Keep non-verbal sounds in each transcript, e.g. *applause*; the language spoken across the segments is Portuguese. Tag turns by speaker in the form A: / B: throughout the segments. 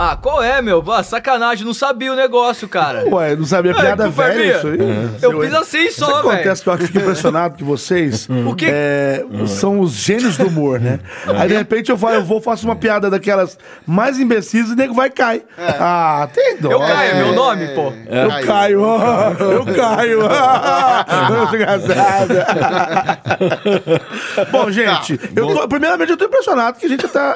A: Ah, qual é, meu? Ah, sacanagem, não sabia o negócio, cara.
B: Ué, não sabia
A: É,
B: piada
A: culpa é
B: velha
A: minha.
B: isso aí?
A: Eu fiz assim
B: Sabe
A: só,
B: o que acontece
A: velho.
B: que eu acho que fico impressionado que vocês
A: *laughs* O quê?
B: é, são os gênios do humor, né? Aí de repente eu falo, eu vou, faço uma piada daquelas mais imbecis e o nego vai e cai. Ah, tem dó.
A: É. Eu caio, é
B: né?
A: meu nome, pô.
B: Eu caio, ó, eu caio. *laughs* Muito engraçado. *laughs* Bom, gente, eu tô- primeiramente eu tô impressionado que a gente tá.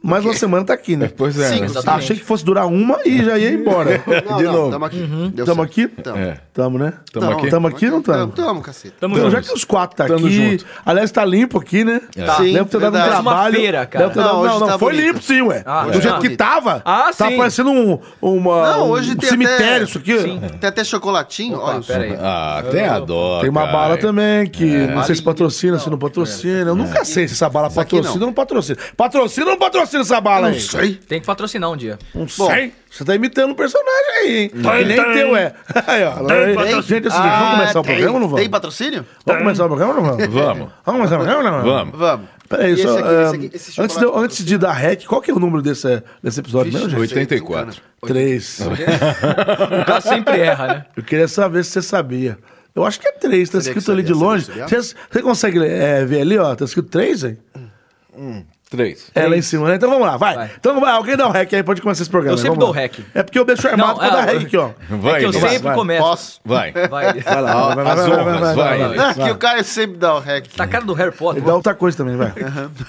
B: Mais uma semana tá aqui, né?
C: Pois é.
D: Sim,
C: né?
D: exatamente.
B: Achei que fosse durar uma e já ia embora.
D: *laughs* Não,
B: de
D: não,
B: novo.
D: Tamo aqui. Deu
B: Tamo
D: certo.
B: aqui?
D: Tamo.
C: É.
B: Tamo, né?
C: Tamo aqui?
B: Tamo aqui ou não
D: Tamo,
B: tamo?
D: tamo, cacete.
A: Tamo
B: Então,
A: junto.
B: já que os quatro tá
C: Tamo
B: aqui.
C: junto.
B: Aliás, tá limpo aqui, né?
D: Tá. Sim,
B: deve ter dado um
D: verdade.
B: trabalho.
A: Uma feira, cara.
B: Deve ter
D: Não,
B: dado- Não, não,
D: hoje tá
B: foi
D: bonito.
B: limpo sim, ué.
A: Ah,
B: Do
A: hoje
B: jeito
A: tá
B: que
D: bonito.
B: tava,
A: Ah,
B: tá
A: sim.
B: parecendo um, uma,
D: Não,
B: um
D: hoje tem
B: cemitério
D: até-
B: isso aqui.
A: Sim.
D: Tem até chocolatinho, olha.
A: Opa, pera aí.
C: Ah, tem a dó.
B: Tem uma
C: cara.
B: bala também, que não sei se
D: Balinha.
B: patrocina, se não patrocina. Eu nunca sei se essa bala
D: aqui não.
B: patrocina ou não patrocina. Patrocina ou não patrocina essa bala aí?
D: sei.
A: Tem que patrocinar um dia.
B: Não sei. Você tá imitando um personagem aí, hein? Que nem teu, é. *laughs* Aí, ó. Gente, é o seguinte, vamos começar o
D: Ah, tem,
B: programa ou não
D: Tem
B: vamos?
D: patrocínio?
B: Vamos começar o programa ou não vamos?
C: Tá. *laughs* Vamos,
B: Vamos começar o programa ou não
C: vamos.
D: Vamos.
B: Peraí,
D: E
B: só.
D: esse aqui, esse
B: ah,
D: aqui, esse
B: antes, de,
A: tá
D: chocolate
B: antes de dar rec, qual que é o número desse, desse episódio mesmo, gente?
C: 84.
B: Três.
A: *laughs* O cara sempre erra, né?
B: Eu queria saber se você sabia. Eu acho que é três, tá
D: Seria que
B: escrito ali de
D: sabia,
B: longe.
D: seria que
B: Você, você consegue é, ver ali, ó? Tá escrito três, hein?
C: Três.
B: É lá em cima, né? Então vamos lá, vai.
A: Vai.
B: Então vai, alguém dá um rec aí, pode começar esse programa.
A: Eu sempre
B: vamos
A: dou
B: lá.
A: rec.
B: É porque eu deixo armado pra
A: é,
B: dar
A: eu-
B: rec, ó.
C: Vai,
A: é que eu
C: Inês,
A: sempre
B: vai.
A: começo.
D: Posso?
C: Vai.
A: Vai.
B: Vai lá, vai, vai, vai,
C: As
B: vai, vai,
C: honras,
B: vai,
C: vai.
B: vai, vai.
D: Ah, que o Caio sempre dá o rec.
A: Tá a cara do Harry Potter.
B: E dá outra coisa também, vai.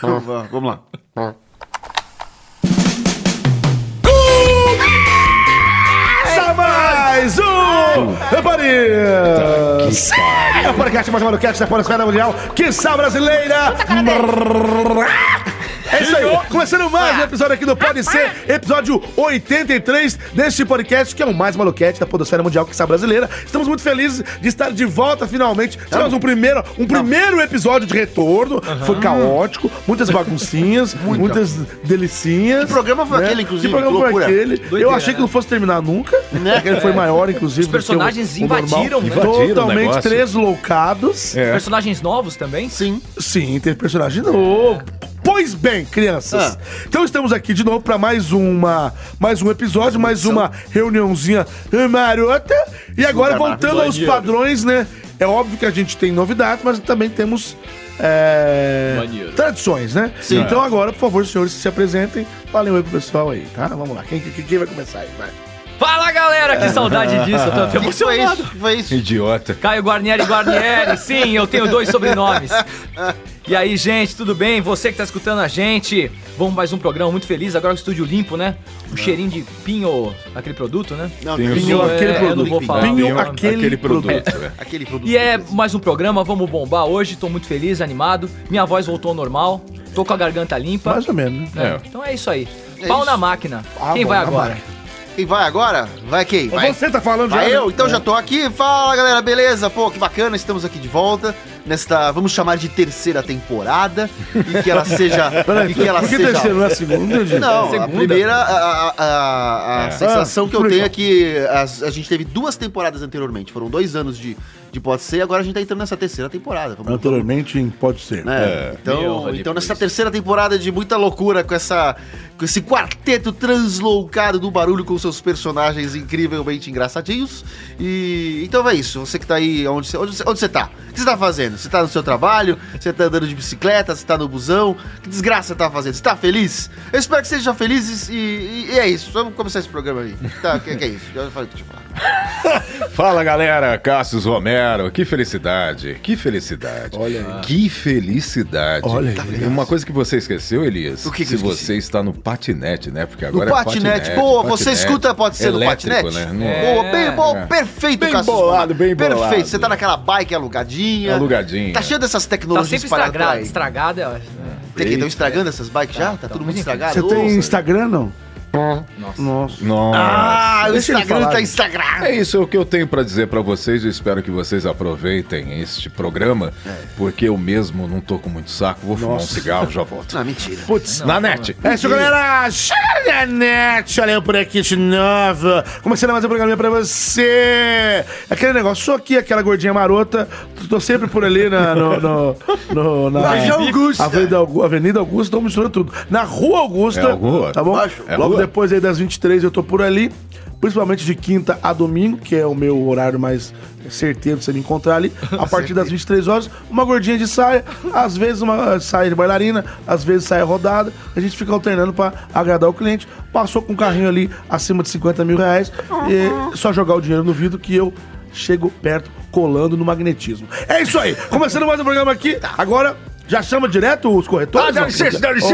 D: Vamos, vamos, vamos lá.
B: Começa mais um Reparias! É o podcast mais maluquete da Polosfera Mundial, que sal brasileira! É isso aí, começando mais
D: Ah.
B: um episódio aqui do Pode Ser, episódio 83 deste podcast, que é o mais maluquete da podosfera mundial que está brasileira. Estamos muito felizes de estar de volta finalmente. Tivemos um primeiro, um primeiro episódio de retorno, foi caótico, muitas baguncinhas, muitas delicinhas. né?
D: Que programa foi aquele, inclusive?
B: Que programa
D: Que loucura.
B: foi aquele? eu
A: Doideira,
B: achei que
A: né?
B: não fosse terminar nunca,
D: Né?
B: Aquele É foi maior, inclusive.
A: Os personagens
B: do que o- o normal.
A: invadiram, né?
C: Invadiram o
B: Totalmente
C: negócio.
B: tresloucados.
C: É.
A: Personagens novos também?
D: Sim.
B: Sim, tem personagem novo. Pois bem,
D: Ah.
B: crianças. Então estamos aqui de novo para mais uma, mais um episódio, mais uma reuniãozinha marota. E agora
D: Lugar
B: voltando aos padrões, né? É óbvio que a gente tem novidades, mas também temos é,
A: Maneiro.
B: tradições, né?
D: Sim.
B: Então agora, por favor, senhores, se apresentem, falem oi pro pessoal aí, tá? Vamos lá. Quem, quem- quem vai começar aí? Vai.
A: Fala, galera! Que saudade disso. Eu tô até
D: O que foi isso?
A: emocionado.
D: O que Foi isso?
C: Idiota.
A: Caio Guarnieri
B: *laughs*
A: Guarnieri, sim, eu tenho dois sobrenomes. E aí, gente, tudo bem? Você que tá escutando a gente, vamos mais um programa muito feliz, agora com o estúdio limpo, né? O cheirinho de pinho, aquele produto, né?
D: Não,
C: Tem
D: tem
C: o-
B: Pinho
A: é,
B: aquele
A: eu não
B: produto.
A: vou falar.
B: um Pinho
C: Tem um-
B: aquele, produto.
C: é.
D: aquele produto.
A: E é mais um programa, vamos bombar hoje, tô muito feliz, animado. Minha voz voltou ao normal, tô com a garganta limpa.
B: Mais ou menos, né?
A: né?
C: É.
A: Então é isso aí.
D: É
A: Pau
D: isso.
A: na máquina.
B: Ah,
A: Quem
B: bom,
A: vai
B: na
A: agora?
D: Quem então vai agora? Vai quem? Vai.
B: Você tá falando
D: Vai
B: já.
D: eu,
B: né?
D: então já tô aqui. Fala galera, beleza? Pô, que bacana, estamos aqui de volta nesta, vamos chamar de terceira temporada e que ela seja.
B: *laughs* Peraí,
D: e que ela
B: por que
D: seja.
B: terceiro não é segundo? Não entendi.
D: Não, a
A: Segunda. né?
D: primeira, a, a- a- a
C: É.
D: sensação
B: Ah,
D: que eu
B: legal.
D: tenho é que as- a, gente teve duas temporadas anteriormente, foram dois anos de, de Pode Ser, agora a gente tá entrando nessa terceira temporada. Vamos,
B: Anteriormente em Pode Ser.
D: né?
C: É,
A: meia
D: então,
A: hora
D: então
A: depois.
D: nessa terceira temporada de muita loucura com essa com esse quarteto transloucado do barulho com seus personagens incrivelmente engraçadinhos. E então é isso, você que tá aí onde você onde, você- onde você tá? O que você tá fazendo? Você tá no seu trabalho? Você tá andando de bicicleta? Você tá no busão? Que desgraça você tá fazendo? Você tá feliz? Eu espero que vocês sejam felizes e, e- e é isso. Vamos começar esse programa aí. Tá, que, que é isso? Já falei o que eu tinha falado.
C: Fala galera, Cassius Romero, que felicidade, que felicidade.
B: Olha aí.
C: Que felicidade.
B: Olha aí.
C: Tá vendo? Uma coisa que você esqueceu, Elias,
D: O que que
C: se
D: eu esqueci?
C: você está no patinete, né? Porque
D: No
C: agora é
D: patinete, boa, você escuta, pode ser
C: Elétrico,
D: no patinete?
C: Né? Não-
A: É.
D: Boa, bem bom, perfeito,
C: Bem
D: Cassius
C: bolado, bem
D: Romero.
C: bolado.
D: Perfeito, você tá naquela bike alugadinha.
C: Alugadinha.
D: Tá cheio dessas
A: Tá
D: tecnologias
A: sempre
D: espalhadas por
A: estragada,
D: aí.
A: estragada. ó.
D: Tem que estão estragando essas bikes já? Tá, né?
A: tá
D: todo
A: muito
D: mundo estragado?
B: Você tem
D: Ô,
B: Instagram, não?
C: Nossa.
E: Nossa. Ah, o
B: Deixa ele
E: Instagram
B: falar,
E: tá
B: gente.
E: Instagram.
C: É isso é o que eu tenho pra dizer pra vocês. Eu espero que vocês aproveitem este programa,
D: É.
C: porque eu mesmo não tô com muito saco. Vou fumar um cigarro, já volto.
E: Ah, mentira.
C: Putz, na net.
B: É isso, galera! Chega da net! Olha eu por aqui de novo! Começando mais um programinha pra você! Aquele negócio, sou aqui, aquela gordinha marota, tô sempre por ali na, no, no, no- na
E: Baixo Augusta.
B: Avenida, Augu- Avenida Augusta, então mistura tudo. Na Rua Augusta,
C: É alguma?
B: tá bom?
C: Baixo. É
B: Logo
C: rua?
B: depois aí das 23 eu tô por ali, principalmente de quinta a domingo, que é o meu horário mais certeiro de você me encontrar ali. *laughs* A partir das 23 horas, uma gordinha de saia, às vezes uma saia de bailarina, às vezes saia rodada. A gente fica alternando pra agradar o cliente. Passou com um carrinho ali acima de 50 mil reais, e só jogar o dinheiro no vidro que eu chego perto colando no magnetismo. É isso aí! Começando mais um programa aqui,
C: Tá.
B: agora... Já chama direto os
C: Ah,
B: corretores? não?
F: é, é,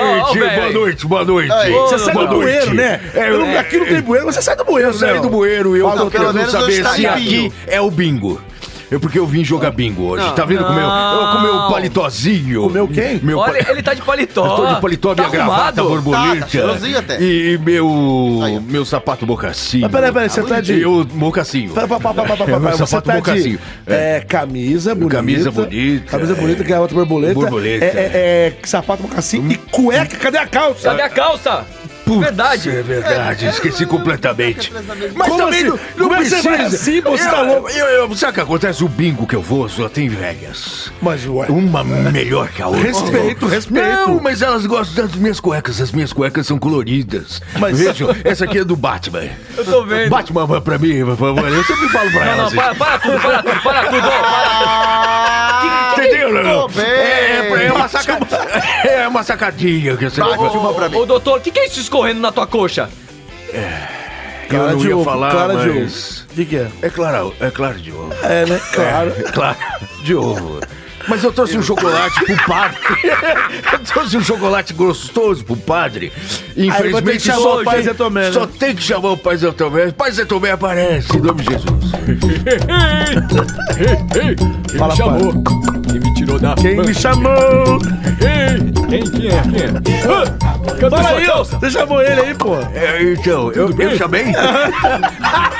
F: ó, ó, velho.
C: noite, boa noite.
E: Aí.
B: Você sai do
C: Boa noite.
B: bueiro, né?
C: É,
B: Eu
C: eu-
B: não- aqui não tem bueiro, você sai do bueiro,
C: Eu saí
B: né?
C: do bueiro e eu
B: Fala,
C: tô
B: pelo
C: tentando
E: menos
C: saber
E: hoje tá
C: se
E: limpinho.
C: aqui é o bingo. É porque eu vim jogar bingo hoje.
E: Não.
C: Tá vendo como eu? Eu com meu
F: Não.
C: palitozinho.
B: Comeu quem?
C: Meu
F: Olha,
C: pa-
F: ele tá de paletó.
C: Eu tô de paletó,
F: tá
C: minha gravata
F: arrumado.
C: borboleta.
E: Tá, tá cheirosinho até.
C: E meu,
E: Aí, ó.
C: meu sapato mocacinho.
B: Mas peraí, peraí, você tá de-
C: Eu, mocacinho.
B: Pera, pá, pá, pá, pá, pá, pá,
C: Meu
B: pá, Você
C: sapato
B: tá de
C: mocacinho.
B: é, camisa bonita.
C: Camisa bonita,
B: Camisa bonita,
C: é.
B: que é outra borboleta.
C: Borboleta.
B: É, é, é, sapato mocassim e cueca. Cadê a calça?
F: Cadê a calça?
C: Putz,
F: Verdade.
C: É verdade, esqueci completamente. Mas
B: Como
C: também
B: assim?
C: não, não
B: Como é que você
C: precisa.
B: vai assim, pô? Você tá
C: Eu-
B: louco?
C: eu- eu- sabe o que acontece? O bingo que eu vou só tem velhas.
B: Mas, ué. é.
C: Uma melhor que a outra.
B: Respeito, respeito.
C: Não, mas elas gostam das minhas cuecas. As minhas cuecas são coloridas.
B: Mas-
C: Vejam, essa aqui é do Batman.
F: Eu tô vendo.
C: Batman, vai pra mim, por favor. Eu sempre falo pra
F: Não,
C: elas.
F: não, para, para tudo, para tudo, para tudo, ó, para tudo.
E: Ah,
C: Entendeu, Leonel?
E: bem.
C: É, é, é uma saca... *laughs* é uma sacadinha que você
E: Bate uma pra
F: Ô,
E: mim.
F: doutor, o que, que é isso escorrendo na tua coxa?
C: É, Eu não ia falar,
B: Clara de
C: mas...
B: ovo. O que que é?
C: É claro, é claro de ovo.
B: É, né? Claro.
C: Claro, de ovo. Mas eu trouxe um chocolate pro
B: *laughs*
C: padre. Eu trouxe um chocolate gostoso pro padre.
B: Aí vou ter que
C: Infelizmente,
B: chamar
C: só,
B: o Pai
C: tem,
B: Zé Tomé, né?
C: só tem que chamar o Pai Zé Tomé. Pai Zé Tomé aparece, em nome de Jesus.
B: Ele Fala, chamou. Quem me tirou da... Quem me chamou? é,
F: Cadê
B: Fala aí, ó. Você chamou ele aí, pô.
C: É, então, eu, eu chamei?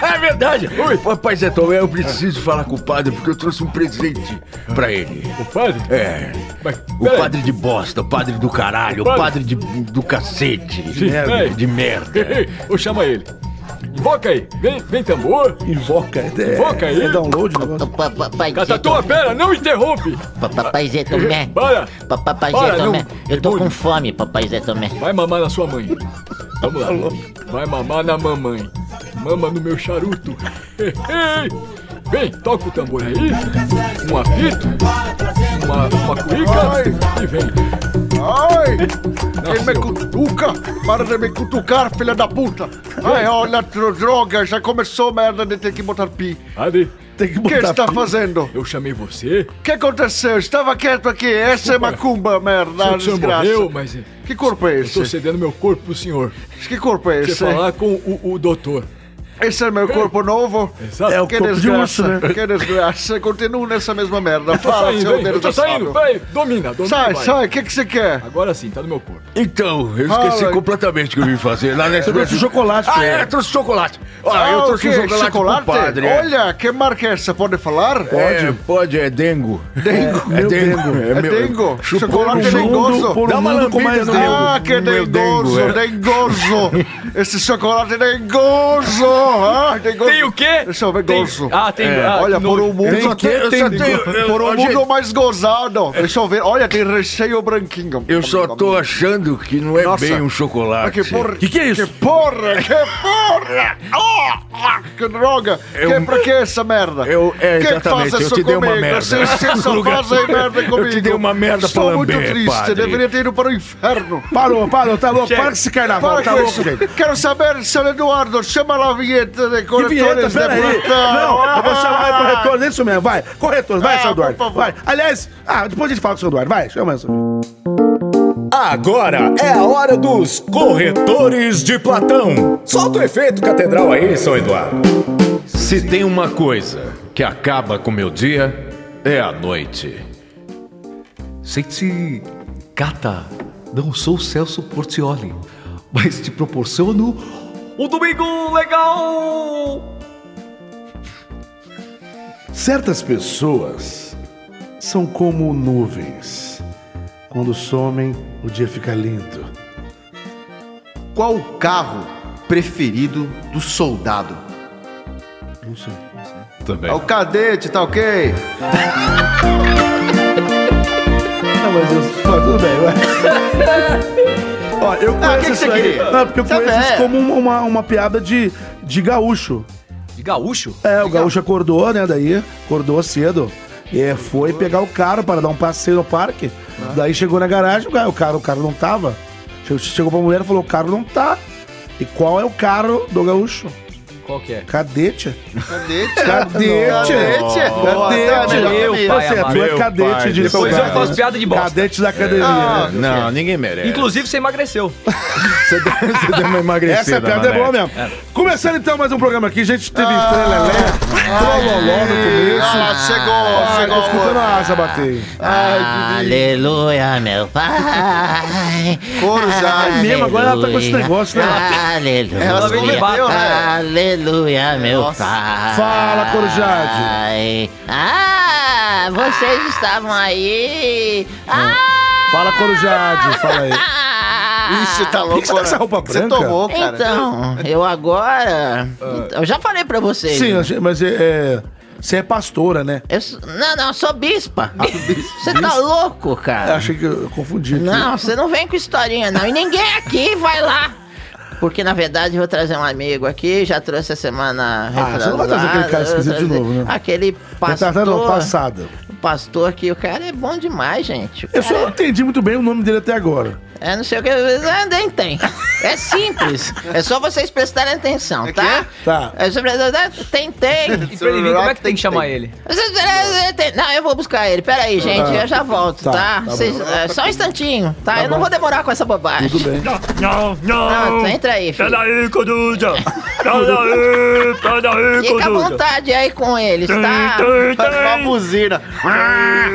C: é verdade. Oi. Pai Zé Tomé, eu preciso falar com o padre porque eu trouxe um presente pra ele. O padre? É. o padre de bosta, o padre do caralho, o padre, de, do cacete. De merda. De merda.
G: *laughs*
H: Ô, chama ele. Invoca aí. Vem, vem tambor.
B: Invoca. É,
H: Invoca aí.
B: É download o negócio.
I: Pa- pa- Papai Zé
H: Catatua,
I: Tomé.
H: pera, não interrompe.
I: Pa- Papai Zé Tomé.
H: Bora.
I: Pa- Papai
H: Para,
I: Zé Tomé.
H: não.
I: Eu tô
H: Demônio.
I: com fome, Papai Zé Tomé.
H: Vai mamar na sua mãe. Vamos lá. Vai mamar na mamãe. Mama no meu charuto. *laughs* Ei, ei. Vem, toca o tambor aí. Um apito. Uma, uma cuíca. E vem.
E: Ai,
H: Nossa,
E: quem me cutuca, para de me cutucar, filha da puta.
H: É.
E: Ai, olha, dro- droga, já começou merda de ter que botar pi.
H: Padre,
B: Tem que
E: O que
B: botar...
E: está fazendo?
H: eu chamei você.
E: O que aconteceu? Estava quieto aqui, essa é macumba, merda,
H: O senhor
E: desgraça.
H: morreu, mas eh,
E: Que corpo é
H: eu tô
E: esse?
H: cedendo meu corpo pro senhor.
E: Que corpo é
H: Você
E: esse?
H: falar com o, o doutor.
E: Esse é meu corpo novo?
H: Exato.
B: É o
E: Que
B: corpo de urso,
E: desgraça,
B: né?
E: que desgraça. Continua nessa mesma merda.
H: Tô
E: Fala,
H: saindo,
E: seu
H: hein? Eu tô
E: desgraçado.
H: saindo. Peraí, domina, domina.
E: Sai,
H: vai.
E: sai, o que que você quer?
H: Agora sim, tá no meu corpo.
C: Então, eu esqueci
E: Fala.
C: completamente o que eu vim fazer.
H: *laughs*
C: Lá na
B: Você trouxe chocolate pra
C: Ah, é,
B: ele.
C: eu trouxe chocolate. Olha,
E: Ah,
C: eu
E: o
C: trouxe um
E: quê?
C: chocolate, pro padre. é.
E: Olha, que marca é essa? Pode falar?
C: É, pode, é dengo. Dengo. É,
B: meu
C: dengo.
E: É dengo. Chocolate é
B: por um
E: dengoso.
B: mundo, por
C: Dá
B: um
C: uma
B: mundo com
C: lambida
B: mais
C: no
B: dengo.
E: Ah, que
C: Meu
E: dengoso,
C: dengo, é.
E: dengoso. Esse chocolate é dengoso. Ah, dengoso. é
F: Tem o quê?
E: Deixa eu ver,
F: Tem-
E: gozo.
F: Ah, tem.
C: É,
F: ah,
E: Olha,
F: que
E: por
F: nojo.
E: um mundo...
C: Eu só tenho, eu só tenho, eu,
E: Por um
C: gente,
E: mundo mais gozado. Deixa eu ver. Olha, tem recheio branquinho.
C: eu só tô achando que não é
E: Nossa.
C: bem um
E: Ah,
C: chocolate.
E: que porra.
B: Que que é isso?
E: Que porra, que
C: *laughs*
E: porra. Ah, ah, que droga.
C: Eu-
E: que, pra que essa merda?
C: Eu- é,
E: Quem
C: exatamente,
E: faz
C: eu
E: isso
C: te dei uma
E: comigo?
C: merda. Um *laughs*
E: Vocês, vocês só
C: Lugar-
E: fazem merda
C: Eu te
E: comigo.
C: dei uma merda
E: Estou
C: pra
E: muito
C: lamber,
E: triste.
C: padre.
E: Deveria ter ido para o inferno.
B: Parou, parou, tá louco. Para com esse carnaval,
E: Para
B: tá
E: com
B: louco,
E: isso.
B: gente.
E: Quero saber, seu Eduardo, chama lá a vinheta de
B: Que vinheta,
E: corretores de
C: né,
B: peraí.
E: plantão.
B: Não, eu vou chamar
E: Ah,
B: o corretor, é isso mesmo, vai. Corretor, vai,
E: Ah,
B: seu
E: por
B: Eduardo.
E: favor.
B: Vai. Aliás, ah, depois a gente fala com o seu Eduardo, vai, chama essa.
G: Agora é a hora dos corretores de Platão. Solta o efeito catedral aí, São Eduardo.
C: Se tem uma coisa que acaba com o meu dia, é a noite.
J: Sente-se. Cata, não sou o Celso Portioli.
A: mas te proporciono um domingo legal.
B: Certas pessoas são como nuvens. Quando somem, o dia fica lindo.
D: Qual o carro preferido do soldado?
B: Não sei.
D: É,
H: Também.
D: o cadete, tá ok?
B: Não,
D: *laughs*
B: mas eu... Pô, tudo bem, vai. Ó, Ah, eu conheço
D: o Ah, que que
B: isso
D: você
B: aí.
D: queria?
B: Não, porque eu
D: Tá
B: conheço isso
D: bem.
B: como uma, uma, uma piada de, de gaúcho.
A: De gaúcho?
B: É, o gaúcho acordou, né? Daí, acordou cedo. E foi pegar o carro para dar um passeio no parque.
D: Ah.
B: Daí chegou na garagem, o ga- o carro, o carro não tava. Chegou, chegou pra mulher e falou: o carro não tá. E qual é o carro do gaúcho?
A: Qual que é?
B: Cadete.
D: Cadete.
B: Cadete.
D: Cadete. Boa, tá
B: Cadete.
D: melhor
A: Meu
D: que a
A: pai
D: minha.
B: Tá certo, tu é
H: amado.
B: cadete
H: Meu pai,
B: de
H: depois
B: São
H: eu
B: Carlos.
A: faço piada de bosta.
B: Cadete da academia.
D: Ah,
H: Não, ninguém
G: É.
H: merece.
A: Inclusive você emagreceu.
H: você deu, você deu uma emagrecida.
B: Essa piada é
H: Mané. Ah.
B: boa mesmo. Começando então mais um programa aqui, gente teve trelelé, trololó no começo.
D: Ah, chegou,
B: Ah, tô
D: chegou.
B: escutando a asa bater.
I: Aleluia, meu pai.
D: Coro já.
I: Aleluia.
B: É mesmo, agora ela tá com esse negócio, né?
I: Aleluia.
D: Ela se converteu, né?
I: Aleluia, meu
D: Nossa.
I: pai.
B: Fala, Corujade.
I: Corujade. Ah, vocês estavam aí. Ah,
B: Fala, Corujade, fala aí.
D: Ixi, tá louco.
B: que você tá com essa roupa
D: agora. Você
B: branca?
D: tomou, cara.
I: Então, eu agora. Eu já falei pra vocês.
B: Sim, a gente- mas é, é, você é pastora, né?
I: Eu sou- não, não, eu sou bispa.
B: Ah,
I: Você tá louco,
B: Eu
I: cara?
B: achei que eu confundi aqui.
I: Não, você não vem com historinha, não. E ninguém aqui vai lá. Porque, na verdade, eu vou trazer um amigo aqui, já trouxe a semana
B: Ah, você não vai
I: retrasada,
B: trazer aquele cara
I: eu vou
B: esquisito de
I: trazer
B: novo, né?
I: Aquele pastor...
B: Retrasado não, passado.
I: O pastor que o cara é bom demais, gente. O
B: Eu
I: cara
B: só não entendi muito bem o nome dele até agora.
I: É, não sei o que... é, Nem tem. É simples. É só vocês prestarem atenção,
D: É que
I: tá?
B: é? Tá.
I: É sobre... Tem,
A: *laughs*
I: tem. é,
A: E pra ele vir, como é que tem que chamar ele?
I: Não, eu vou buscar ele. Pera aí, gente, eu já volto,
B: Tá,
I: tá?
B: tá
I: Vocês- é, só um instantinho, tá? eu não vou demorar com essa bobagem.
B: Tudo bem.
I: Pronto, entra aí, filho.
F: Peraí, Coruja! Peraí, peraí,
I: Fica à
F: Coruja! Então,
I: vontade aí com eles, tá? *laughs*
F: Tem, tem,
D: Uma
F: tem!
D: buzina.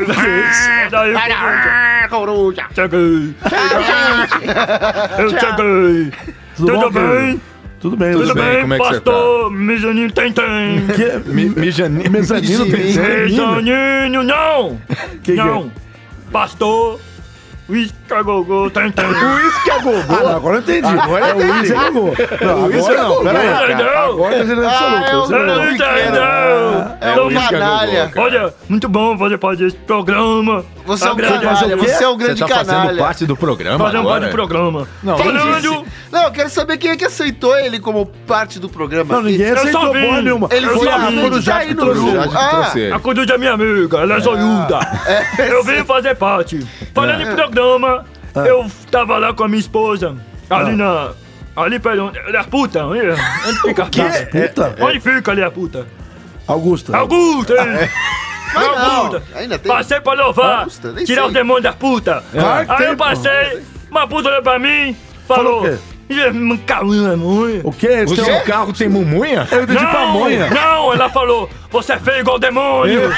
F: Peraí, Coruja!
D: Ah, coruja.
F: Cheguei!
I: Tchau, gente.
F: Eu cheguei!
B: Tudo bom,
F: Tudo bem?
B: querido? Tudo bem,
F: Tudo
H: bem, como
F: bem,
H: é que você
F: pastor? Mezanino tem, tem!
H: Mi- Mijani-
B: Mezanino tem mezanino?
F: Mezanino não!
B: que é?
F: Não! Pastor... Uísca Gogô tem, tem!
B: *laughs*
H: tá?
B: Ah, não, agora eu entendi. Agora é o Luiz Gogô. Não, agora não, peraí.
F: Entendeu?
B: Agora ele é
D: Ah, eu
B: absoluto.
D: não
F: Entendeu?
D: pequeno. É
F: Tô
D: um
F: falando.
D: canalha.
F: Olha, muito bom fazer parte desse programa. Tá
D: Você é um
F: Agradeço.
D: canalha. Você é um
H: Você
D: grande
H: tá fazendo
D: canalha.
H: parte do programa
F: Fazer um
H: agora?
F: bom programa.
D: Quem disse?
F: Falando,
D: Não, eu quero saber quem é que aceitou ele como parte do programa.
B: Não, ninguém
F: Eu só
B: aceitou
F: vim.
B: boa nenhuma.
D: Ele
F: Eu
D: foi
F: só
D: a
F: vi.
D: Corujá
B: Tá
D: que
B: aí no
D: trouxe.
B: grupo.
D: Ah,
F: a Coruja é minha amiga, ela é zoiuda.
B: É.
F: Eu vim fazer parte. Falando em programa, eu tava lá com a minha esposa,
B: Ah.
F: ali na. Ali perto. onde- Ali a puta, onde onde fica a
B: Das
F: puta?
B: É, puta? É.
F: Onde fica ali a puta?
B: Augusta.
F: Augusta! hein?
D: mas
F: Augusta!
D: não. Ainda tem.
F: Passei pra louvar,
D: Augusta, nem
F: tirar
D: sei.
F: o demônio da puta.
B: Claro que
F: Aí
B: tem,
F: eu passei, uma puta olhou pra mim, falou.
B: Falou o quê?
F: Calma, mãe.
B: O que é
H: O
B: esse?
I: um
H: seu carro tem mumunha?
B: Eu entendi É pamonha.
F: Não, ela falou, você é feio igual demônio.
B: *laughs*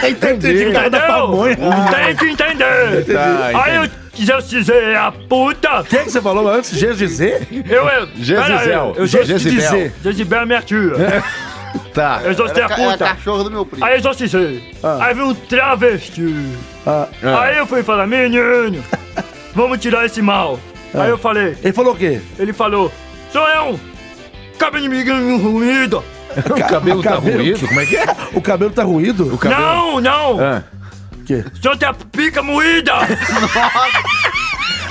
B: Entendi. Cara da pamonha. Ah,
F: Tem que entender.
H: Tá,
F: Aí eu quis dizer, a puta,
B: O que você falou antes? GGZ?
F: eu é.
H: Jezizel.
F: pera aí, Eu sou
H: Jezibel.
F: Jezibel é minha
B: *laughs*
F: tia.
H: Tá.
F: Eu sou a
D: Era, ca- era
F: puta.
D: cachorro do meu primo.
F: Aí eu só sei. Aí vi um travesti.
B: Ah,
F: Aí eu fui falar,
B: *laughs*
F: menino, vamos tirar esse mal. Aí eu falei,
B: Ah. ele falou o quê?
F: ele falou, sou eu, cabelo de miguinho ruído.
H: O cabelo tá
B: cabelo.
H: ruído? Como é que é?
B: O cabelo tá ruído?
H: O cabelo...
F: Não, não,
H: Ah.
B: O quê?
F: o senhor tem a pica
B: *laughs*
F: moída.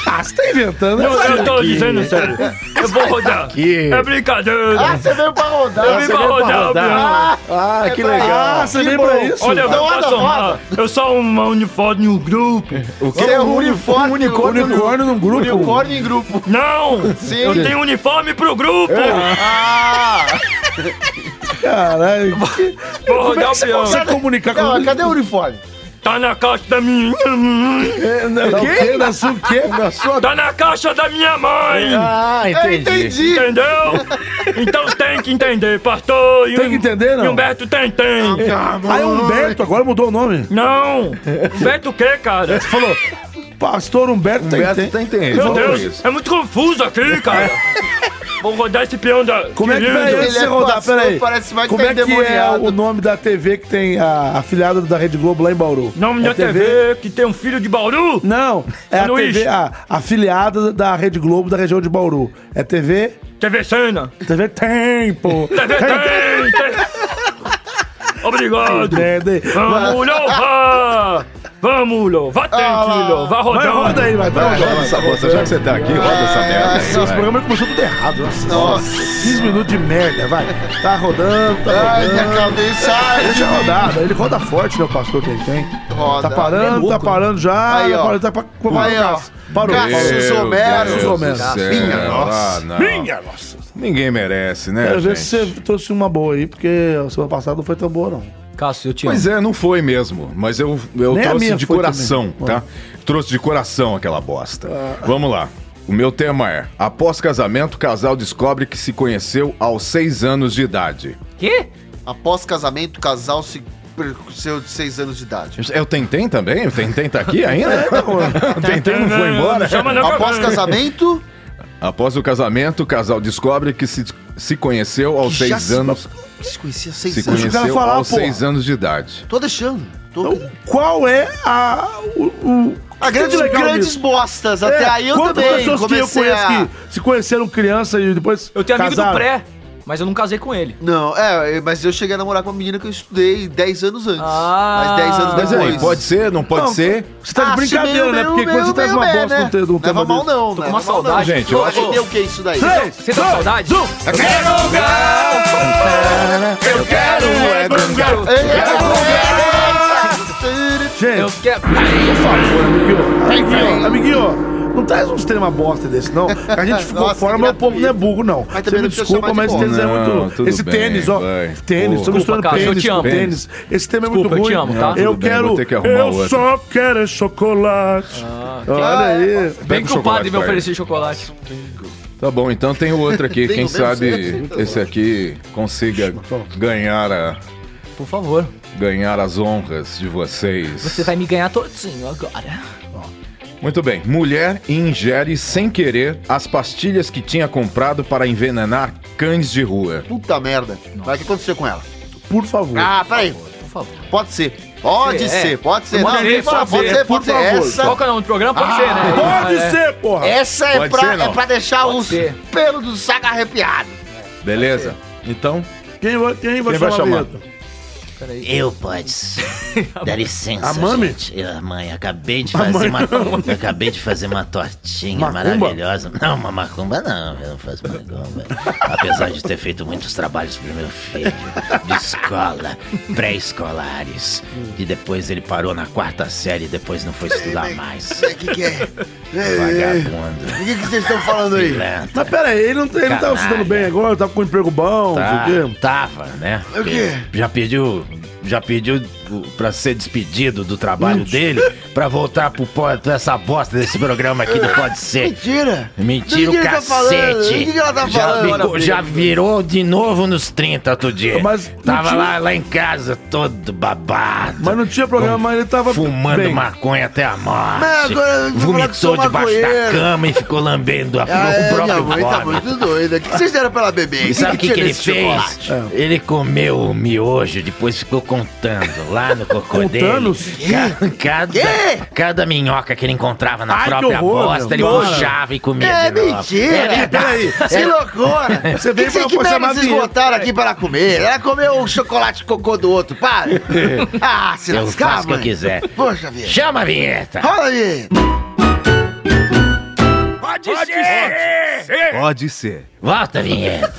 B: Ah, você tá inventando, né?
F: Eu, eu tô dizendo sério. Eu vou rodar. É
B: Ah,
F: brincadeira.
D: Ah, Você veio pra rodar. é
F: eu vim pra rodar, Bianca.
H: Ah, que
B: Ah,
H: legal.
B: você veio pra isso?
F: Olha, eu
D: Então anda,
F: faço uma,
D: roda.
F: eu sou uma uniforme no grupo.
H: O que
D: Você é um uniforme.
H: unicórnio no-
B: unicórnio num grupo.
D: Unicórnio em grupo.
F: Não!
D: Sim.
F: Eu tenho uniforme pro grupo!
D: Ah!
B: Caralho.
F: Vou
B: Como é
F: rodar
B: que
F: o
B: você
F: peão.
B: consegue comunicar com
D: Não, mas
B: o
D: cadê o uniforme?
F: Tá na caixa da minha.
B: Tá o quê? Nasceu o quê? É,
F: Tá na caixa da minha mãe!
H: Ah,
D: Eu
H: entendi.
D: entendi.
F: Entendeu? Então tem que entender, pastor. E um-
B: Tem que entender, não?
F: E Humberto tem, tem.
H: tá,
B: Ah, é Humberto, agora mudou o nome.
F: Não! Humberto o quê, cara?
B: Falou, Pastor Humberto, tá
G: Humberto
H: tá
B: tem, tem.
G: tem, tem.
F: Meu
G: Vamos com
F: Deus,
G: isso.
F: é muito confuso aqui, cara. Vou rodar esse peão da.
B: Como é que
F: Querido.
B: vai antes de
H: Ele
B: você
H: é
B: rodar?
H: pastor,
B: Peraí.
H: parece mais que
B: Como
H: tá
B: é que é
H: endemoniado.
B: o nome da TV que tem a afiliada da Rede Globo lá em Bauru?
F: Nome
B: é
F: da TV que tem um filho de Bauru?
B: Não, é a
F: Luiz.
B: TV, a afiliada da Rede Globo da região de Bauru. É TV?
F: TV Cena.
B: TV Tempo.
F: TV tem, tem. Obrigado.
B: Entende?
F: Vamos louvar. Vamos louvar. Tem que louvar
B: Vai,
F: rodando.
B: roda aí, vai, vai.
G: Ah, Roda essa bosta, já que você tá aqui, roda essa merda. aí,
B: Esse
G: vai.
B: programa começou tudo errado. né? Nossa,
H: Nossa.
B: 15 minutos de merda, vai. Tá rodando, tá
H: Ai,
B: rodando.
H: minha cabeça. ai,
B: Deixa rodado, ele roda forte, meu pastor, que ele tem.
H: Roda. é
B: Tá parando, tá parando já.
H: Aí,
B: tá
H: ó.
B: parando, tá pa- parou.
H: Aí, ó.
B: Parou.
H: Cássio
B: parou.
H: Cássio Somero.
G: Deus
B: Somero.
G: do céu,
H: Minha nossa.
G: ah, não. Ninguém merece, né,
B: Quero ver
G: gente?
B: se você trouxe uma boa aí, porque a semana passada não foi tão boa, não.
D: Cássio, eu te amo.
G: Pois é, não foi mesmo, mas eu, eu
B: Nem a
G: trouxe
B: minha
G: de
B: foi
G: coração,
B: também.
G: tá? Trouxe de coração aquela bosta. Vamos lá. O meu tema é: após casamento, casal descobre que se conheceu aos seis anos de idade.
D: Quê?
H: Após casamento, o casal se perceu de 6 anos de idade.
G: É o Tentem também? O Tentem tá aqui
B: *laughs* É,
H: É,
G: ainda?
H: então,
G: *laughs* o Tentem não
H: né?
G: foi embora?
F: Chama não,
H: Após
F: cara.
H: casamento,
G: Após o casamento, o casal descobre que se, se conheceu aos
H: já
G: seis
H: se-
G: anos.
H: se conhecia
G: Se
H: 6 anos.
B: conhe- o cara
G: conheceu
B: falar,
G: aos
B: porra.
G: seis anos de idade.
H: Tô deixando. Tô...
B: Então, qual é a. O, o-
H: A
B: que
H: grandes,
B: de legal
H: grandes
B: nisso?
H: bostas. Até
B: É,
H: aí eu
B: quantas
H: também
B: pessoas que eu
H: comecei
B: conheço
H: a...
B: que se conheceram um criança e depois.
D: Eu tenho amigo do
B: casaram?
D: pré, mas eu não casei com ele.
H: Não, é, mas eu cheguei a namorar com uma menina que eu estudei 10 anos antes.
D: Ah.
H: mas 10 anos
G: Mas
H: depois.
G: e aí, pode ser, não pode
B: Não,
G: ser?
B: Você tá
H: Ah,
B: de brincadeira,
H: meio-
B: né? Porque
H: meio-
B: quando você
H: meio-
B: traz uma
H: meio,
B: bosta
H: né?
B: no te- no
H: Não
B: tema
H: leva mal,
B: desse-
H: não.
D: Tô com
H: leva
D: uma
H: mal, não.
D: saudade,
G: gente,
H: Pô,
G: eu
H: a
G: acho-
H: gente deu o que é isso daí?
B: Três,
D: Você tá com saudade?
G: Eu quero um eu quero é
D: Eu
B: Gente,
D: quero.
B: amiguinho, amiguinho, não traz uns temas bosta desse, não.
H: *laughs*
B: A gente ficou
H: Nossa,
B: fora, mas o povo
H: gratuito.
B: não é burro, não.
H: Mas também
B: Você me
H: não precisa
B: desculpa,
H: chamar de
B: mas esse tênis
G: burro.
B: é
G: Não,
B: muito.
G: tudo
B: esse
G: bem,
B: tênis, ó.
G: vai.
B: Tênis,
G: Pô.
B: tô misturando
D: Cara, eu
B: tênis
D: te
B: com
D: amo.
B: tênis. Esse tema é muito
D: Desculpa, eu
B: ruim.
D: te amo, tá?
B: Eu
G: Tudo bem,
B: quero.
G: vou ter que arrumar
B: eu
G: outro.
B: só quero é chocolate. Olha aí.
D: Ah, Bem que o
G: chocolate
D: padre me
G: pra
D: ofereceu chocolate.
G: Tá bom, então tem o outro aqui.
H: *laughs* Tem
G: Quem
H: o mesmo?
G: sabe esse aqui consiga ganhar, a,
D: Por favor,
G: ganhar as honras de vocês.
D: você vai me ganhar todinho agora.
G: Muito bem. Mulher ingere sem querer as pastilhas que tinha comprado para envenenar cães de rua.
H: Puta merda. Mas o que aconteceu com ela?
B: Por favor.
H: Ah, peraí.
D: Por favor.
H: Pode ser. Pode
D: É.
H: ser, pode ser.
D: Não,
H: Não,
D: pode ser,
H: pode, pode ser,
B: por
H: pode ser.
B: favor.
H: Essa,
D: Qual que é o nome do programa? Pode ser, né?
B: Pode
D: É.
B: ser, porra.
H: essa é,
G: Pode
H: pra,
G: ser, não.
H: é pra deixar
D: Pode
H: os
D: ser.
H: pelos do saco arrepiado.
G: Beleza? Então,
B: Quem vai, quem vai
G: Quem vai
B: chamar?
G: chamar?
B: Vai
I: Eu, podes. Dá licença,
B: A mami?
I: gente. Eu, mãe, acabei de fazer uma... *laughs* Eu acabei de fazer uma tortinha
B: Macumba?
I: maravilhosa. Não, uma macumba não. Eu não faço macumba. Apesar de ter feito muitos trabalhos pro meu filho. De escola. Pré-escolares. E depois ele parou na quarta série e depois não foi estudar mais.
H: O que, que é?
I: Vagabundo.
H: O que, que vocês estão falando aí?
I: Lento.
B: Mas pera aí, ele não, tá, ele não tava
I: Caralho.
B: se dando bem agora, tava com um emprego bom,
I: Tá,
B: não sei o quê.
I: tava, né?
H: O quê?
I: Já pediu, já pediu o- pra ser despedido do trabalho dele, pra voltar pro po- pra essa bosta desse programa aqui do Pode
B: *laughs*
I: Ser.
H: Mentira!
I: É Mentira
H: Do
I: o
H: que ele tá falando?
I: cacete.
H: Do que que ela tá
I: já,
H: falando?
I: virou, já virou de novo nos 30 outro dia.
B: Mas não
I: Tava
B: tinha-
I: lá, lá em casa todo babado.
B: Mas não tinha programa, mas ele tava
I: Fumando
B: bem.
I: maconha até a morte.
H: Mas agora eu vou falar que sou
I: Vomitou debaixo da
H: maconheiro.
I: cama e ficou lambendo a,
H: *laughs* Ah,
I: o
H: é, minha
I: próprio
H: mãe tá
I: vômito.
H: muito doida. O que vocês deram pra ela beber?
I: E sabe o que, que,
H: tinha
I: ele
H: nesse chocolate?
I: fez?
B: É.
I: Ele comeu o miojo, depois ficou contando lá no cocô dele.
B: Contando?
I: Ca- cada, cada minhoca que ele encontrava na
B: Ai, que
I: própria
B: horror,
I: bosta,
B: meu.
I: ele
B: Nossa.
I: puxava e comia
H: É
I: de novo.
H: mentira!
B: Peraí,
I: É.
H: Que loucura!
I: *laughs*
B: Você
H: Você
B: veio
H: que você
B: pra-
H: que
B: pra
H: merda
B: chamar
H: vocês
B: vinheta.
H: botaram aqui pra ela comer? Ela comeu o chocolate cocô do outro,
I: *laughs*
H: para! Ah, se
I: Eu
H: lascar,
I: faço o que eu
H: mãe.
I: quiser.
H: Poxa vida!
I: Chama a vinheta!
H: Rola aí!
G: pode ser.
I: Volta a vinheta!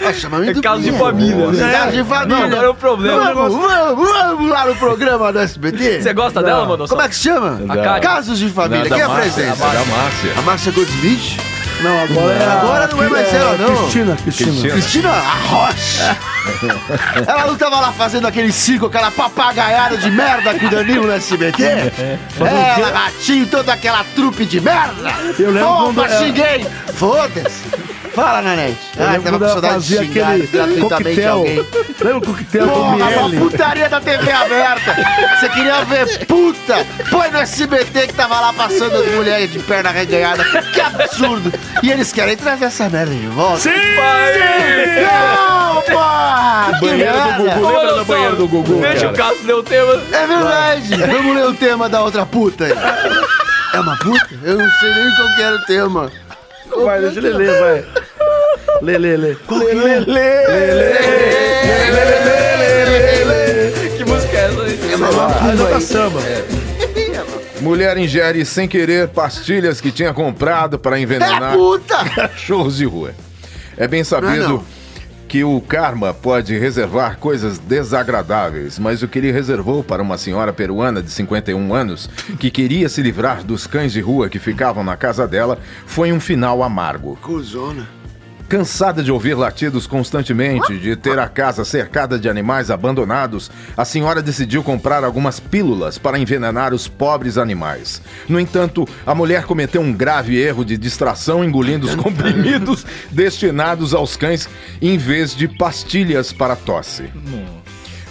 H: Vai chamar
D: É caso de família. né?
H: É caso de família.
D: Não, agora é o problema.
H: Vamos, vamos, vamos lá no programa do SBT?
D: Você gosta dela, mano?
H: Como é que se chama?
D: A Karen.
H: Casos de família. Quem
G: da Márcia,
H: apresenta?
G: da Márcia.
H: A Márcia Goldsmith?
B: Não, agora é. a-
H: Agora não é mais ela, não.
B: Cristina, Cristina.
G: Cristina.
H: Cristina Rocha. Ela não tava lá fazendo aquele circo, aquela papagaiada de merda que o Danilo no SBT?
B: *laughs*
H: Ela, ratinho, toda aquela trupe de merda.
B: Eu lembro
H: Opa,
B: quando-
H: xinguei. Foda-se. Ah,
E: Fala, Nanete.
B: Eu lembro quando ela fazia aquele coquetel. Lembra o coquetel com
E: Porra, uma
B: miel?
E: putaria da TV aberta. Você queria ver puta. Põe no SBT que tava lá passando as mulheres de perna reganhada. Que absurdo. E eles querem trazer essa merda de volta. Sim! Não, porra! Que merda.
A: Lembra da banheira do Gugu, Deixa o Cássio ler o tema.
E: É verdade. Vamos ler o tema da outra puta aí. É uma puta? Eu não sei nem qual que era o tema.
B: Vai, deixa ele ler, vai. Lê, lê, lê.
H: é?
A: Que música é essa? aí?
B: Nota samba.
G: Mulher ingere sem querer pastilhas que tinha comprado para
E: É
G: envenenar
E: puta!
G: *laughs* cachorros de rua. É bem
E: Ah,
G: sabido
E: não.
G: que o karma pode reservar coisas desagradáveis, mas o que ele reservou para uma senhora peruana de 51 anos que queria se livrar dos cães de rua que ficavam na casa dela foi um final amargo.
E: Cozona.
G: Cansada de ouvir latidos constantemente, de ter a casa cercada de animais abandonados, a senhora decidiu comprar algumas pílulas para envenenar os pobres animais. No entanto, a mulher cometeu um grave erro de distração engolindo os comprimidos destinados aos cães em vez de pastilhas para tosse.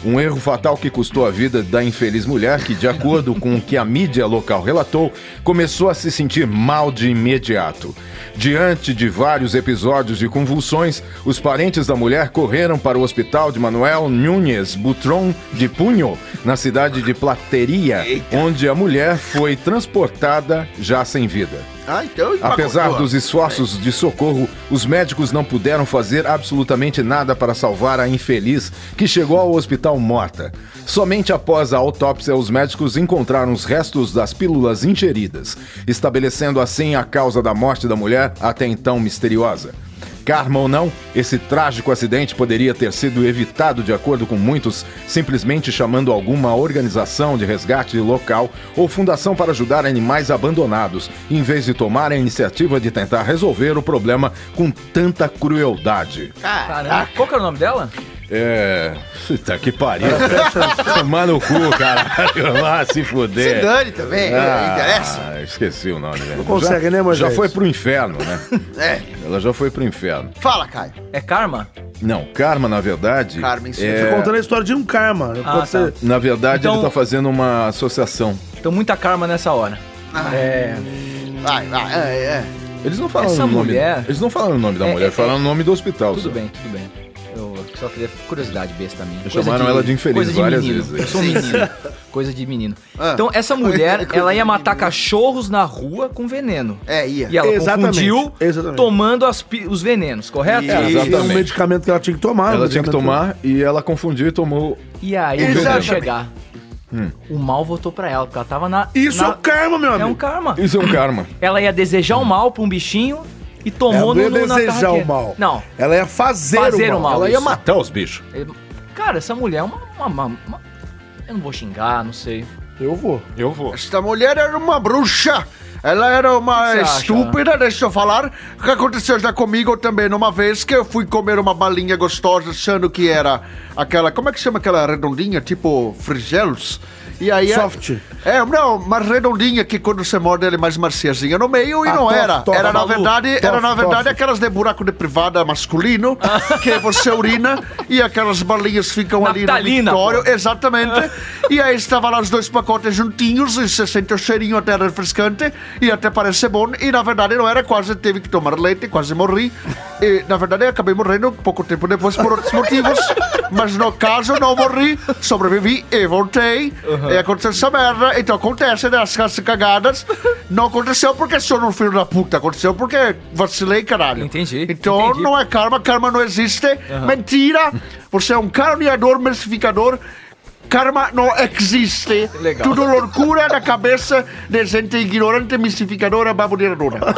G: Um erro fatal que custou a vida da infeliz mulher, que, de acordo com o que a mídia local relatou, começou a se sentir mal de imediato. Diante de vários episódios de convulsões, os parentes da mulher correram para o hospital de Manuel Núñez Butron de Punho, na cidade de Plateria, onde a mulher foi transportada já sem vida.
E: Ah, então
G: Apesar
E: empacotou.
G: dos esforços de socorro, os médicos não puderam fazer absolutamente nada para salvar a infeliz que chegou ao hospital morta. Somente após a autópsia, os médicos encontraram os restos das pílulas ingeridas, estabelecendo assim a causa da morte da mulher até então misteriosa. Karma ou não, esse trágico acidente poderia ter sido evitado, de acordo com muitos, simplesmente chamando alguma organização de resgate local ou fundação para ajudar animais abandonados, em vez de tomar a iniciativa de tentar resolver o problema com tanta crueldade.
A: Caramba, qual que era o nome dela?
G: É. Puta que
B: *laughs*
G: pariu. Tomar no cu, *laughs* caralho. Lá se
E: Se
G: fuder.
E: dane também, não interessa.
G: Ah, esqueci o nome, velho. Não
B: consegue,
G: já,
B: né, Moisés?
G: Já foi pro inferno, né?
E: *laughs* É.
G: Ela já foi pro inferno.
E: Fala, Caio.
A: É Karma?
G: Não, karma, na verdade. é
E: Carmen, sim.
B: Tô contando a história de um karma.
A: Ah,
B: Quando você-
G: Na verdade,
A: Então-
G: ele tá fazendo uma associação.
A: Então muita Karma nessa hora.
E: Ah.
A: É.
E: Vai, vai, é, é.
G: Eles não falaram
A: Essa
G: o nome.
A: mulher-
G: Eles não falaram o nome da
A: É,
G: mulher,
A: é,
G: falaram o nome do hospital.
A: Tudo
G: só.
A: bem, tudo bem. Eu só queria curiosidade besta minha.
G: chamaram ela de infeliz
A: coisa
G: várias
A: menino.
G: vezes.
A: Eu sou um
E: *laughs*
A: menino. Coisa de menino.
E: Ah.
A: Então, essa
E: *laughs*
A: mulher, ela ia matar cachorros na rua com veneno.
E: É, ia.
A: E ela
B: Exatamente,
A: confundiu
B: exatamente.
A: tomando as pi- os venenos, correto?
E: Isso.
B: Tinha um
G: É, Exatamente.
B: medicamento que ela tinha que tomar.
G: Ela
B: um
G: tinha que
B: medicamento-
G: tomar e ela confundiu e tomou.
A: E aí,
G: Exatamente.
A: quando chegar, o mal voltou pra ela, porque ela tava na...
B: Hum. Isso
A: na-
B: é o karma, meu
A: É um
B: amigo.
A: karma.
G: Isso é um karma.
A: *laughs* Ela ia desejar o mal pra um bichinho e tomou
B: Ela não
A: no,
B: ia
A: no, na
B: desejar
A: tarraqueira.
B: o mal.
A: Não.
B: Ela ia fazer,
A: Fazer
B: o mal.
A: Ela ia matar.
G: Matar os bichos.
A: Cara, essa mulher é uma, uma- uma- uma- Eu não vou xingar, não sei.
B: Eu vou.
G: Eu vou.
E: Esta mulher era uma bruxa. Ela era
A: O
E: uma
A: que você acha?
E: estúpida, deixa eu falar. O que aconteceu já comigo também, numa vez que eu fui comer uma balinha gostosa, achando que era aquela. Como é que chama aquela redondinha? Tipo frigelos? E aí é-
B: Soft.
E: É, não, uma redondinha que quando você morde ela é mais marciazinha no meio e
B: Ah,
E: não
B: tof,
E: era.
B: tof,
E: era, na
B: Malu,
E: verdade,
B: tof,
E: era, na
B: tof.
E: verdade, aquelas de buraco de privada masculino, que é você urina e aquelas balinhas ficam ali
A: Naftalina,
E: no vitório. Exatamente. E aí estava lá os dois pacotes juntinhos e você sente o cheirinho até refrescante e até parece bom. E na verdade não era, quase teve que tomar leite, quase morri. E na verdade eu acabei morrendo pouco tempo depois por outros motivos. Mas no caso não morri, sobrevivi e voltei. E aconteceu essa merda. Então acontece, né? As casas cagadas. Não aconteceu porque sou um filho da puta, aconteceu porque vacilei, caralho.
A: Entendi,
E: Então
A: entendi.
E: não é karma, karma não existe.
A: *laughs*
E: Mentira! Você é um carneador mercificador. Karma não existe.
A: Legal.
E: Tudo loucura na cabeça de gente ignorante,
G: *laughs*
E: mistificadora, baboneadora.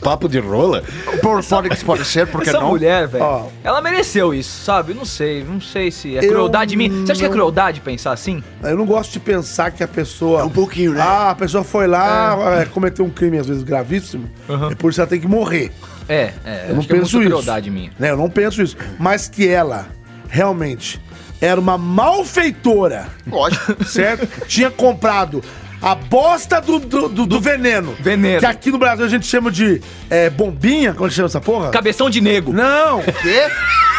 G: Papo de rola?
E: Por, pode, pode ser, porque
A: essa
E: não.
A: mulher, velho,
B: Ó.
A: ela mereceu isso, sabe? Não sei, não sei se é
B: Eu
A: crueldade minha. Você acha que é
B: não-
A: crueldade pensar assim?
B: Eu não gosto de pensar que a pessoa.
E: um pouquinho, né?
B: Ah, a pessoa foi lá, é, cometeu um crime às vezes gravíssimo, e por isso ela tem que morrer.
A: É, é.
B: Eu não
A: acho que é
B: penso
A: muito
B: isso.
A: crueldade minha.
B: Né, eu não penso isso. Mas que ela realmente era uma malfeitora,
E: Lógico.
B: *laughs* certo? Tinha comprado a bosta do, do, do- do veneno.
A: Veneno.
B: Que aqui no Brasil a gente chama de é, bombinha, como é que chama essa porra?
A: Cabeção de nego.
B: Não,
D: Quê?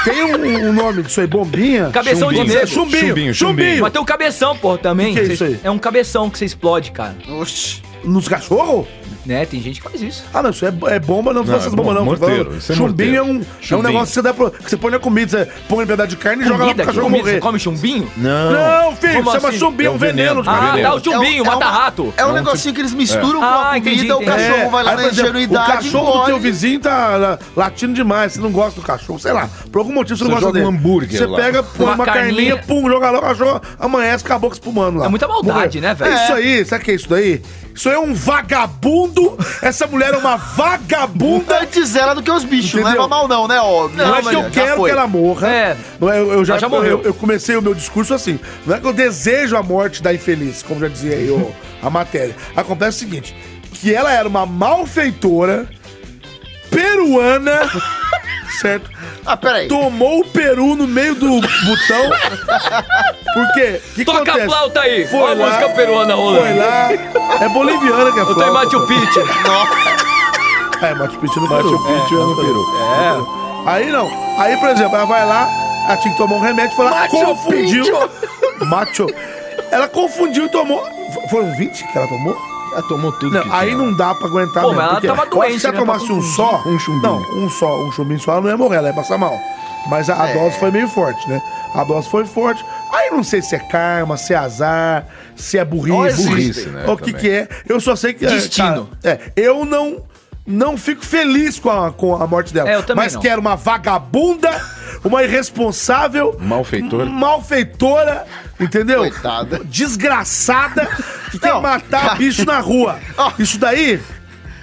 B: tem um, um nome disso aí, bombinha.
A: Cabeção de
B: Chumbinho,
A: nego.
B: chumbinho, chumbinho,
H: Chumbinho,
A: Mas tem o cabeção, pô, também.
B: Que que é
A: Cê-
B: isso aí?
A: É um cabeção que você explode, cara.
D: Oxi.
B: Nos cachorros?
A: Né? Tem gente que faz isso.
B: Ah, não, isso é, é bomba, não, não
H: Não,
B: essas
H: é
B: bombas, não.
H: morteiro,
B: Tô falando,
H: isso é morteiro.
B: chumbinho é um, é um
H: Chumbinho.
B: negócio que você, dá pro, que você põe na comida, você põe um pedaço de carne e joga lá pro
A: Comida,
B: cachorro
A: comida,
B: morrer.
A: Você come chumbinho?
H: Não.
B: Não, filho,
A: Como
B: chama
A: assim?
B: chumbinho,
H: É
B: um
H: um veneno,
B: veneno. de
A: Ah,
H: Veneno.
A: dá o chumbinho,
D: uma-
A: mata-rato.
D: É um negocinho que eles misturam com
A: Ah,
D: a comida,
A: entendi,
D: o
A: entendi.
D: cachorro vai lá
B: É.
D: na
B: aí, por exemplo,
D: ingenuidade
B: O cachorro do teu
D: engole.
B: vizinho tá la- latindo demais, você não gosta do cachorro, sei lá. Por algum motivo você não
H: Você
B: gosta
H: joga
B: dele.
H: um hambúrguer
B: Você
H: lá.
B: pega, põe uma,
A: Uma carninha.
B: carninha, pum, joga lá, o cachorro amanhece, acabou com espumando lá.
A: É muita maldade, né, velho?
B: É isso aí, sabe o que é isso daí? Isso aí é um vagabundo, essa mulher é uma vagabunda
D: Antes ela do que os bichos,
B: Entendeu?
D: não leva mal não, né, ó?
B: Não é que eu quero que ela morra.
A: É.
B: Não é, Eu, eu já,
A: Ela já morreu.
B: Eu, eu comecei o meu discurso assim. Não é que eu desejo a morte da infeliz, como já dizia eu, a matéria. Acontece o seguinte: que ela era uma malfeitora peruana, *laughs* certo?
D: Ah, peraí.
B: Tomou o peru no meio do botão. Por quê? O que
A: Toca a flauta aí.
B: Foi
A: Olha a
B: lá.
A: música peruana
B: Foi
A: rolando.
B: lá. É boliviana que é
A: Eu tô em Machu Picchu.
B: É, Machu Picchu no Machu Picchu é no Peru. É. Aí não. Aí, por exemplo, ela vai lá, ela tinha que tomar um remédio e foi lá, confundiu. Macho. Ela confundiu e tomou. F- Foram 20 um que ela tomou?
H: Ela tomou tudo.
B: Não,
H: que
B: aí
H: tinha.
B: não dá pra aguentar
A: Pô, mas ela
B: porque
A: tava
B: eu acho
A: doente,
B: que se ela
A: né? Ela
B: tomasse
A: tava
B: um
A: com
B: só.
H: um chumbinho.
B: Não, um só, um chumbinho só, ela não ia morrer, ela ia passar mal. Mas a, a dose foi meio forte, né? A dose foi forte. Aí não sei se é karma, se é azar, se é burrice.
H: Burrice, né,
B: O que
H: também.
B: que é. Eu só sei que... é,
A: Destino.
B: cara, é, eu não, não fico feliz com a, com a morte dela.
A: É, eu também
B: Mas
A: não.
B: que era uma vagabunda, uma irresponsável...
H: Malfeitora.
B: Malfeitora, entendeu?
D: Coitada.
B: Desgraçada, que quer
D: Não,
B: matar
D: cara.
B: bicho na rua.
D: Ó.
B: Isso daí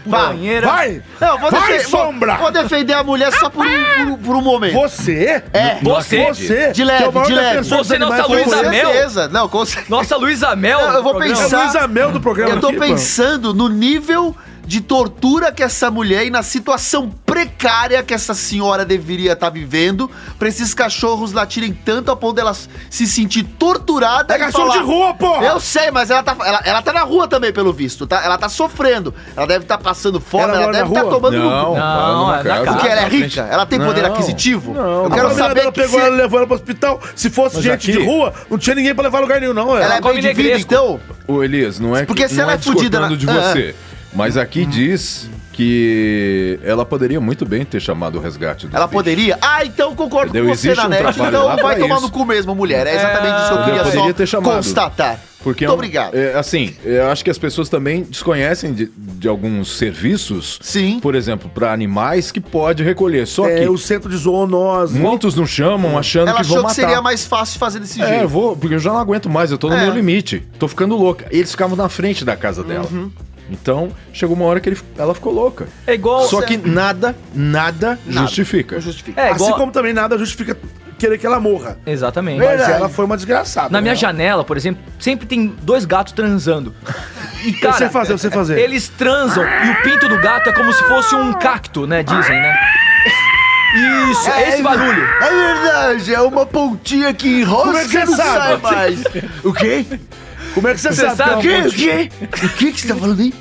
D: Vai.
A: Banheira.
B: Vai!
D: Não, vou,
B: Vai,
D: defe- vou-
B: sombra!
D: vou defender a mulher só por um, por, por um momento.
B: Você?
D: É.
A: Você.
B: Você?
D: De leve,
B: que é o maior
D: de leve.
B: defensor dos
A: Você não
B: animais,
A: sabe
B: foi
D: Com
A: Luísa Mel?
D: certeza. Não, com certeza.
A: Nossa, Luísa Mel.
D: Não, eu vou
A: no programa.
D: pensar.
B: É o Luiz Amel do programa
D: Eu tô
B: aqui, mano.
D: pensando no nível de tortura que essa mulher e na situação precária que essa senhora deveria estar vivendo pra esses cachorros latirem tanto a ponto dela se sentir torturada.
B: É
D: e
B: cachorro de rua, porra!
D: Eu sei, mas ela tá, ela, ela tá na rua também, pelo visto. Tá? Ela tá sofrendo. Ela deve estar passando fome,
B: Ela
D: ela,
B: mora
D: deve
B: na
D: estar
B: rua?
D: tomando
H: Não,
D: no cu.
H: ela não
A: Não, é da
H: casa.
A: casa.
D: Porque ela é
A: na frente.
D: rica, ela tem poder aquisitivo. eu
B: A
D: quero
B: família
D: saber
B: dela
D: que
B: pegou
D: se
B: ela, levou ela pro hospital. Se fosse
H: Mas
B: gente
H: aqui-
B: de rua, não tinha ninguém pra levar a lugar nenhum, não.
D: ela é
A: come
D: bem de vida,
A: negresco.
D: então.
H: Ô, Elias, não é
D: Porque se
H: não
D: ela é fudida
H: discordando
D: na-
H: de
D: Ah,
H: você. Mas
A: Hum.
H: aqui diz que ela poderia muito bem ter chamado o resgate do
D: Ela
H: bicho.
D: poderia? Ah, então concordo
H: Entendeu?
D: com você,
H: Existe um
D: Nanete.
H: trabalho
D: então
H: lá
D: vai
H: pra
D: tomar
H: isso.
D: no cu mesmo, mulher. É exatamente isso que eu
H: Ela
D: queria só
H: poderia ter chamado.
D: constatar.
H: Porque é
D: Muito
H: um-
D: obrigado.
H: é, assim, eu acho que as pessoas também desconhecem de, de alguns serviços.
D: Sim.
H: Por exemplo, para animais que pode recolher. Só
B: É,
H: que
B: o centro de zoonose.
H: muitos não chamam achando
D: Ela
H: que
D: achou
H: vão
D: que
H: matar.
D: seria mais fácil fazer desse
H: É, eu
D: jeito.
H: vou, porque eu já não aguento mais, eu tô no
D: É.
H: meu limite. Tô ficando louca. Eles ficavam na frente da casa dela. Então, chegou uma hora que ele- ela ficou louca.
A: É igual.
H: Só que nada, nada, justifica.
D: Não justifica.
A: É
B: assim
A: igual.
B: como também nada justifica querer que ela morra.
A: Exatamente.
B: Mas ela foi uma desgraçada.
A: Na minha
B: né?
A: janela, por exemplo, sempre tem dois gatos transando. E, cara,
B: sei fazer, eu sei fazer.
A: Eles transam e o pinto do gato é como se fosse um cacto, né? Dizem, né? Isso, é esse barulho.
D: É verdade, é uma pontinha que
B: Como
D: enrosca
B: é que você
D: e não sai
B: sabe?
D: mais. O quê?
B: Como é que você,
A: Você
B: sabe?
A: sabe
B: que é uma
D: O
B: ponte-
D: quê? O quê que você tá falando aí?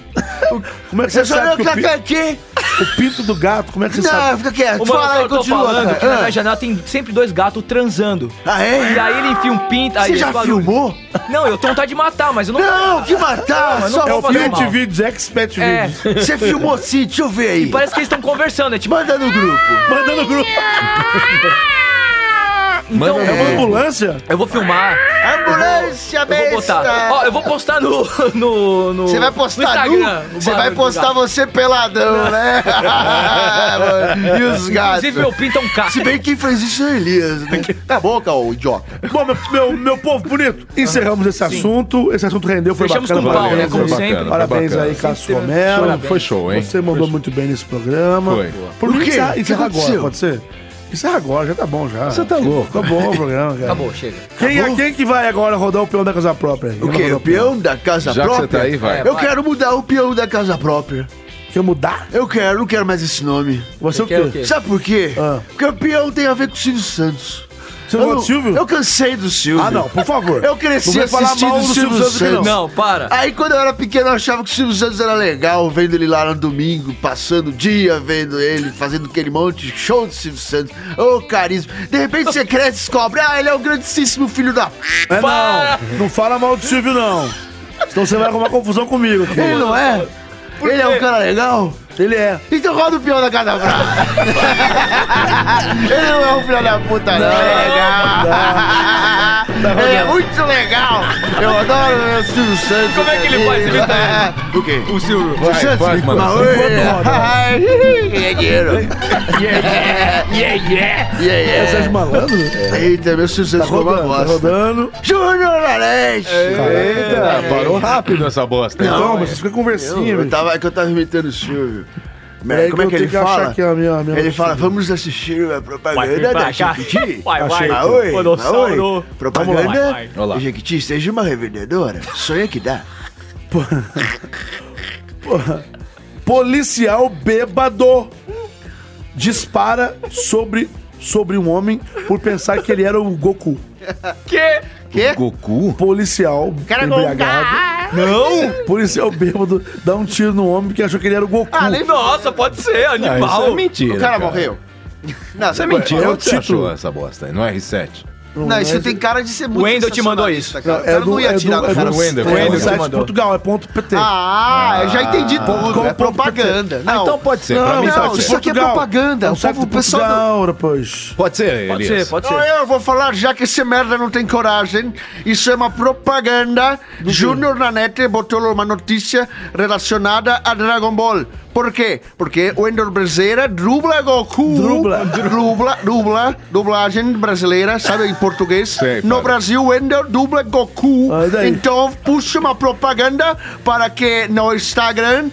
B: Como é que
D: Você
B: você
D: só olhou
B: sabe que o,
D: pra cá,
B: pi-
D: quê?
B: o pinto do gato, como é que você sabe?
D: é Não, fica quieto.
A: Ô, mano,
D: Fala
A: eu
D: aí,
A: tô falando
D: continua. Ah.
A: que na minha
D: cara.
A: janela tem sempre dois gatos transando.
D: Ah, ah,
A: E
D: é?
A: aí ele enfia um pinto. aí
D: Você
A: esse
D: já
A: barulho.
D: filmou?
A: Não, eu tenho vontade de matar, mas eu não.
D: Não, que matar,
A: mas
D: Ah, só
A: não
B: É
A: vou
B: o
A: fazer
B: Pet
A: mal.
B: Videos, ex-Pet
A: É,
B: Videos.
D: Você filmou sim, deixa eu ver aí.
A: parece que eles estão conversando, é tipo.
D: Manda no grupo.
B: Manda no grupo.
A: *laughs* Então,
B: É uma ambulância?
A: eu vou filmar.
D: Ambulância,
A: Eu
D: besta.
A: vou botar. Ó, eu vou postar no. *laughs* no, no
D: Você vai
A: no
D: postar nu?
A: Instagram, o
D: Você
A: barulho
D: vai
A: do
D: postar
A: gato.
D: você peladão,
A: *laughs*
D: né? *laughs* e os
A: Inclusive,
D: gatos.
A: meu pinto é um cacto.
D: Se bem que quem fez isso é Elias, né? Na boca, ô idiota.
B: Bom, meu, meu, meu povo bonito, encerramos esse assunto. Esse assunto rendeu, foi
A: Fechamos
B: bacana.
A: com pau, né?
B: parabéns,
A: Como
B: aí.
A: sempre.
H: bacana,
B: Parabéns
H: bacana.
B: aí, Cássio
H: Show-
B: Romero.
H: Foi show, hein?
B: Você mandou muito bem nesse programa.
H: Foi.
B: Por
D: O
B: mim,
D: quê?
B: encerra,
D: O que
B: encerra agora,
D: aconteceu?
B: pode ser? Encerra agora, já tá bom já.
H: Você tá louco.
B: Ficou bom o programa, cara.
A: Acabou, chega.
B: Quem, quem que vai agora rodar o peão da casa própria?
D: é O quê? O peão da casa
H: Já que
D: própria?
H: você tá aí, vai.
A: É,
D: Eu
A: vai.
D: quero mudar o peão da casa própria.
B: Quer mudar?
D: Eu quero, não quero mais esse nome.
B: Você o
A: quer o
B: quê?
A: quê?
D: Sabe por quê?
B: Ah.
D: Porque o peão tem a ver com o Silvio Santos.
B: Você não gosta do Silvio?
H: Eu cansei do Silvio.
B: Ah, não, por favor.
H: Eu cresci
B: Não vem falar
H: assistindo
B: mal do
H: Silvio
B: Silvio Santos aqui,
H: Santos.
D: Não, para.
H: Aí quando eu era pequeno eu achava que o Silvio Santos era legal, vendo ele lá no domingo, passando o dia vendo ele, fazendo aquele monte de show do Silvio Santos. Ô, carisma. De repente você cresce e descobre, ah, ele é o grandíssimo filho da...
B: É, não. Não fala mal do Silvio, não. Senão você vai arrumar confusão comigo aqui.
H: Ele não é? Ele é um cara legal?
B: Ele é.
H: Então roda o peão da casa brava. Ele não é um filho da puta, não. Ele é
B: Tá
H: legal. Ele é muito legal. Eu adoro o Silvio Santos.
D: Como é que ele faz? Imita
H: ele. tá O quê?
D: O Silvio.
H: O Santos? Faz, mano. Oi,
D: *laughs*
H: E é dinheiro. E
B: né? É
H: é.
B: Sérgio Malandro?
H: Eita, meu Silvio Santos ficou uma
B: Rodando, tá
H: bosta.
B: rodando. É.
H: Júnior Larente.
G: Eita, parou rápido essa bosta. hein?
B: Toma, vocês ficam
H: Eu,
B: conversinha,
H: eu
B: velho.
H: tava, é que eu tava imitando o Silvio.
B: Peraí
H: Como é que
B: eu
H: ele
B: tenho achar
H: fala?
B: aqui a minha- a minha
H: Ele
B: notícia.
H: fala, vamos assistir a propaganda da Jequiti.
D: Vai, Tá vai.
H: Ah, oi, ah,
D: Monossauro.
H: oi. Propaganda
D: Vai,
G: vai.
H: da Jequiti, seja uma revendedora. Sonha que dá.
B: Policial bêbado dispara sobre, sobre um homem por pensar que ele era o Goku.
H: Quê?
G: Goku?
B: Policial
D: é
B: embriagado. Não! Policial bêbado dá um tiro no homem porque achou que ele era o Goku.
H: Ah, nem
D: Nossa, pode ser,
G: Ah,
D: animal.
G: isso é mentira.
H: O cara *laughs* morreu. Não,
G: Isso é mentira.
B: É o
G: Onde você
B: título.
G: achou essa bosta
H: é
G: aí? No R7.
H: Não, isso tem cara de ser muito
D: O Wendel te mandou
H: sensacionalista,
D: isso.
H: Cara. o cara não ia tirar É do cara.
B: É do-
G: Wendel,
B: é
G: Wendel
B: um
G: que
B: site de
D: mandou.
B: Portugal, é ponto PT.
H: Ah, eu já entendi tudo.
B: com-
H: É propaganda.
G: Ah,
H: Não,
G: então pode ser. pra
H: Não,
G: mim
H: não,
G: pode
H: isso
G: ser.
H: aqui é
B: Portugal.
H: propaganda.
B: É um
H: o
B: site
H: povo,
B: do
H: o pessoal não-
B: Portugal, rapaz.
G: Pode ser,
D: Pode
G: Elias.
D: ser, pode
H: Não, é
D: ser.
H: eu vou falar, já que esse merda não tem coragem, isso é uma propaganda. Júnior Nanete botou uma notícia relacionada a Dragon Ball. Por quê? Porque o Endor Brasileira drubla Goku.
B: Drubla.
H: Drubla, drubla, dublagem brasileira, sabe, em português.
G: Sei,
H: no
G: claro.
H: Brasil, o Endor dubla Goku.
B: Ah, e daí?
H: Então, puxa uma propaganda para que no Instagram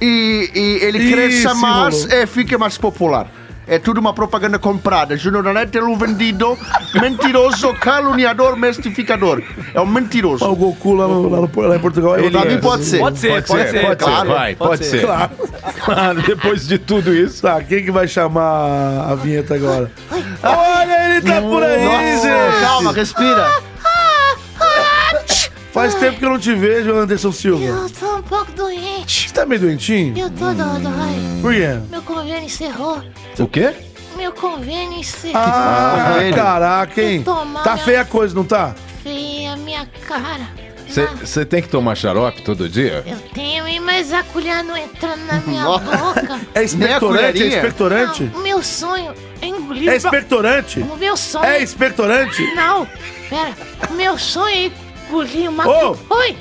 H: e, e ele
B: Ih,
H: cresça
B: se
H: mais
B: enrolou.
D: é,
H: e fique mais popular. É tudo uma propaganda comprada. Júnior Nanete é um
B: *laughs*
H: vendido, mentiroso, caluniador, mistificador. É um
B: Ó, O
H: mentiroso.
B: Goku lá, no- lá no- lá em Portugal.
H: Ele é.
B: Otávio pode ser. Ah,
D: Pode ser, pode ser,
B: *laughs*
G: pode
D: claro.
G: ser. Vai,
D: Pode
G: pode
D: ser.
G: ser. Claro, depois de tudo isso.
B: Tá, quem que vai chamar a vinheta agora? Olha, ele tá por aí, gente!
H: Calma, respira.
K: Ah,
B: Faz tempo que eu não te vejo, Anderson Silva.
K: Eu tô um pouco doente.
B: Você tá meio doentinho?
K: Eu tô doido, vai.
B: Por quê?
K: Meu convênio encerrou.
G: O quê?
K: Meu convênio encerrou.
B: Ah,
H: velho.
B: caraca, hein?
K: Tomar né?
B: Tá
K: minha-
B: feia a coisa, não tá?
K: Feia a minha cara. Mas
G: Você tem que tomar xarope todo dia?
K: Eu tenho, hein, mas a colher não entrando na minha boca.
B: É expectorante? É
H: colherinha?
B: expectorante?
K: Não, o meu sonho é engolir...
B: É
K: ba-
B: expectorante?
K: O meu sonho...
B: É expectorante?
K: Não, pera. O meu sonho é engolir uma...
B: Ô!
K: Oi!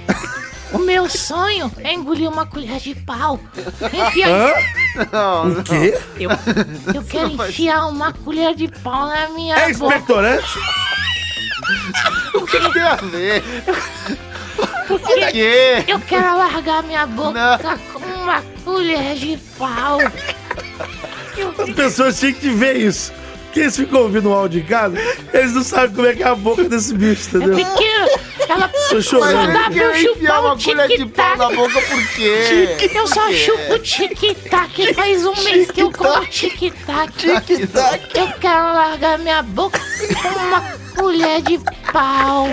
K: O meu sonho é engolir uma colher de pau. Enfia...
B: O quê?
K: Eu, eu quero enfiar uma colher de pau na minha
B: É
K: boca.
B: expectorante?
H: *laughs* O que tem a ver?
K: porque-
H: quê?
K: Eu quero largar minha boca
H: Não.
K: com uma colher de pau.
B: As pessoas tinham que ver isso. Porque eles ficam ouvindo o áudio em casa, eles não sabem como é que é a boca desse bicho,
K: É
B: entendeu?
K: pequeno. Ela só
B: Tô chorando.
K: dá pra eu
H: Quer enfiar
K: chupar um
H: uma colher de pau na
K: tic-tac.
H: boca por quê?
K: Eu só chupo o tic-tac. Faz um mês que eu como tic-tac. Tic-tac. Eu quero largar minha boca com uma colher de pau.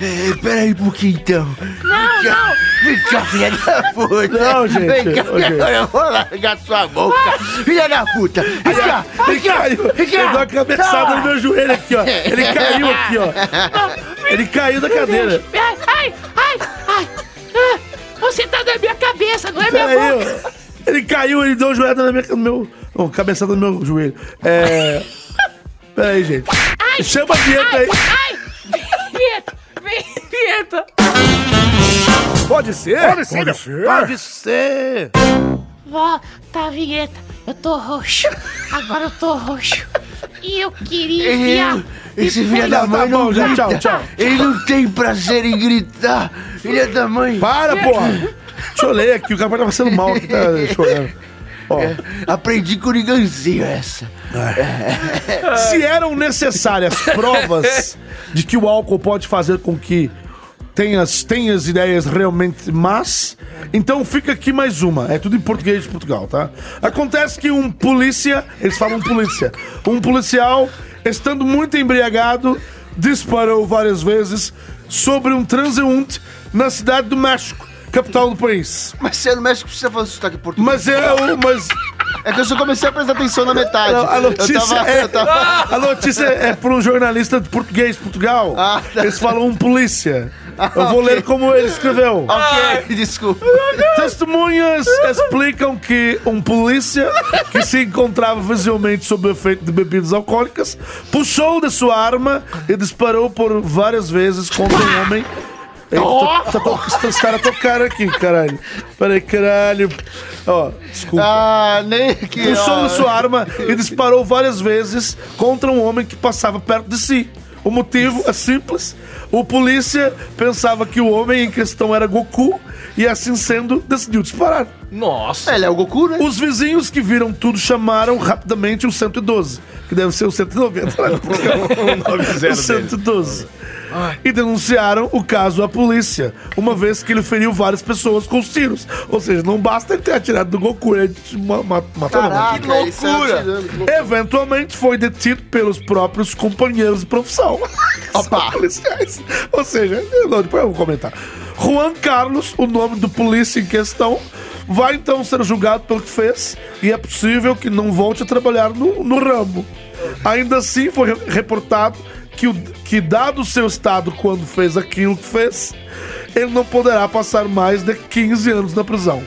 H: É, peraí um pouquinho então.
K: Não, não.
H: Vem cá, filha da puta.
B: Não, gente,
H: Vem cá,
B: ô, gente.
H: eu vou largar sua boca.
K: Ah!
H: Filha da puta. Vem cá.
B: Ele caiu, ele deu uma cabeçada no meu joelho aqui, ó.
H: *laughs*
B: Ele caiu aqui, ó. Ele caiu da cadeira.
K: Ai, ai, ai, ai. Ah, Você tá na minha cabeça, não é minha boca.
B: Caiu. Ele caiu, ele deu uma joelhada na minha, no meu. Oh, cabeçada no meu joelho. *laughs* É. Peraí, gente. Chama a vinheta aí.
K: Ai! Vinheta! Vem, Vinheta!
B: Pode ser? Pode ser. Pode ser.
K: Volta a vinheta! Eu tô roxo! Agora eu tô roxo! E eu queria enfiar.
H: Esse filho da
B: Tá
H: mãe não
B: bom, já,
H: grita.
B: tchau, tchau.
H: Ele não tem prazer em gritar. Filha da mãe.
B: Para, porra. Deixa eu ler aqui, o cara tá passando mal aqui,
H: *laughs*
B: tá chorando. Ó.
H: É. Aprendi com o Niganzinho essa.
B: É.
D: É.
B: *laughs* Se eram necessárias provas de que o álcool pode fazer com que tenhas, tenhas ideias realmente más, então fica aqui mais uma. É tudo em português de Portugal, tá? Acontece que um polícia, eles falam polícia, um policial, estando muito embriagado, disparou várias vezes sobre um transeunte na cidade do México, capital do país.
D: Mas se é no México, precisa fazer sotaque português.
B: Mas é o. Mas...
D: É que eu só comecei a prestar atenção na metade.
B: Não, a notícia,
D: Eu tava-
B: é,
D: eu tava-
B: *laughs* a notícia é por um jornalista de português de Portugal.
D: Ah, tá. Ah,
B: Eles falam um polícia. Eu vou ler como ele escreveu.
D: Ok, *laughs* desculpa.
B: Testemunhas explicam que um polícia que se encontrava visivelmente sob o efeito de bebidas alcoólicas puxou da sua arma e disparou por várias vezes contra um homem. Eita, tá to- os caras tocaram aqui, caralho. Peraí, caralho. Ó, desculpa
D: Ah, nem que.
B: puxou
D: ó.
B: da sua arma e disparou várias vezes contra um homem que passava perto de si. O motivo é simples. O polícia pensava que o homem em questão era Goku e, assim sendo, decidiu disparar.
A: Nossa.
D: Ele é o Goku, né?
B: Os vizinhos que viram tudo chamaram rapidamente o 112, que deve ser o 190. né? o 112. E denunciaram o caso à polícia, uma vez que ele feriu várias pessoas com os tiros. Ou seja, não basta ele ter atirado do Goku, ele ma- ma- matou né? todo mundo.
D: Caraca, ele saiu
A: loucura.
D: atirando, que loucura.
B: Eventualmente foi detido pelos próprios companheiros de profissão. Opa. policiais. Ou seja, eu não- depois eu vou comentar. Juan Carlos, o nome do polícia em questão, vai então ser julgado pelo que fez e é possível que não volte a trabalhar no, no ramo. Ainda assim, foi re- reportado que, o, que, dado o seu estado quando fez aquilo que fez, ele não poderá passar mais de 15 anos na prisão.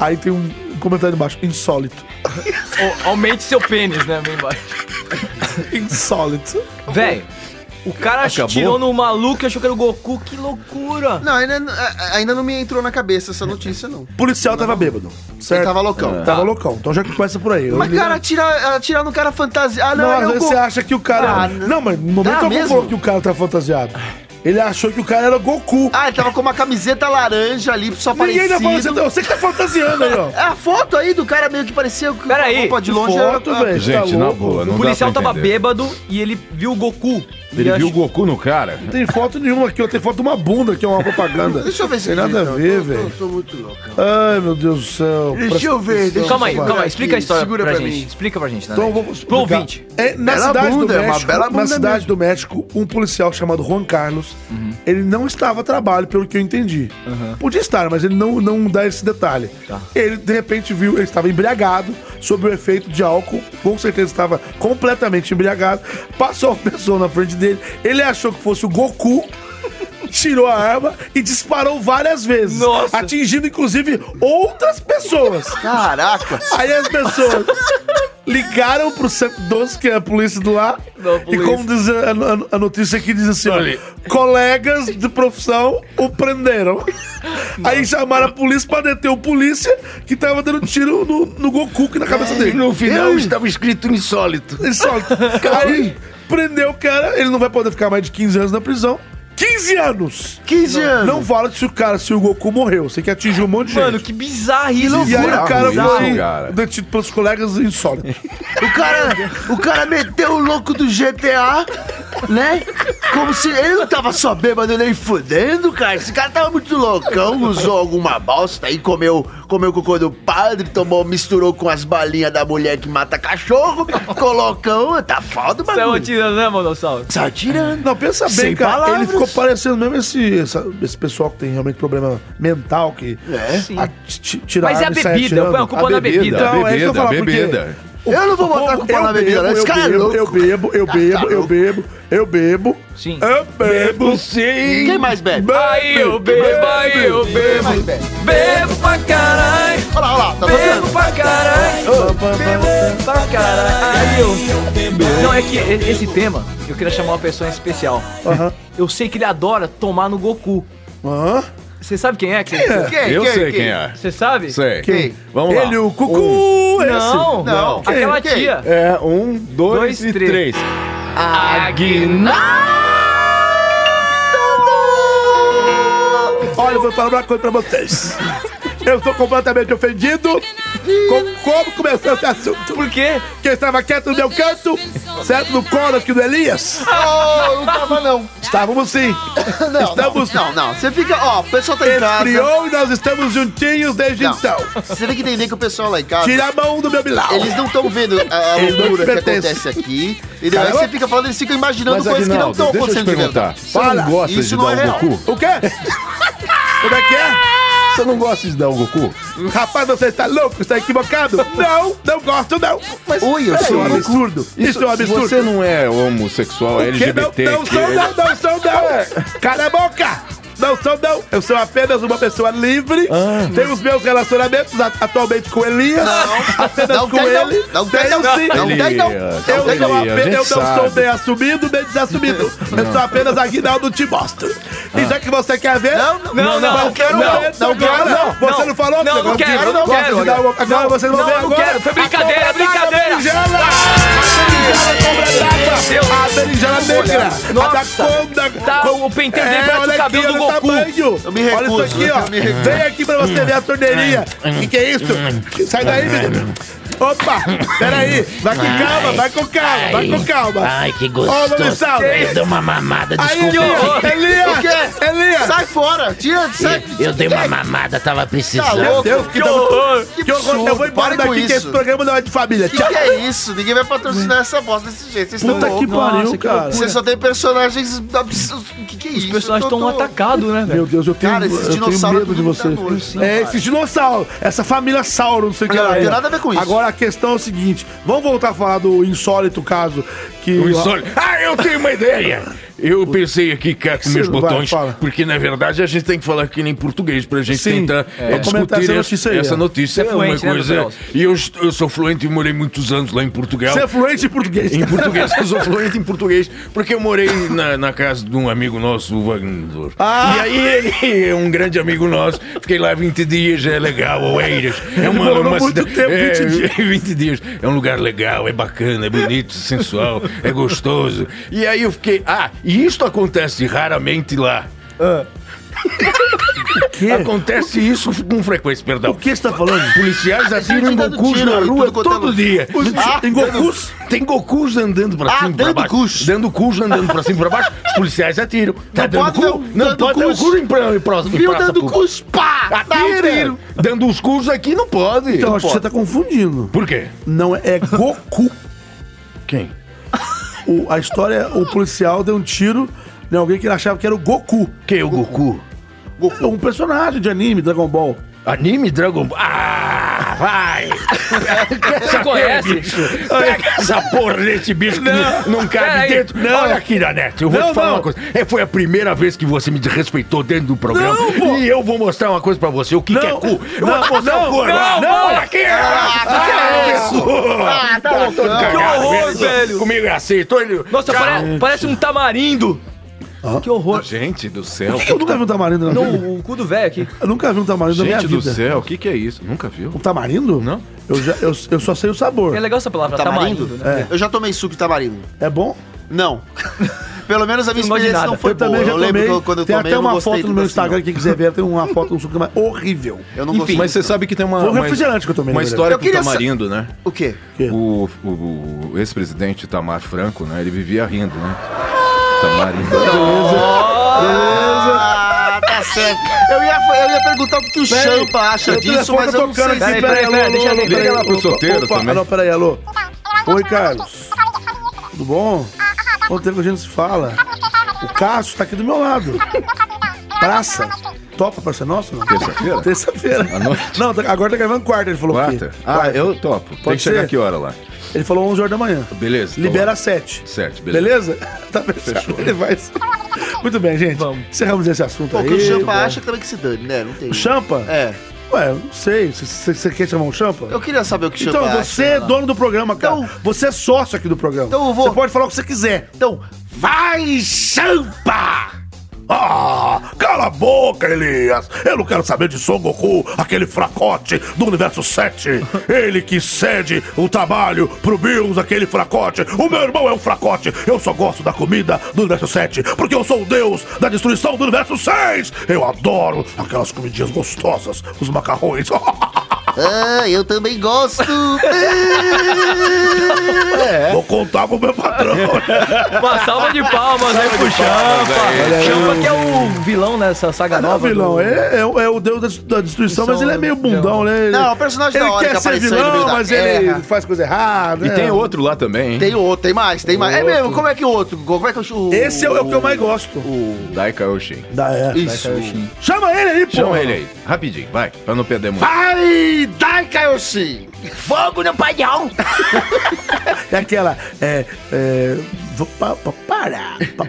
B: Aí tem um comentário embaixo: insólito.
A: Ô, aumente seu pênis, né? Bem embaixo.
B: Insólito.
A: Velho, o cara tirou no maluco e achou que era o Goku. Que loucura.
D: Não,
H: é,
D: ainda, a- ainda não me entrou na cabeça essa notícia, não.
B: O policial tava bêbado. Certo?
D: Ele tava loucão.
B: Tava loucão. Então já começa por aí. Eu
D: Mas,
B: li-
D: cara, atirar, atirar no cara fantasia. Ah, não,
B: não, às
D: era o
B: vezes
D: Goku.
B: você acha que o cara. é um-
D: Ah,
B: não. mas no momento
D: Dá
B: algum
D: mesmo?
B: falou que o cara tá fantasiado. Ele achou que o cara era Goku.
D: Ah, ele tava com uma camiseta laranja ali, só
B: Ninguém
D: parecido.
B: tá falando assim, você que tá fantasiando aí, ó.
D: *laughs* É a foto aí do cara meio que parecia com
A: Pera aí,
D: roupa de longe.
B: Foto,
D: era...
B: velho.
G: Gente,
B: tá
G: na
B: louco.
G: boa, não
A: O
G: dá
A: policial
G: pra
A: tava
G: entender.
A: bêbado e ele viu o Goku.
G: Ele viu o
A: achou-
G: Goku no cara?
B: Não tem foto nenhuma aqui, ó. Tem foto de uma bunda que é uma propaganda.
D: Deixa eu ver se então.
B: Tem nada a ver, velho.
D: Tô muito louco.
B: Ai, meu Deus do céu.
D: Deixa eu ver, deixa eu
A: Calma aí,
D: Deixa eu
A: calma
D: ver
A: aí. Explica a
D: aqui,
A: história
D: segura
A: pra,
D: pra
A: gente.
D: mim.
A: Explica pra gente, né?
B: Então vamos
A: Pro ouvinte.
B: É, na
D: Bela
B: cidade
D: bunda, é
B: do
D: uma
B: México,
D: bela bunda
B: na cidade do México, um policial chamado Juan Carlos,
A: Uhum.
B: ele não estava a trabalho, pelo que eu entendi. Podia estar, mas ele não, não dá esse detalhe.
D: Tá.
B: Ele, de repente, viu, ele estava embriagado, sob o efeito de álcool, com certeza estava completamente embriagado, passou uma pessoa na frente dele, ele achou que fosse o Goku, *laughs* tirou a arma e disparou várias vezes,
A: Nossa.
B: atingindo, inclusive, outras pessoas.
D: Caraca.
B: Aí as pessoas ligaram pro 112, que é a polícia do lá.
A: Não, a
B: e
A: polícia.
B: como diz a, a- a notícia aqui, diz assim: ó, colegas de profissão o prenderam. Aí chamaram a polícia pra deter o polícia que tava dando tiro no, no Goku que na cabeça dele.
C: No final estava escrito insólito.
B: Ele só. Aí prendeu o cara, ele não vai poder ficar mais de 15 anos na prisão. 15 anos!
D: 15 anos.
B: Não fala se o cara, se o Goku morreu. Você que atingiu um monte de
A: Mano,
B: gente.
A: que bizarro isso.
B: E aí o cara
G: bizarro,
B: foi
G: cara.
B: detido pelos colegas insólito.
D: O cara, o cara meteu o louco do GTA, né? Como se ele não tava só bêbado nem fudendo, cara. Esse cara tava muito loucão, usou alguma bosta aí, comeu, comeu o cocô do padre, tomou, misturou com as balinhas da mulher que mata cachorro, colocão, tá foda,
B: é
A: Saiu
D: mano.
A: atirando, né, Monossauro?
D: Tá tirando.
B: Não, pensa bem,
D: Sem
B: cara.
D: palavras.
B: Ele ficou parecendo mesmo esse, essa- esse pessoal que tem realmente problema mental, que
D: É.
B: a- ti- tira
A: Mas é a
B: arma e sai
A: bebida,
B: atirando.
A: põe a culpa na bebida.
G: A
B: Então, é isso que eu
G: bebida,
B: falo,
G: a
B: porque-
G: bebida.
D: Eu não vou botar a culpa na bebida, né? Esse
B: eu,
D: cara é
B: bebo,
D: louco.
B: eu bebo, eu bebo, eu bebo, eu bebo,
A: Sim.
B: eu bebo, sim.
D: Quem mais bebe?
A: Aí eu bebo, aí eu bebo. Bebo pra caralho,
D: Olha lá, olha lá, tá
A: bebo
D: tocando.
A: pra caralho, bebo pra caralho. Aí eu... Não, é que e- esse tema, eu queria chamar uma pessoa em especial. Eu sei que ele adora tomar no Goku.
B: Hã?
A: Você sabe quem é? Quem
D: Quem,
G: Eu
D: quem,
G: sei quem é.
A: Você sabe?
G: Sei.
D: Quem?
G: Vamos lá.
B: Ele, o cucu, é esse.
A: Um. Não,
D: Não.
A: Aquela
D: Quem?
A: tia.
G: É, um, dois,
A: Dois,
G: e
A: três.
G: três.
H: Ah,
B: Olha, eu vou falar uma coisa pra vocês. Eu estou completamente ofendido Co- como começou esse assunto? Por quê? Porque eu estava quieto no meu canto, certo? No colo aqui do Elias.
D: Oh, não tava não.
B: Estávamos sim.
D: Não,
B: Estamos-
D: não, não, não. Você fica, ó, o pessoal tá em casa.
B: Esfriou e nós estamos juntinhos desde
D: Não.
B: então.
D: Você tem que entender que o pessoal lá em casa.
B: Tira a mão do meu bilau.
D: Eles não estão vendo a, a
B: Eles não
D: loucura que
B: pertencem.
D: acontece aqui. Entendeu? Aí
G: Cara,
D: você fica falando, eles ficam imaginando
G: Mas,
D: coisas
G: Aguinaldo,
D: que não estão
G: deixa eu
D: acontecendo
G: te perguntar.
D: de verdade.
G: Você não gosta
D: Isso
G: de
D: não
G: dar
D: é
G: o
D: real.
G: Goku?
B: O quê? Como é que é?
G: Você não gosta de dar o Goku?
B: Rapaz, você está louco? Está equivocado? Não, não gosto não. Mas
D: Oi, eu
B: isso é
D: sou
B: um
G: louco.
B: absurdo. Isso é um absurdo.
G: Você não é homossexual, é
B: Que não,
G: LGBT.
B: não
G: que
B: sou
G: é-
B: não, não sou não. Cala a boca. Não sou não. Eu sou apenas uma pessoa livre. Tenho os meus relacionamentos a- atualmente com Elias. Apenas
D: Não
B: com
D: tem, não.
B: ele.
D: Não tem, não.
B: sim.
D: Não tem, não.
G: Elias,
D: Não
B: Eu
D: tem,
B: não,
D: não.
G: Elias.
B: apenas,
G: a gente
B: eu não sou
G: sabe.
B: nem assumido nem desassumido. Eu sou apenas Aguinaldo Timóteo. E já que você quer ver.
D: Não, não, não, não,
B: eu quero
A: não,
B: ver,
A: não
B: eu
A: quero, não,
B: Você não
A: não.
B: falou?
A: Não, não quero,
B: Eu
A: não
B: gosto
A: quero,
B: de dar
A: olha.
B: o- Agora
A: Não,
B: vocês vão
A: não,
B: ver
A: não
B: agora.
A: quero. Foi brincadeira,
B: A cobra
A: brincadeira.
B: d'água, berinjela. A berinjela negra.
A: Nossa.
B: A da conda.
A: Tá, o penteio dele
B: É,
A: parece o
B: olha
A: cabelo
B: aqui,
A: do
B: olha o
A: Goku.
B: tamanho.
D: Eu me recuso,
B: Olha isso aqui, ó.
D: eu me recuso. Hum.
B: Vem aqui pra você ver a torneirinha. Que que é isso? Sai daí, menino. Opa, peraí. Vai com calma, vai com calma, vai com calma.
I: Ai, que
B: Ó,
I: gostoso.
B: Mami Sal.
I: eu dei uma mamada,
B: Aí,
I: desculpa.
B: Elias,
D: O
B: Elias,
D: quê?
B: Elias.
D: Sai fora. Tira, sai.
I: eu, eu dei uma mamada, tava
D: Tá
I: precisando.
D: louco.
B: Deus, que, horror! Que, horror!
D: absurdo,
B: Eu vou embora
D: para com
B: daqui que esse
D: isso.
B: programa não é de família.
D: O que,
B: Tchau!
D: que é isso? Ninguém vai patrocinar essa bosta desse jeito. Vocês estão loucos.
B: pariu, cara!
D: Você só tem personagens absurdos. O que, que é isso?
A: Os personagens estão atacados, né, velho?
B: Meu Deus, eu tenho,
D: Cara, esses
B: eu tenho
D: dinossauros
B: medo de
D: tudo
B: você.
D: dá nojo, né,
B: É,
D: cara?
B: esses dinossauros, essa família Sauro, não sei o que
D: Não,
B: lá
D: não tem
B: é.
D: nada a ver com isso.
B: Agora a questão é o seguinte: vamos voltar a falar do insólito caso que.
C: O insólito. Ah, eu tenho uma ideia! Eu pensei aqui, cara, com meus
B: Sim, vai,
C: botões,
B: fala.
C: porque na verdade a gente tem que falar aqui em português pra gente
B: Sim,
C: tentar
B: é.
C: eh,
B: Comentar
C: discutir essa
B: essa
C: notícia.
B: notícia aí, ó.
C: Essa notícia
A: Você é
C: é uma
A: fluente, né,
C: coisa.
A: Gabriel?
C: E eu, est- eu sou fluente e morei muitos anos lá em Portugal.
B: Você é fluente em português.
C: Em português, eu sou
B: *laughs*
C: fluente em português, porque eu morei na, na casa de um amigo nosso, o Wagner.
B: Ah!
C: E aí ele é um grande amigo nosso, fiquei lá 20 dias, é legal, Oeiras. É uma,
B: Morou
C: uma
B: muito
C: cida-
B: tempo,
C: é,
B: 20
C: *laughs*
B: dias.
C: 20 dias. É um lugar legal, é bacana, é bonito, sensual, é gostoso. E aí eu fiquei, ah, e isto acontece raramente lá.
B: Ah.
C: Acontece isso com frequência, perdão.
B: O que você tá falando?
C: Policiais atiram em
D: dando
C: Gokus
D: tiro
C: na
D: em
C: rua
D: tudo quanto é
C: todo
D: lugar.
C: dia.
D: Ah,
C: Tem Gokus? Tem Gokus andando pra
D: Ah,
C: cima e pra
D: dando
C: baixo.
D: cus.
C: Dando cus, andando pra cima e pra baixo. Os policiais atiram. Tá
D: Não
C: dando
D: pode
C: cu?
D: dar- um-
C: Não
D: dando
C: pode dar o
D: cus.
C: cu em pra- em pra- em
D: Viu
C: praça
D: dando
C: pública.
D: cus? Pá! Dá um
C: Atira!
D: tiro.
C: tá, Dando os cus aqui não pode.
B: Então,
C: Não
B: acho que você
C: pode.
B: tá confundindo.
C: Por quê?
B: Não, é, é Goku.
C: Quem?
B: O- a história é: o policial deu um tiro em alguém que ele achava que era o Goku.
C: Quem é o Goku?
B: É Um personagem de anime, Dragon Ball.
C: Anime Dragon Ball. Ah,
A: *laughs*
C: vai!
A: Você conhece?
C: Pega essa porra desse bicho que não, não cabe
A: Peraí.
C: dentro. Olha aqui, Nanete, eu vou
B: Não,
C: te falar
B: não.
C: uma coisa. É, foi a primeira vez que você me desrespeitou dentro do programa.
B: Não, pô.
C: E eu vou mostrar uma coisa pra você. O que, que é
B: Não.
C: cu? Eu vou te mostrar o cu.
A: não,
C: agora.
A: tá
C: Olha aqui! Ah, que
D: Ah, tá
C: Pô, todo
D: loucão.
C: cagado
A: Que horror,
C: mesmo.
A: velho.
C: Comigo é assim. Tô indo...
A: Nossa,
C: Tchau.
A: pare- parece um tamarindo. Que horror.
G: Gente do céu. tá
B: Eu nunca vi um tamarindo na vida.
A: Não, o cu do velho aqui.
B: Eu nunca vi um tamarindo na minha
G: Gente
B: vida.
G: do céu, o que, que é isso? Nunca viu?
B: Um tamarindo?
G: Não.
B: Eu, já, eu, eu só sei o sabor.
A: É legal essa palavra, tamarindo.
D: Tamarindo?
A: né?
D: Eu já tomei suco de tamarindo.
B: É bom?
A: *laughs*
D: Não. Pelo menos a minha
A: Não gosto de
D: experiência
A: nada.
D: não foi
B: eu também
D: boa.
B: já
D: Eu
B: tomei.
D: lembro que eu- quando eu
B: tem
D: tomei,
B: até
D: eu não
B: uma
D: gostei
B: foto no
D: tanto
B: meu
D: assim,
B: Instagram, quem quiser ver, tem uma foto do suco mas horrível.
D: não. Eu não
A: Enfim.
D: gostei.
G: Mas você sabe que tem uma,
B: Foi um
G: uma,
B: refrigerante que eu tomei.
G: uma
B: na
G: história
D: Eu
G: com o
D: queria sa-
G: Tamarindo, né?
D: O quê?
G: O, o- o ex-presidente Tamar Franco, né? Ele vivia rindo, né? Tamarindo.
D: Ah, tá certo. Eu ia, eu ia perguntar o que, que o Champa acha disso, mas eu não sei se... é
A: aqui, peraí, peraí, deixa eu ligar
G: lá pro solteiro
B: Opa,
G: também.
B: Não, peraí, alô. Oi, Carlos. Tudo bom? Quanto tempo que a gente não se fala? O Cássio tá aqui do meu lado. Praça. Topa, parça nossa? não?
G: Terça-feira?
B: Terça-feira.
G: À noite?
B: Não, tá- agora tá gravando quarta, ele falou aqui.
G: Quarta? Ah, eu topo. Tem
B: Pode
G: que chegar
B: ser?
G: que hora lá?
B: Ele falou 11 horas da manhã.
G: Beleza. tô
B: Libera
G: lá.
B: às 7.
G: Sete, beleza.
B: Beleza? *laughs* Tá fechado. Ele vai. Muito bem, gente.
A: Vamos.
B: Encerramos esse assunto
D: O
B: aí.
D: que o Champa acha também que se dane, né? Não tem...
B: O Champa?
D: É.
B: Ué, eu não sei. Você quer chamar um Champa?
D: Eu queria saber o que o Champa
B: Então,
D: acha.
B: você é dono do programa, cara.
D: Então-
B: você é sócio aqui do programa.
D: Então eu vou-
B: Você pode falar o que você quiser.
D: Então, vai, Champa!
B: Ah, cala a boca, Elias! Eu não quero saber de Son Goku, aquele fracote do
D: *laughs*
B: universo 7. Ele que cede o trabalho pro Bills, aquele fracote. O meu irmão é um fracote. Eu só gosto da comida do universo 7, porque eu sou o deus da destruição do universo 6. Eu adoro aquelas comidinhas gostosas, os macarrões. *laughs*
D: Ah, eu também gosto.
B: É.
L: Vou contar pro meu patrão.
A: Uma salva de palmas aí pro Champa. Champa que é o vilão nessa saga
B: Não,
A: nova.
B: vilão,
A: do-
B: ele é, é o- é o deus da destru- da destruição, mas ele é meio bundão, né? Ele-
D: Não, o personagem da
B: Ele
D: hora
B: quer
D: que
B: ser
D: apareceu aí no meio
B: vilão,
D: da
B: mas
D: guerra.
B: ele faz coisa errada.
G: E
B: né?
G: tem outro lá também, hein?
D: Tem outro, tem mais, tem mais. É
B: Outro.
D: mesmo, como é que o outro? Como é que o. o-
B: Esse é o, é o que eu mais gosto.
G: Daika Oshin.
B: Da, é.
D: Isso.
B: Chama ele aí, pô.
G: Chama ele aí, Ah, rapidinho, vai, pra não perder muito.
D: Ai, dai, Kaioshin!
I: Fogo no paião!
B: É aquela. É. é vou pa, pa, para. Pa,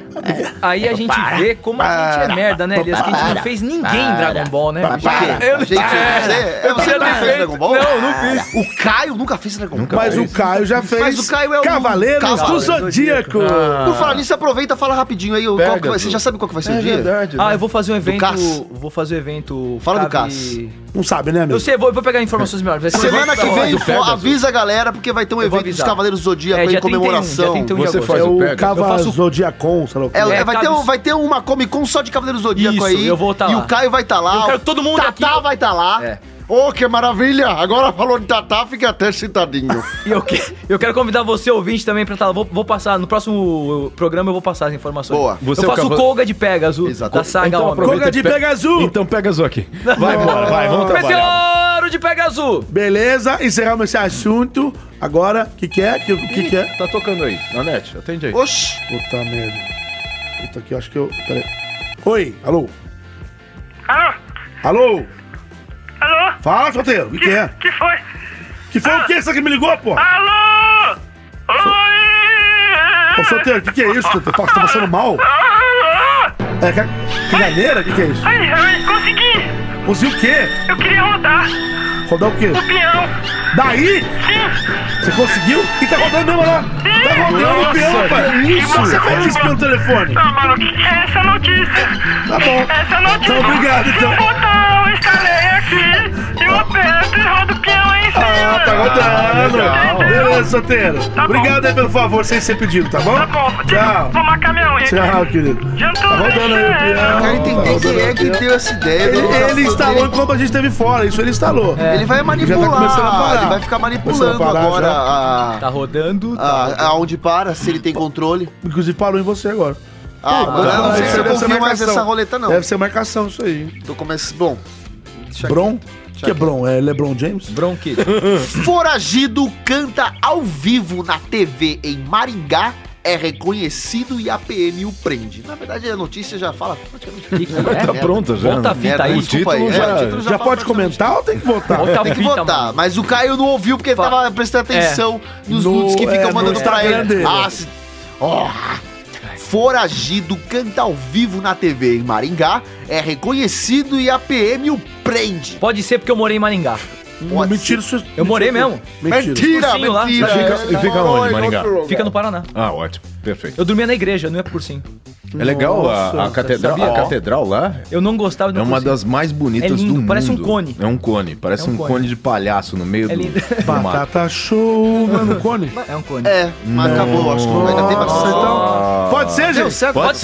A: Aí a gente vê como a gente é merda, né, Elias? Que a gente não fez ninguém em Dragon Ball, né? bicho?
D: Eu não
B: É,
D: sei. Eu você nunca fez Dragon Ball?
A: Não, não fiz.
D: O Caio nunca fez Dragon Ball.
B: mas o Caio já fez.
D: Mas o Caio é o
B: Cavaleiros do
D: Cavaleiros do
B: Zodíaco.
D: Por falar nisso, aproveita, fala rapidinho aí. o- qual que vai- você já sabe qual que vai ser o dia?
A: Ah,
D: né?
A: eu vou fazer um evento.
D: Cas.
A: Vou fazer um evento.
D: Fala do
A: Cabe-
B: Não sabe, né, amigo?
A: Eu sei, vou, vou pegar informações melhores. Vai ser um
D: Semana
A: evento
D: que
A: pra
D: vem,
A: nós, o Pegasus.
D: avisa a galera, porque vai ter um
A: Eu vou
D: evento dos
A: avisar.
D: Cavaleiros do Zodíaco
A: É,
D: aí,
A: dia 31,
D: comemoração.
A: dia 31 de um
G: Você
A: agosto.
G: faz
B: É
G: o
B: o
G: Pega?
A: Eu
B: Cavalo
A: faço-
B: Zodiacon, sei lá o quê.
D: É,
A: É,
D: vai,
A: cabe-
D: ter um- vai ter uma Comic Con só de Cavaleiros do Zodíaco
A: Isso,
D: aí.
A: eu vou tá
D: e
A: lá.
D: o Caio vai estar lá.
A: Eu quero
D: o
A: todo mundo
D: Tatá
A: aqui.
D: vai estar lá.
A: É.
D: Ô, Oh, que maravilha! Agora falou de Tatá, fica até
B: *laughs*
D: sentadinho.
A: E eu, que- eu quero convidar você, ouvinte, também pra estar lá. Vou, vou passar, no próximo programa eu vou passar as informações.
D: Boa.
G: Você é
A: eu
G: o
A: faço o
G: cavalo-
A: Colga de Pegasus,
D: Exato.
A: da saga
G: Então
A: Homem.
G: aproveita
B: Coca de
G: e pe-
B: Pegazu.
G: Então pega Zo aqui. Vai embora, vai, vamos trabalhar.
A: Meteoro de Pegasus!
B: Beleza, encerramos esse assunto. Agora, o que, que é? O que, que, que é?
G: Tá tocando aí, Nanete, atende aí.
D: Oxi!
B: Puta merda. Puta aqui, eu acho que eu. Peraí. Oi, alô?
F: Alô?
B: Alô?
F: Alô?
B: Fala, solteiro, o que, que é?
F: Que foi?
B: Que foi o que essa que me ligou, pô?
F: Alô?
B: Ô,
F: Oi!
B: solteiro, o que, que é isso? Tá, tá passando mal?
F: Alô?
B: É, ca- caganeira? O que, que é isso?
F: Ai, ai, consegui!
B: Conseguiu o quê?
F: Eu queria rodar!
B: Rodar o quê?
F: Peão!
B: Daí? Você conseguiu? E tá rodando mesmo lá? Tá rodando o peão, pai. Que isso? Você faz isso pelo telefone?
F: Não, mano, que que é essa notícia?
B: Tá bom.
F: Essa notícia!
B: Então, obrigado, então.
F: Se eu botar um estalei aqui, eu aperto e rodo o peão em cima!
B: Ah, tá rodando. Beleza, solteiro.
F: Tá bom.
B: Obrigado aí pelo favor, sem ser pedido, tá bom?
F: Tá bom,
B: Tchau.
F: vou marcar minha unha.
B: Tchau, querido.
F: Jantou,
B: Tá rodando aí o
F: né?
B: peão.
D: Eu quero
B: tá
D: entender
B: rodando
D: quem é
B: o
D: que
B: peão.
D: deu essa ideia. do-
B: Ele, ele
D: do-
B: instalou enquanto a gente esteve fora, isso ele instalou.
D: É. Ele vai
B: Já tá começando a
D: manipular.
B: parar.
D: ele vai ficar manipulando
B: Começando a parar
D: agora
B: já.
D: a,
A: Tá rodando. tá
D: a- aonde para, se ele tem controle.
B: Inclusive parou em você agora.
D: Ah, mano, eu não sei se eu
B: Deve ser
D: confio mais
B: marcação.
D: nessa roleta, não.
B: Deve ser marcação isso aí.
D: Tô começando. Bom. deixa aqui.
B: Bron? que é Bron? É LeBron James? *laughs*
A: Bronquite. É,
D: Foragido canta ao vivo na TV em Maringá, é reconhecido e a PM o prende. Na verdade, a notícia já fala praticamente tudo.
A: Que que é?
G: Tá pronta já.
B: né?
A: Bota a fita aí.
G: O
D: Desculpa aí,
G: título
D: é,
G: já...
D: o né? título
B: Já,
D: fala
B: pode comentar ou tem que votar?
A: Bota a
D: Tem que
A: fita,
D: votar,
A: mano.
D: mas o Caio não ouviu porque ele
A: Fala.
D: tava prestando
A: É.
D: atenção nos
B: No-
D: nudes que ficam
B: é, no
D: mandando pra
B: Instagram
D: ele.
B: dele.
D: Ah, se... Ó. Foragido canta ao vivo na TV em Maringá, é reconhecido e a PM o prende.
A: Pode ser porque eu morei em Maringá.
B: Não, mentira, isso. é
A: Eu morei mesmo.
B: Mentira.
D: Mentira,
A: Cursinho lá,
D: mentira.
A: sabe?
G: E fica onde, Maringá?
A: Fica no Paraná.
G: Ah, ótimo, perfeito.
A: Eu dormia na igreja, não ia pro cursinho.
G: É legal a, a
B: Nossa,
G: catedral.
A: sabia?
G: A catedral lá
A: Eu não gostava de
G: é uma
A: cursinho.
G: das mais bonitas
A: É lindo,
G: do mundo.
A: parece um cone.
G: É um cone, parece
A: É um
G: um,
A: cone.
G: cone. de palhaço no meio
A: É
G: do,
A: lindo.
G: do mato.
B: Batata show, mano, cone.
A: *laughs* É um cone.
D: É, mas acabou, acho que ainda tem
B: Nossa,
D: bastante.
B: então. Pode ser, gente?
A: Pode ser.
G: Pode,
B: Pode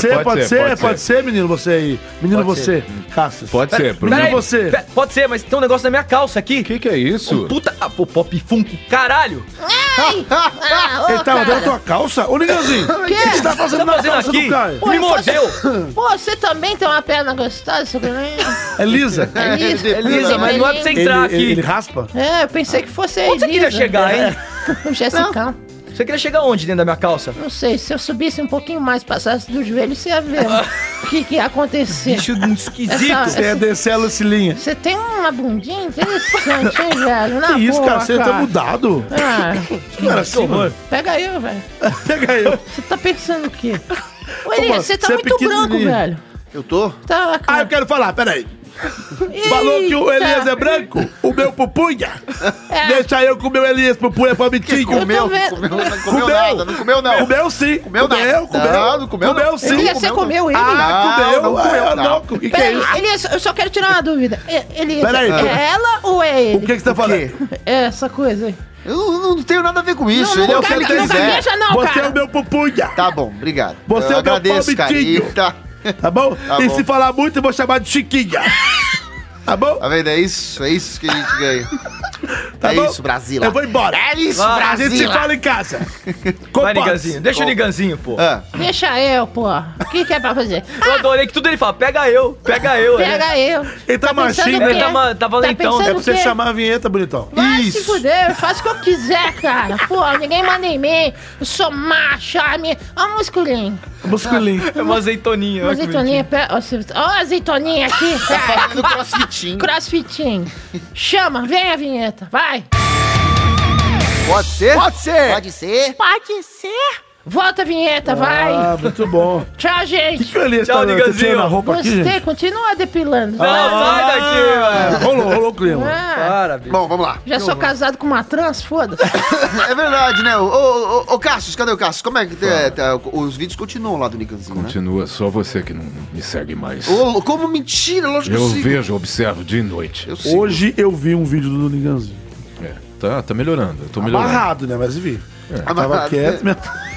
B: ser, pode ser, pode ser, menino, você aí. Menino,
A: Pode
B: você. Cassius.
G: Pode ser. Bruno.
B: Menino,
A: Peraí,
B: você.
A: pe- Pode ser, mas tem um negócio na minha calça aqui.
G: Que que é isso?
A: Puta, ah, pô, pop funk,
D: *laughs*
A: caralho!
K: Ah,
B: Ele
A: Então,
B: tá rodando a tua calça?
K: *laughs*
B: Ô, Nigãozinho, o que você tá
A: O que você
B: fazendo
A: tá
B: na
A: fazendo
B: calça
A: aqui?
B: do Caio?
A: Me mordeu!
K: Pô, você também tem uma perna gostosa, né?
B: *laughs* É lisa.
D: É,
K: Elisa,
D: é
A: Elisa, mas não é pra você entrar
B: Ele,
A: aqui.
B: ele- ele raspa?
K: É, eu pensei que fosse a
A: Onde você queria chegar, hein?
K: *laughs* O Jessicão.
A: Você queria chegar onde dentro da minha calça?
K: Não sei, se eu subisse um pouquinho mais, passasse do joelho, você ia ver o que, que ia acontecer.
A: Ah. Bicho um esquisito.
K: Essa-
B: Você é descer a Lucilinha.
K: Você tem uma bundinha interessante, hein, velho? Na
B: Que isso,
K: boa,
B: cara? Você tá mudado.
K: Ah,
B: Cara, assim, mano.
K: pega eu, velho.
B: Pega eu.
K: Você tá pensando o quê? Ô,
B: mano,
K: Elias, você tá
B: você é
K: muito branco,
B: pequenininho.
K: velho.
D: Eu tô?
K: Tá,
B: Ah, eu
K: cara.
B: quero falar, peraí.
K: Eita.
B: Falou que o Elias é branco, o meu pupunha.
K: É.
B: Deixa eu comer o Elias pupunha pra mitinho.
K: Eu tô
D: Comeu,
K: vendo.
D: comeu, não comeu,
B: Comeu.
D: nada, não comeu não.
B: Comeu sim.
D: Comeu não.
B: Comeu, comeu.
D: Não, não comeu não.
B: Comeu sim.
K: Elias, você comeu ele?
B: Ah,
D: Não,
B: comeu.
D: não comeu,
B: Ah,
D: não.
B: louco. O que, que é
K: Peraí,
B: isso?
K: Elias, eu só quero tirar uma dúvida. E- Elias,
B: Peraí,
K: é
B: peraí.
K: ela ou é
B: O que,
K: ele? É
B: que você tá falando?
K: Essa coisa aí.
D: Eu não, não tenho nada a ver com isso.
K: não,
D: ele é
K: não,
D: o que ele
K: cabe- não
D: quiser.
K: cabeça não,
B: Você é
K: cara.
B: o meu pupunha.
D: Tá bom, obrigado.
B: Você é o meu palmitinho.
D: Carita.
B: Tá bom?
D: *laughs* Tá
B: e
D: bom.
B: se falar muito, eu vou chamar de Chiquinha.
D: Tá bom? Tá vendo? É isso, é isso que a gente ganha. é isso, Brasil.
B: Tá Eu vou embora.
D: É isso,
B: Ah,
D: Brasil.
B: A gente se fala em casa.
A: Vai, Niganzinho. Deixa o Niganzinho, pô.
B: É.
K: Deixa eu, pô. O que, que é pra fazer?
A: Eu adorei que tudo ele fala. Pega eu, pega eu.
K: Pega
A: né?
K: eu.
B: Ele tá,
K: pensando
B: machinho,
K: o
B: né?
K: quê?
A: tá
K: Tá
A: então.
K: pensando
B: É
K: o
B: pra você
K: quê?
B: chamar a vinheta, bonitão.
K: Vai se fuder, eu faço o que eu quiser, cara. Pô, ninguém manda em mim. Eu sou macho, ai, me... Ó, musculinho.
B: Musculinho.
A: É uma azeitoninha.
K: Uma
A: olha que
K: azeitoninha,
A: bonitinho.
K: pe- ó, se- ó a azeitoninha aqui. Tá
D: falando crossfitinho.
K: Crossfitinho. Chama, vem a vinheta, vai.
D: Pode ser? Pode ser. Pode
K: ser? Pode ser. Volta a vinheta,
B: Ah,
K: vai.
B: muito bom.
K: Tchau, gente. Que
B: feliz,
K: Tchau,
B: tá tá tirando a roupa aqui,
K: Gostei,
B: gente. Ah.
K: continua depilando.
A: sai
B: daqui, velho. Rolou, rolou o clima.
K: Ah.
A: Para,
D: Bom, vamos lá.
K: Já sou casado com uma trans, foda-se.
D: *laughs* É verdade, né? Ô, ô, ô, ô Cassius, cadê o Cassius? Como é que... é, tá, os vídeos continuam lá do Nicanzinho, né?
G: Continua, só você que não não me segue mais.
D: Ô, como mentira, lógico que
G: Eu
D: sigo.
G: vejo, observo de noite.
B: Hoje eu vi um vídeo do Niganzinho.
G: É, tá, tá melhorando. Eu tô melhorando.
B: Amarrado, né? Mas vi.
G: É.
B: Tava
G: Amarrado,
B: quieto,
G: né?
B: meu.
G: *laughs*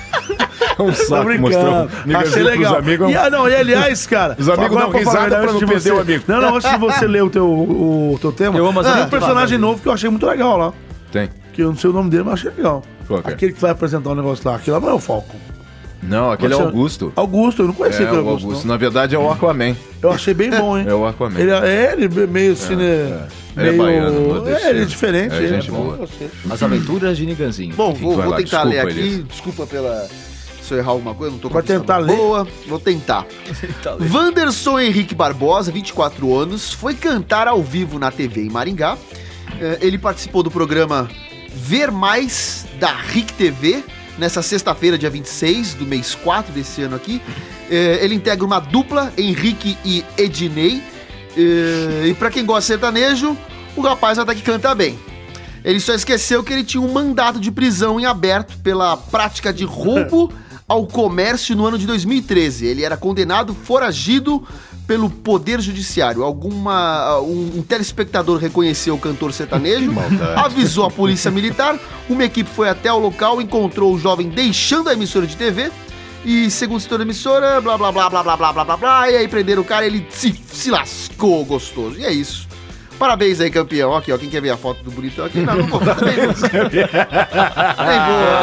G: É um
B: Tô
G: saco mostrar
B: brincando.
G: o Niganzinho
B: Achei
G: pros
B: legal.
G: amigos, é um-
B: E, ah, não, e aliás, cara.
G: Os amigos
B: agora
G: dão
B: pra falar
G: risada
B: a
G: pra
B: verdade,
G: não
B: antes de
G: perder
B: você-
G: o amigo.
B: Não, não, antes de você ler o teu, o, teu tema.
G: Eu amo as
B: Tem um
G: amigas.
B: personagem novo que eu achei muito legal lá.
G: Tem.
B: Que eu não sei o nome dele, mas achei legal.
G: Qual que é?
B: Aquele que vai apresentar o negócio lá. Aquilo lá não é o Falco.
G: Não, aquele é
B: Você-
G: Augusto.
B: Augusto, eu não conhecia
G: É,
B: aquele
G: o
B: Augusto,
G: Augusto.
B: não.
G: Na verdade é o Aquaman.
B: Eu achei bem bom, hein?
G: É o Aquaman.
B: Ele é, ele é meio cine.
G: Ele é
B: meio...
G: baiano, nordestino.
B: É, ele é diferente.
G: É
B: ele
G: gente
A: tá
G: boa.
A: As aventuras *laughs* de Niganzinho.
D: Bom, vou,
G: vai
D: vou
G: lá,
D: tentar
G: desculpa,
D: ler aqui.
G: Elias.
D: Desculpa pela. Se eu errar alguma coisa, não tô com
B: Pode
D: a vista
B: tentar
D: muito
B: ler.
D: boa. Vou tentar.
A: tá
D: Wanderson Henrique Barbosa, 24 anos, foi cantar ao vivo na TV em Maringá. Eh, Ele participou do programa Ver Mais da RIC TV nessa sexta-feira, dia 26 do mês 4 desse ano aqui. Eh, Ele integra uma dupla, Henrique e Ednei. Eh, E pra quem gosta de sertanejo, o rapaz até que canta bem. Ele só esqueceu que ele tinha um mandato de prisão em aberto pela prática de roubo ao comércio no ano de 2013. Ele era condenado foragido pelo Poder Judiciário. Alguma, um, um telespectador reconheceu o cantor sertanejo, avisou a polícia militar, uma equipe foi até o local, encontrou o jovem deixando a emissora de TV. E segundo o setor da emissora, blá blá blá blá blá blá blá blá blá, e aí prenderam o cara ele se, se lascou gostoso. E é isso. Parabéns aí, campeão. Aqui, ó. Quem quer ver a foto do bonitão aqui? Não, não vou. Nem vou,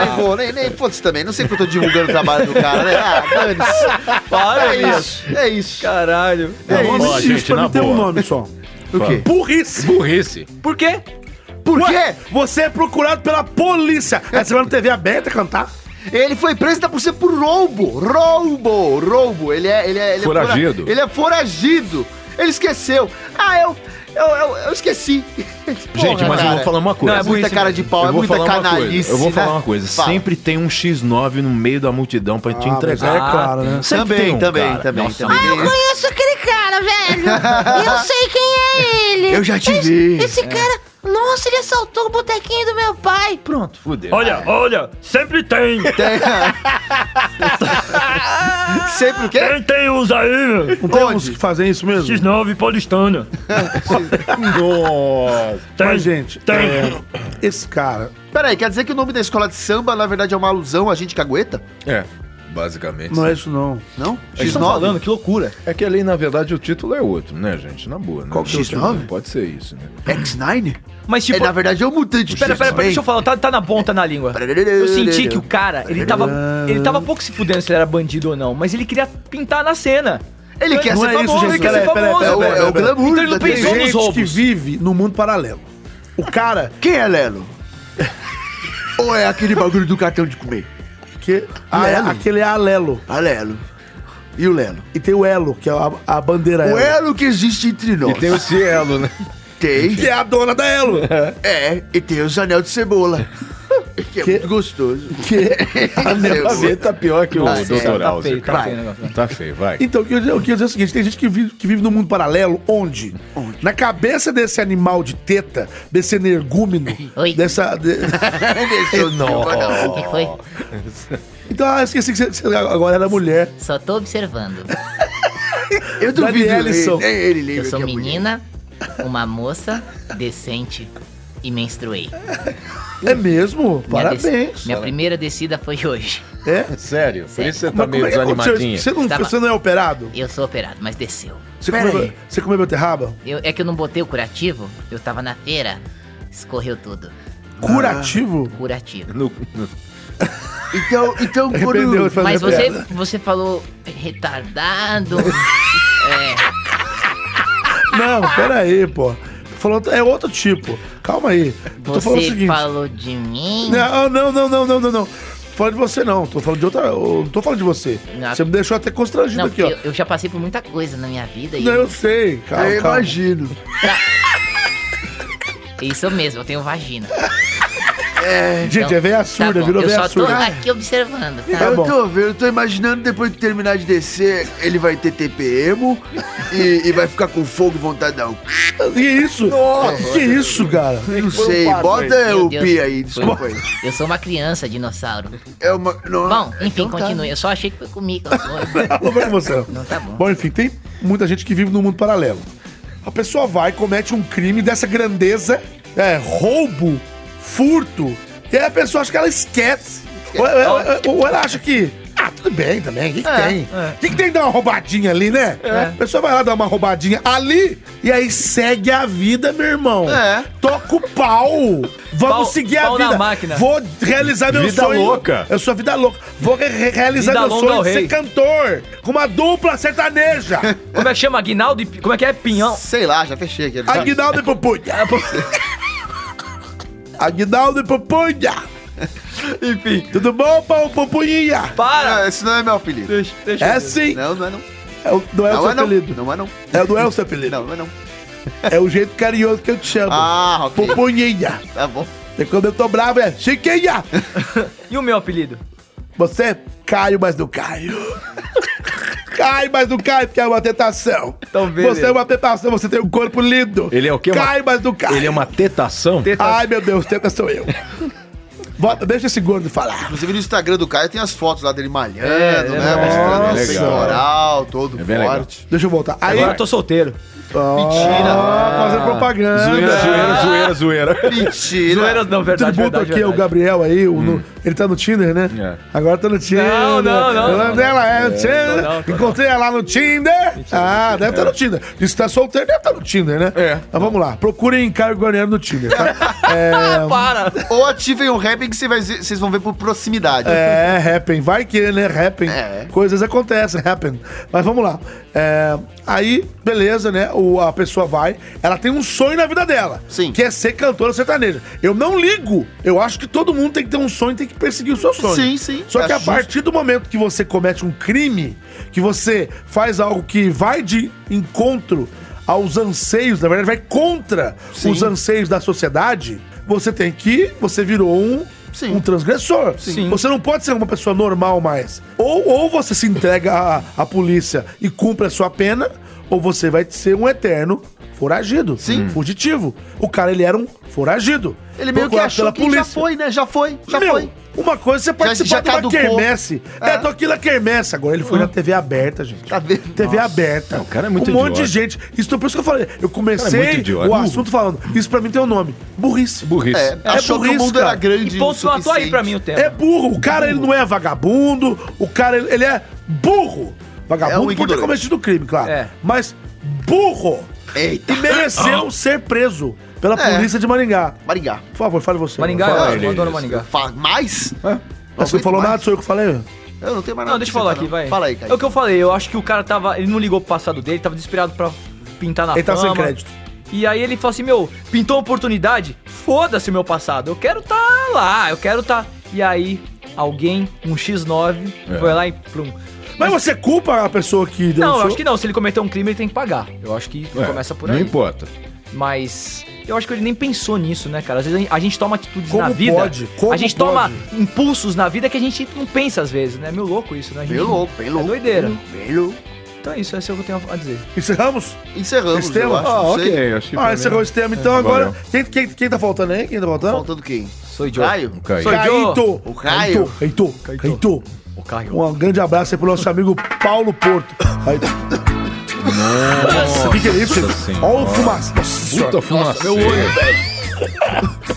D: nem vou. Nem, nem foda-se também. Não sei porque eu tô divulgando o trabalho do cara, né? Ah, dane-se.
A: Para,
D: é
A: bicho.
D: isso. É isso.
A: Caralho.
G: Tá
D: É
B: Não,
D: isso.
B: ó, gente, na boa.
G: *laughs*
B: só.
D: O quê?
B: Burrice.
G: Burrice.
A: Por quê?
B: Por quê? Você é procurado pela polícia. Aí você vai na TV
G: *laughs*
B: aberta cantar.
D: Ele foi preso tá por ser por roubo. Roubo, roubo. Ele é. Ele é ele é
G: Foragido.
D: fora- ele é foragido. Ele esqueceu. Ah, eu. Eu, eu, eu esqueci.
G: *laughs* Gente, mas eu vou falar uma coisa.
D: Não, é muita cara de pau,
G: Eu
D: é
G: vou
D: muita
G: falar uma coisa.
D: canalice.
G: Eu vou falar
D: né?
G: uma coisa.
D: Fala.
G: Sempre tem um X9 no meio da multidão pra te
D: Ah,
G: entregar.
D: mas é claro, né?
G: Sempre
D: Também,
G: tem um,
D: também,
G: cara.
D: também,
G: Nossa,
D: também.
G: mas-
D: Ah, eu
K: conheço aquele cara,
B: *laughs*
K: velho. Eu sei quem é ele.
G: Eu já te
K: esse,
G: vi.
K: Esse
G: É.
K: cara, nossa, ele assaltou o botequinho do meu pai. Pronto.
G: Fudeu.
F: Olha,
B: É.
F: olha, sempre
B: *laughs*
F: tem.
D: Tem. sempre o quê?
F: Tem, tem uns aí, meu.
B: Não tem uns que fazem isso mesmo?
F: X9
B: *laughs*
F: paulistana.
G: Nossa.
B: Mas, gente, é, esse cara.
D: Peraí, quer dizer que o nome da escola de samba, na verdade, é uma alusão a gente cagueta?
G: É, basicamente.
B: Não é isso, não.
D: Não? tá
G: É que
D: X9?
G: estão falando,
A: que loucura.
G: É que ali, na verdade, o título é outro, né, gente? Na boa, né?
D: Qual que é o
G: X9?
D: título?
G: Pode ser isso, né? *laughs*
D: X9?
A: Mas tipo.
D: É, na verdade, é um mutante.
A: Pera, pera, pera, deixa eu falar, tá, tá na ponta na língua. Eu senti que o cara, ele tava. Ele tava pouco se fudendo se ele era bandido ou não, mas ele queria pintar na cena.
D: Ele quer
A: Não
D: ser
A: é
D: famoso,
A: isso,
D: ele
A: gente.
D: quer ser
A: Pera, pera,
D: famoso.
A: pera, pera,
D: é o
A: pera.
D: glamour.
A: Então ele não
D: da TV.
A: pensou
B: Tem
A: nos
B: gente que
A: ovos.
B: vive no mundo paralelo. O cara.
D: Quem é Lelo? *laughs* Ou é aquele bagulho do cartão de comer?
B: Que, ah, é-
D: Lelo?
B: aquele é alelo.
D: Alelo. E o Lelo?
B: E tem o elo, que é a, a bandeira
D: O Elo que existe entre nós.
G: E tem o Cielo, né?
D: Tem.
B: Que é a dona da elo.
D: É, e tem os anel de cebola. *laughs* Que é
B: Que-
D: muito gostoso. *laughs* É,
B: Que é
D: Cebola.
G: tá pior que o
D: Tá certo,
G: Dr.
D: tá
G: Alzer.
D: feio, tá feio o
G: Vai. Tá feio, vai.
B: *laughs* Então, o que eu ia dizer- o que eu ia dizer é o seguinte: tem gente que vive, que vive num mundo paralelo onde, na cabeça desse animal de teta, desse energúmeno,
K: Oi.
B: dessa. de-
D: *laughs*
B: *laughs*
D: Deixou
K: O que foi?
B: então, ah, esqueci que você- você agora era mulher.
K: Só tô
B: *laughs*
K: observando.
D: Eu duvido.
B: Danielison.
D: Ele, ele lembra
K: Eu sou
D: que é mulher.
K: menina, uma moça decente
M: e menstruei.
B: É mesmo?
M: Minha
B: Parabéns.
M: desci- Minha primeira descida foi hoje.
B: É?
C: Sério?
M: Sério.
B: Mas como é que aconteceu? Você não,
M: Tava-
B: você não é operado?
M: Eu sou operado, mas desceu.
B: Você
M: Pera
B: comeu,
M: aí.
B: você comeu beterraba?
M: Eu- é que eu não botei o curativo, eu tava na feira, escorreu tudo.
B: Curativo?
M: Ah, curativo.
D: Então,
B: *laughs*
D: então
B: Arrependeu de fazer
M: Mas
B: a
M: você,
B: piada.
M: você falou
B: *laughs*
M: retardado. é.
B: Não, peraí, pô. Falou, é outro tipo. Calma aí. Eu tô falando o
M: Você
B: seguinte.
M: falou de mim.
B: Não, ah, não, não, não, não, não, não. Falando de você, não. Tô falando de outra. eu não tô falando de você.
M: Não.
B: Você me deixou até constrangido
M: Não,
B: aqui,
M: porque
B: ó.
M: eu, eu já passei por muita coisa na minha vida. E
B: Não, eu sei. Calma,
M: Eu
B: calma.
D: imagino.
M: é Isso mesmo, eu tenho
B: *laughs*
M: vagina.
B: Gente,
M: Então,
B: é veia surda,
M: bom,
B: virou
M: eu
B: veia
M: só tô
B: surda.
M: aqui observando, tá?
D: eu tô vendo, eu tô imaginando depois de terminar de descer, ele vai ter TPM e, e vai ficar com fogo e vontade de dar um.
B: Que isso?
D: Nossa.
B: Que isso, cara? um
D: Não
H: um
D: sei, bota
M: Meu
D: o
M: Deus. um
D: pi aí, desculpa aí.
M: Eu sou uma criança, dinossauro.
D: É uma.
M: Bom, enfim,
D: então tá.
M: continue. Eu só achei que foi comigo. eu
B: *laughs*
M: sou-
B: Não vai com você. Não
M: tá bom.
B: Bom, enfim, tem muita gente que vive num mundo paralelo. A pessoa vai, comete um crime dessa grandeza, é, roubo, furto, e aí a pessoa acha que ela esquece. Ou, ou- ou- ou ela acha que. Ah, tudo bem também, o que, que
L: É,
B: tem? O
L: é.
B: que, que tem que dar uma roubadinha ali, né?
L: É.
B: A pessoa vai lá dar uma roubadinha ali e aí segue a vida, meu irmão. É. Toca o pau. Vamos
A: Pau-
B: seguir a
A: pau na
B: vida.
A: máquina.
B: Vou realizar meu
A: Vida
B: sonho.
A: louca.
B: Eu sou vida louca. Vou re- re- realizar
A: Vida
B: meu
A: longa
B: sonho
A: ao
B: de ser
A: rei.
B: cantor com uma dupla
A: *laughs*
B: sertaneja.
A: Como é que chama? Aguinaldo e... Pi- Como é que é? Pinhão?
D: Sei lá, já fechei aqui.
B: Aguinaldo e Pupunha. Aguinaldo
A: *laughs*
B: e Pupunha.
D: Enfim.
B: Tudo bom, pão Pupunhinha?
A: Para!
D: esse não é meu apelido.
B: é sim.
D: Não, não é não.
B: É o, não é o
D: Não
B: seu
D: é não.
B: apelido.
D: Não é não.
B: É, não é o seu apelido.
D: Não, não é não.
B: É o jeito carinhoso que eu te chamo.
D: Ah, ok.
B: Pupunhinha.
D: Tá bom.
B: E quando eu tô bravo é Chiquinha.
A: *laughs* E o meu apelido?
B: Você Caio, mas não Caio. Cai, mas não cai, porque é uma tentação.
A: Então, beleza.
B: Você é uma tentação, você tem um corpo lindo.
G: Ele é o quê? Uma-
B: Cai, mas não cai.
G: Ele é uma tetação?
B: Ai, meu Deus, tenta sou eu. Volta, deixa esse gordo falar.
D: Inclusive no Instagram do Caio tem as fotos lá dele malhando,
B: É,
D: né?
B: é verdade.
D: Mostrando
B: Nossa.
D: o peitoral,
G: É
D: todo forte.
B: Deixa eu voltar. Aí,
A: Agora eu tô solteiro.
B: Mentira. fazendo propaganda.
G: Zoeira, zoeira, zoeira, zoeira.
D: Mentira.
A: Zoeiras não, verdade,
B: Tributo
A: verdade,
B: aqui é o Gabriel aí, o no- ele tá no Tinder, né? Agora tá no Tinder.
A: Não, não, não.
B: O nome dela é
A: É,
B: o Tinder.
A: não, não, não.
B: Encontrei ela no Tinder. Ah, deve estar tá no Tinder. E se tá solteiro, deve estar tá no Tinder, né? É. Mas vamos lá, procurem Caio Guarnieri no Tinder, tá?
D: *laughs*
B: é...
A: Para!
D: Ou ativem o Rappen que cê vai ver- vocês vão ver por proximidade.
B: É, happen. Vai que, né? Happen.
D: É.
B: Coisas acontecem, happen. Mas vamos lá. É, aí, beleza, né? O, a pessoa vai. Ela tem um sonho na vida dela. Sim. Que é ser cantora sertaneja. Eu não ligo. Eu acho que todo mundo tem que ter um sonho, tem que perseguir o seu sonho.
D: Sim, sim.
B: Só
D: Tá
B: que a
D: justo.
B: partir do momento que você comete um crime, que você faz algo que vai de encontro aos anseios, na verdade, vai contra
L: Sim.
B: os anseios da sociedade, você tem que. Você virou um. Um transgressor.
L: Sim.
B: Você não pode ser uma pessoa normal mais. Ou, ou você se entrega à, à polícia e cumpre a sua pena, ou você vai ser um eterno foragido. Sim. Fugitivo. O cara, ele era um foragido.
D: Ele meio que
B: Procurado
D: achou
B: pela
D: que já foi, né? Já foi, já
B: Meu,
D: foi.
B: Uma coisa, é você participar
D: já
B: de uma
D: caducou. Uhum.
B: quermesse. É, tô aqui na quermesse agora. Ele foi na TV aberta, gente.
D: Tá
B: TV aberta.
G: O cara é muito
B: Um monte
G: idiota.
B: de gente. Isso, por isso que eu falei. Eu
G: Cara, é
B: comecei
G: muito idiota.
B: o assunto falando. Isso pra mim tem um nome. Burrice.
G: Burrice.
D: É, achou que o mundo era grande E pontuatou o suficiente. aí pra mim o tema.
B: É burro. O cara, ele não é vagabundo. O cara, ele, ele é burro.
D: É um
B: Vagabundo por ter
D: ignorante.
B: cometido crime, claro.
D: É.
B: Mas burro.
D: Eita. Ah.
B: E mereceu ser preso pela
D: É.
B: polícia de Maringá.
D: Maringá.
B: Por favor, fale você.
D: Maringá,
B: Fala
D: eu
B: ele.
D: adoro Maringá. Fala mais?
A: Tá,
B: Mas você não falou nada, sou eu que falei?
D: Eu não tenho mais nada.
A: Não, deixa eu falar aqui, vai.
D: Fala aí,
A: É
D: Caio.
A: o que eu falei, eu acho que o cara tava. Ele não ligou pro passado dele, tava desesperado pra pintar na
B: Ele tava
A: fama.
B: sem crédito.
A: E aí ele falou assim: meu, pintou uma oportunidade? Foda-se o meu passado, eu quero tá lá, eu quero tá. E aí, alguém, um X9,
B: É.
A: foi lá e plum.
B: Mas você culpa a pessoa que denunciou?
A: Não, eu acho que não. Se ele cometer um crime, ele tem que pagar. Eu acho que
B: É,
A: começa por
B: não
A: aí.
G: importa.
A: Mas eu acho que ele nem pensou nisso, né, cara? Às vezes a gente- a gente toma atitudes
B: Como
A: na vida.
B: pode? Como
A: a gente
B: pode?
A: toma impulsos na vida que a gente não pensa às vezes, né? É meio louco isso, né? A gente-
D: Meio louco, meio louco.
A: É doideira.
D: Meio louco.
A: Então é isso, é isso que eu tenho a dizer.
B: Encerramos?
D: Encerramos,
B: Esse tema?
D: eu acho,
B: ah,
D: não
B: ok.
D: sei.
G: achei
B: ah,
G: pra
B: encerrou
G: mim.
B: esse tema. Então
G: É,
B: agora,
G: valeu.
B: quem, quem, quem tá faltando aí? Quem tá faltando?
D: Faltando quem?
A: Sou
D: Joe. Caio?
B: Caio.
D: Sou
B: Caíto.
D: Joe. O Caio.
B: Caíto. Caíto.
A: O Caio.
B: Um grande abraço aí pro nosso amigo Paulo Porto. Aí- Nossa, o que, que é isso?
G: Senhora.
B: Olha o fumaça. Nossa
G: Puta
B: senhora.
G: fumaça. É.
B: Nossa, meu olho. Que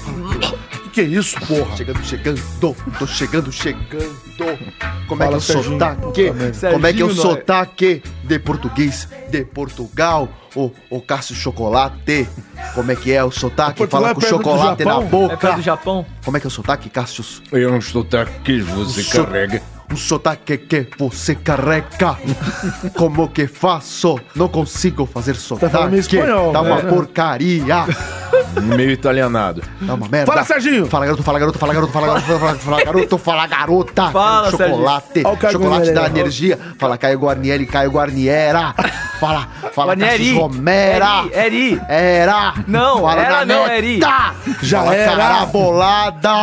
B: que é isso, porra?
D: Chegando, chegando, tô chegando, chegando. Como é que
B: Fala,
D: é o
B: Serginho.
D: sotaque?
B: Puta merda.
D: Como é que é o
B: Serginho, não é?
D: sotaque de português de Portugal? Ô, ô Cássio Chocolate, como é que é o sotaque? Fala
A: é
D: com
A: perto do
D: chocolate na
A: Japão?
D: boca.
A: É perto do Japão.
D: Como é que é o sotaque, Cássio?
C: É um sotaque que você
D: So-
C: carrega.
D: Um sotaque que você carrega. Como que faço? Não consigo fazer sotaque.
C: falando meio espanhol,
D: Tá
C: né?
D: uma porcaria.
G: Um Meio italianado.
D: Tá uma merda.
G: Fala,
D: Serginho. Fala, garoto, fala, garoto, fala, garoto, fala, garoto, fala, fala, fala, garoto, fala, garota.
A: *laughs* Fala,
D: Chocolate.
A: Serginho. Olha o né? Caio
D: Chocolate
A: Guarnieri,
D: da
A: ó.
D: energia. Fala, Caio Guarnieri, Caio
A: *laughs*
D: Guarniera. Fala, fala,
A: Guarnieri.
D: Cássio Romera.
A: Eri.
D: Era.
A: Não,
D: Fala
A: era
D: da
A: não,
D: neta.
A: Eri.
D: Já Fala, era.
A: *laughs*
D: Carabolada.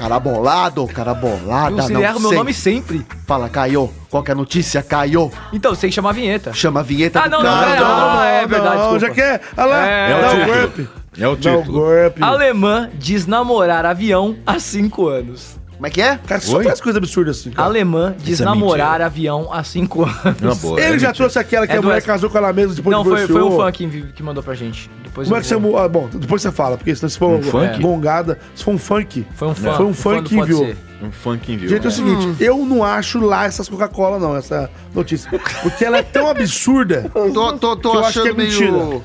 D: Carabolado, carabolada,
A: Eu, se ele erra o meu nome
D: sempre. Fala, Caio. Qual que é a notícia, Caio?
A: Então, você tem que chamar a vinheta.
D: Chama a vinheta.
A: Ah,
D: do
A: não, não,
D: cara.
A: não, não, não, é verdade, desculpa.
B: já que é- olha lá,
A: É,
D: tá
A: é o
B: dá o
A: título.
B: golpe.
G: É o
B: Dá o
G: título.
B: golpe.
A: Alemã diz namorar avião há 5 anos.
D: Como é que é?
B: Cara, só faz coisa absurda assim. cara.
A: Alemã diz
B: Isso é
A: namorar avião há 5 anos.
B: Não, boa, Ele é já mentira. trouxe aquela que a mulher casou com ela mesma, depois
A: Não, foi, foi
B: divorciou.
A: um fã que, que mandou pra gente. Depois
B: Como
A: eu
B: é que você.
A: vou-
B: mu- Ah, bom, depois você fala, porque senão se for
A: Um funk?
B: gongada, se for um funk.
A: Foi um fã.
B: Foi um
A: um fã
B: funk
A: do
B: que
A: Pode
B: enviou.
A: Ser.
G: Um Hum. funk enviou.
B: Gente, é o seguinte,
D: Hum.
B: eu não acho lá essas Coca-Cola, não, essa notícia. Porque ela é
D: *laughs*
B: tão absurda.
D: Tô, tô, tô
B: que eu acho
D: achando
B: que é mentira.
D: meio...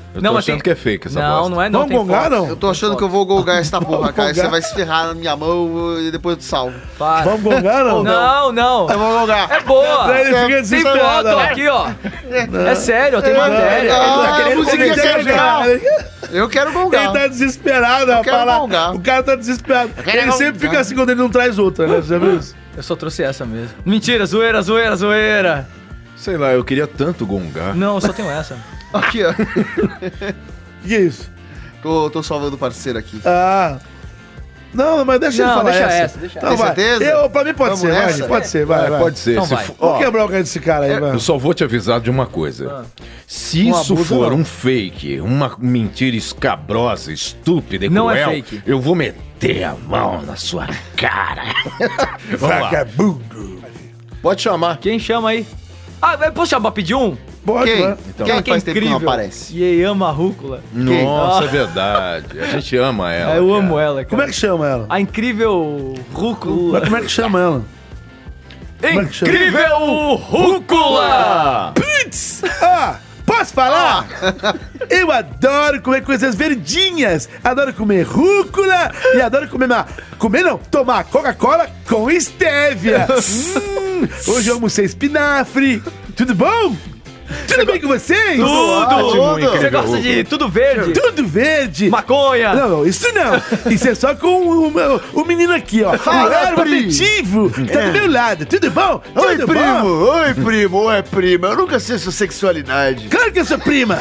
B: Vamos gongar, não?
D: Eu tô achando que eu vou golgar essa porra, cara.
B: gongar.
D: Você vai se ferrar na minha mão e depois eu te salvo.
A: Para.
B: Vamos gongar, não?
A: Não, não.
D: Eu vou golgar.
A: É boa.
B: Ele fica
A: Tem
B: desesperado. né?
A: foto
B: ó.
A: aqui, ó.
B: Não.
A: É sério, ó, tem
B: Não,
A: matéria.
B: não,
A: Ele tá querendo
B: Ah, musiquinha
A: convencer a
B: legal.
A: gente.
D: Eu quero
B: golgar. Ele tá desesperado, rapaz.
A: quero
B: lá.
A: golgar.
B: O cara tá desesperado.
A: quero
B: Ele sempre
A: golgar.
B: fica assim quando ele não traz outra, né? Você já viu isso?
A: Eu só trouxe essa mesmo. Mentira, zoeira, zoeira, zoeira.
G: Sei lá, eu queria tanto gongar.
A: Não, eu só um tenho essa.
D: Aqui, ó.
B: *laughs* que isso?
D: Tô, tô salvando o parceiro aqui.
B: Ah. Não, mas deixa
D: Não,
B: ele falar
D: deixa
B: essa.
D: essa, deixa
B: Não,
D: essa.
B: vai.
D: Tem certeza?
B: Eu, pra mim pode
D: Vamos
B: ser, vai,
D: nessa? É,
B: pode ser, vai,
G: É,
B: vai.
G: pode ser,
B: Então
G: se
B: vai.
G: for-
B: Vou
G: ó.
B: quebrar o cara desse cara aí, vai. Ah.
G: Eu só vou te avisar de uma coisa. Se
B: Uma
G: isso
B: abusa,
G: for
B: não.
G: um fake, uma mentira escabrosa, estúpida e
A: Não é
G: cruel,
A: fake.
G: eu vou meter a mão na sua cara. Vamos lá.
D: Pode chamar.
A: Quem chama aí? Ah, eu posso chamar pedir um?
B: Pode,
A: Quem?
G: né?
A: Então,
G: Então.
A: quem
G: Quem faz tempo que não
D: aparece?
A: Yeyama Rúcula.
B: Ah.
G: Nossa, é
A: velho.
G: verdade. A gente ama ela.
A: eu amo ela, cara.
B: Como é que chama ela?
A: A incrível Rúcula.
B: Mas como é que chama ela? é
A: Incrível Rúcula! Ah.
B: Putz! Ah, posso falar? Eu adoro comer coisas verdinhas. Adoro comer rúcula e adoro comer ma... Comer não, tomar Coca-Cola com
A: *laughs*
B: estévia. Hum, hoje eu almocei espinafre. Tudo bom? Tudo bem com vocês?
A: Tudo! Ótimo, Você gosta incrível de rúcula. tudo verde?
B: Tudo verde!
A: Maconha!
B: Não, não, isso não! Isso é só com o, o, o menino aqui, ó.
D: Fala,
B: o verbo
D: Pri.
B: afetivo! que
A: É.
B: Tá do meu lado, tudo bom?
D: É. Oi,
B: Tudo
D: primo!
B: bom?
D: Oi, primo! Oi, prima! Eu nunca sei sua sexualidade.
B: Claro que eu
D: *laughs*
B: sou prima!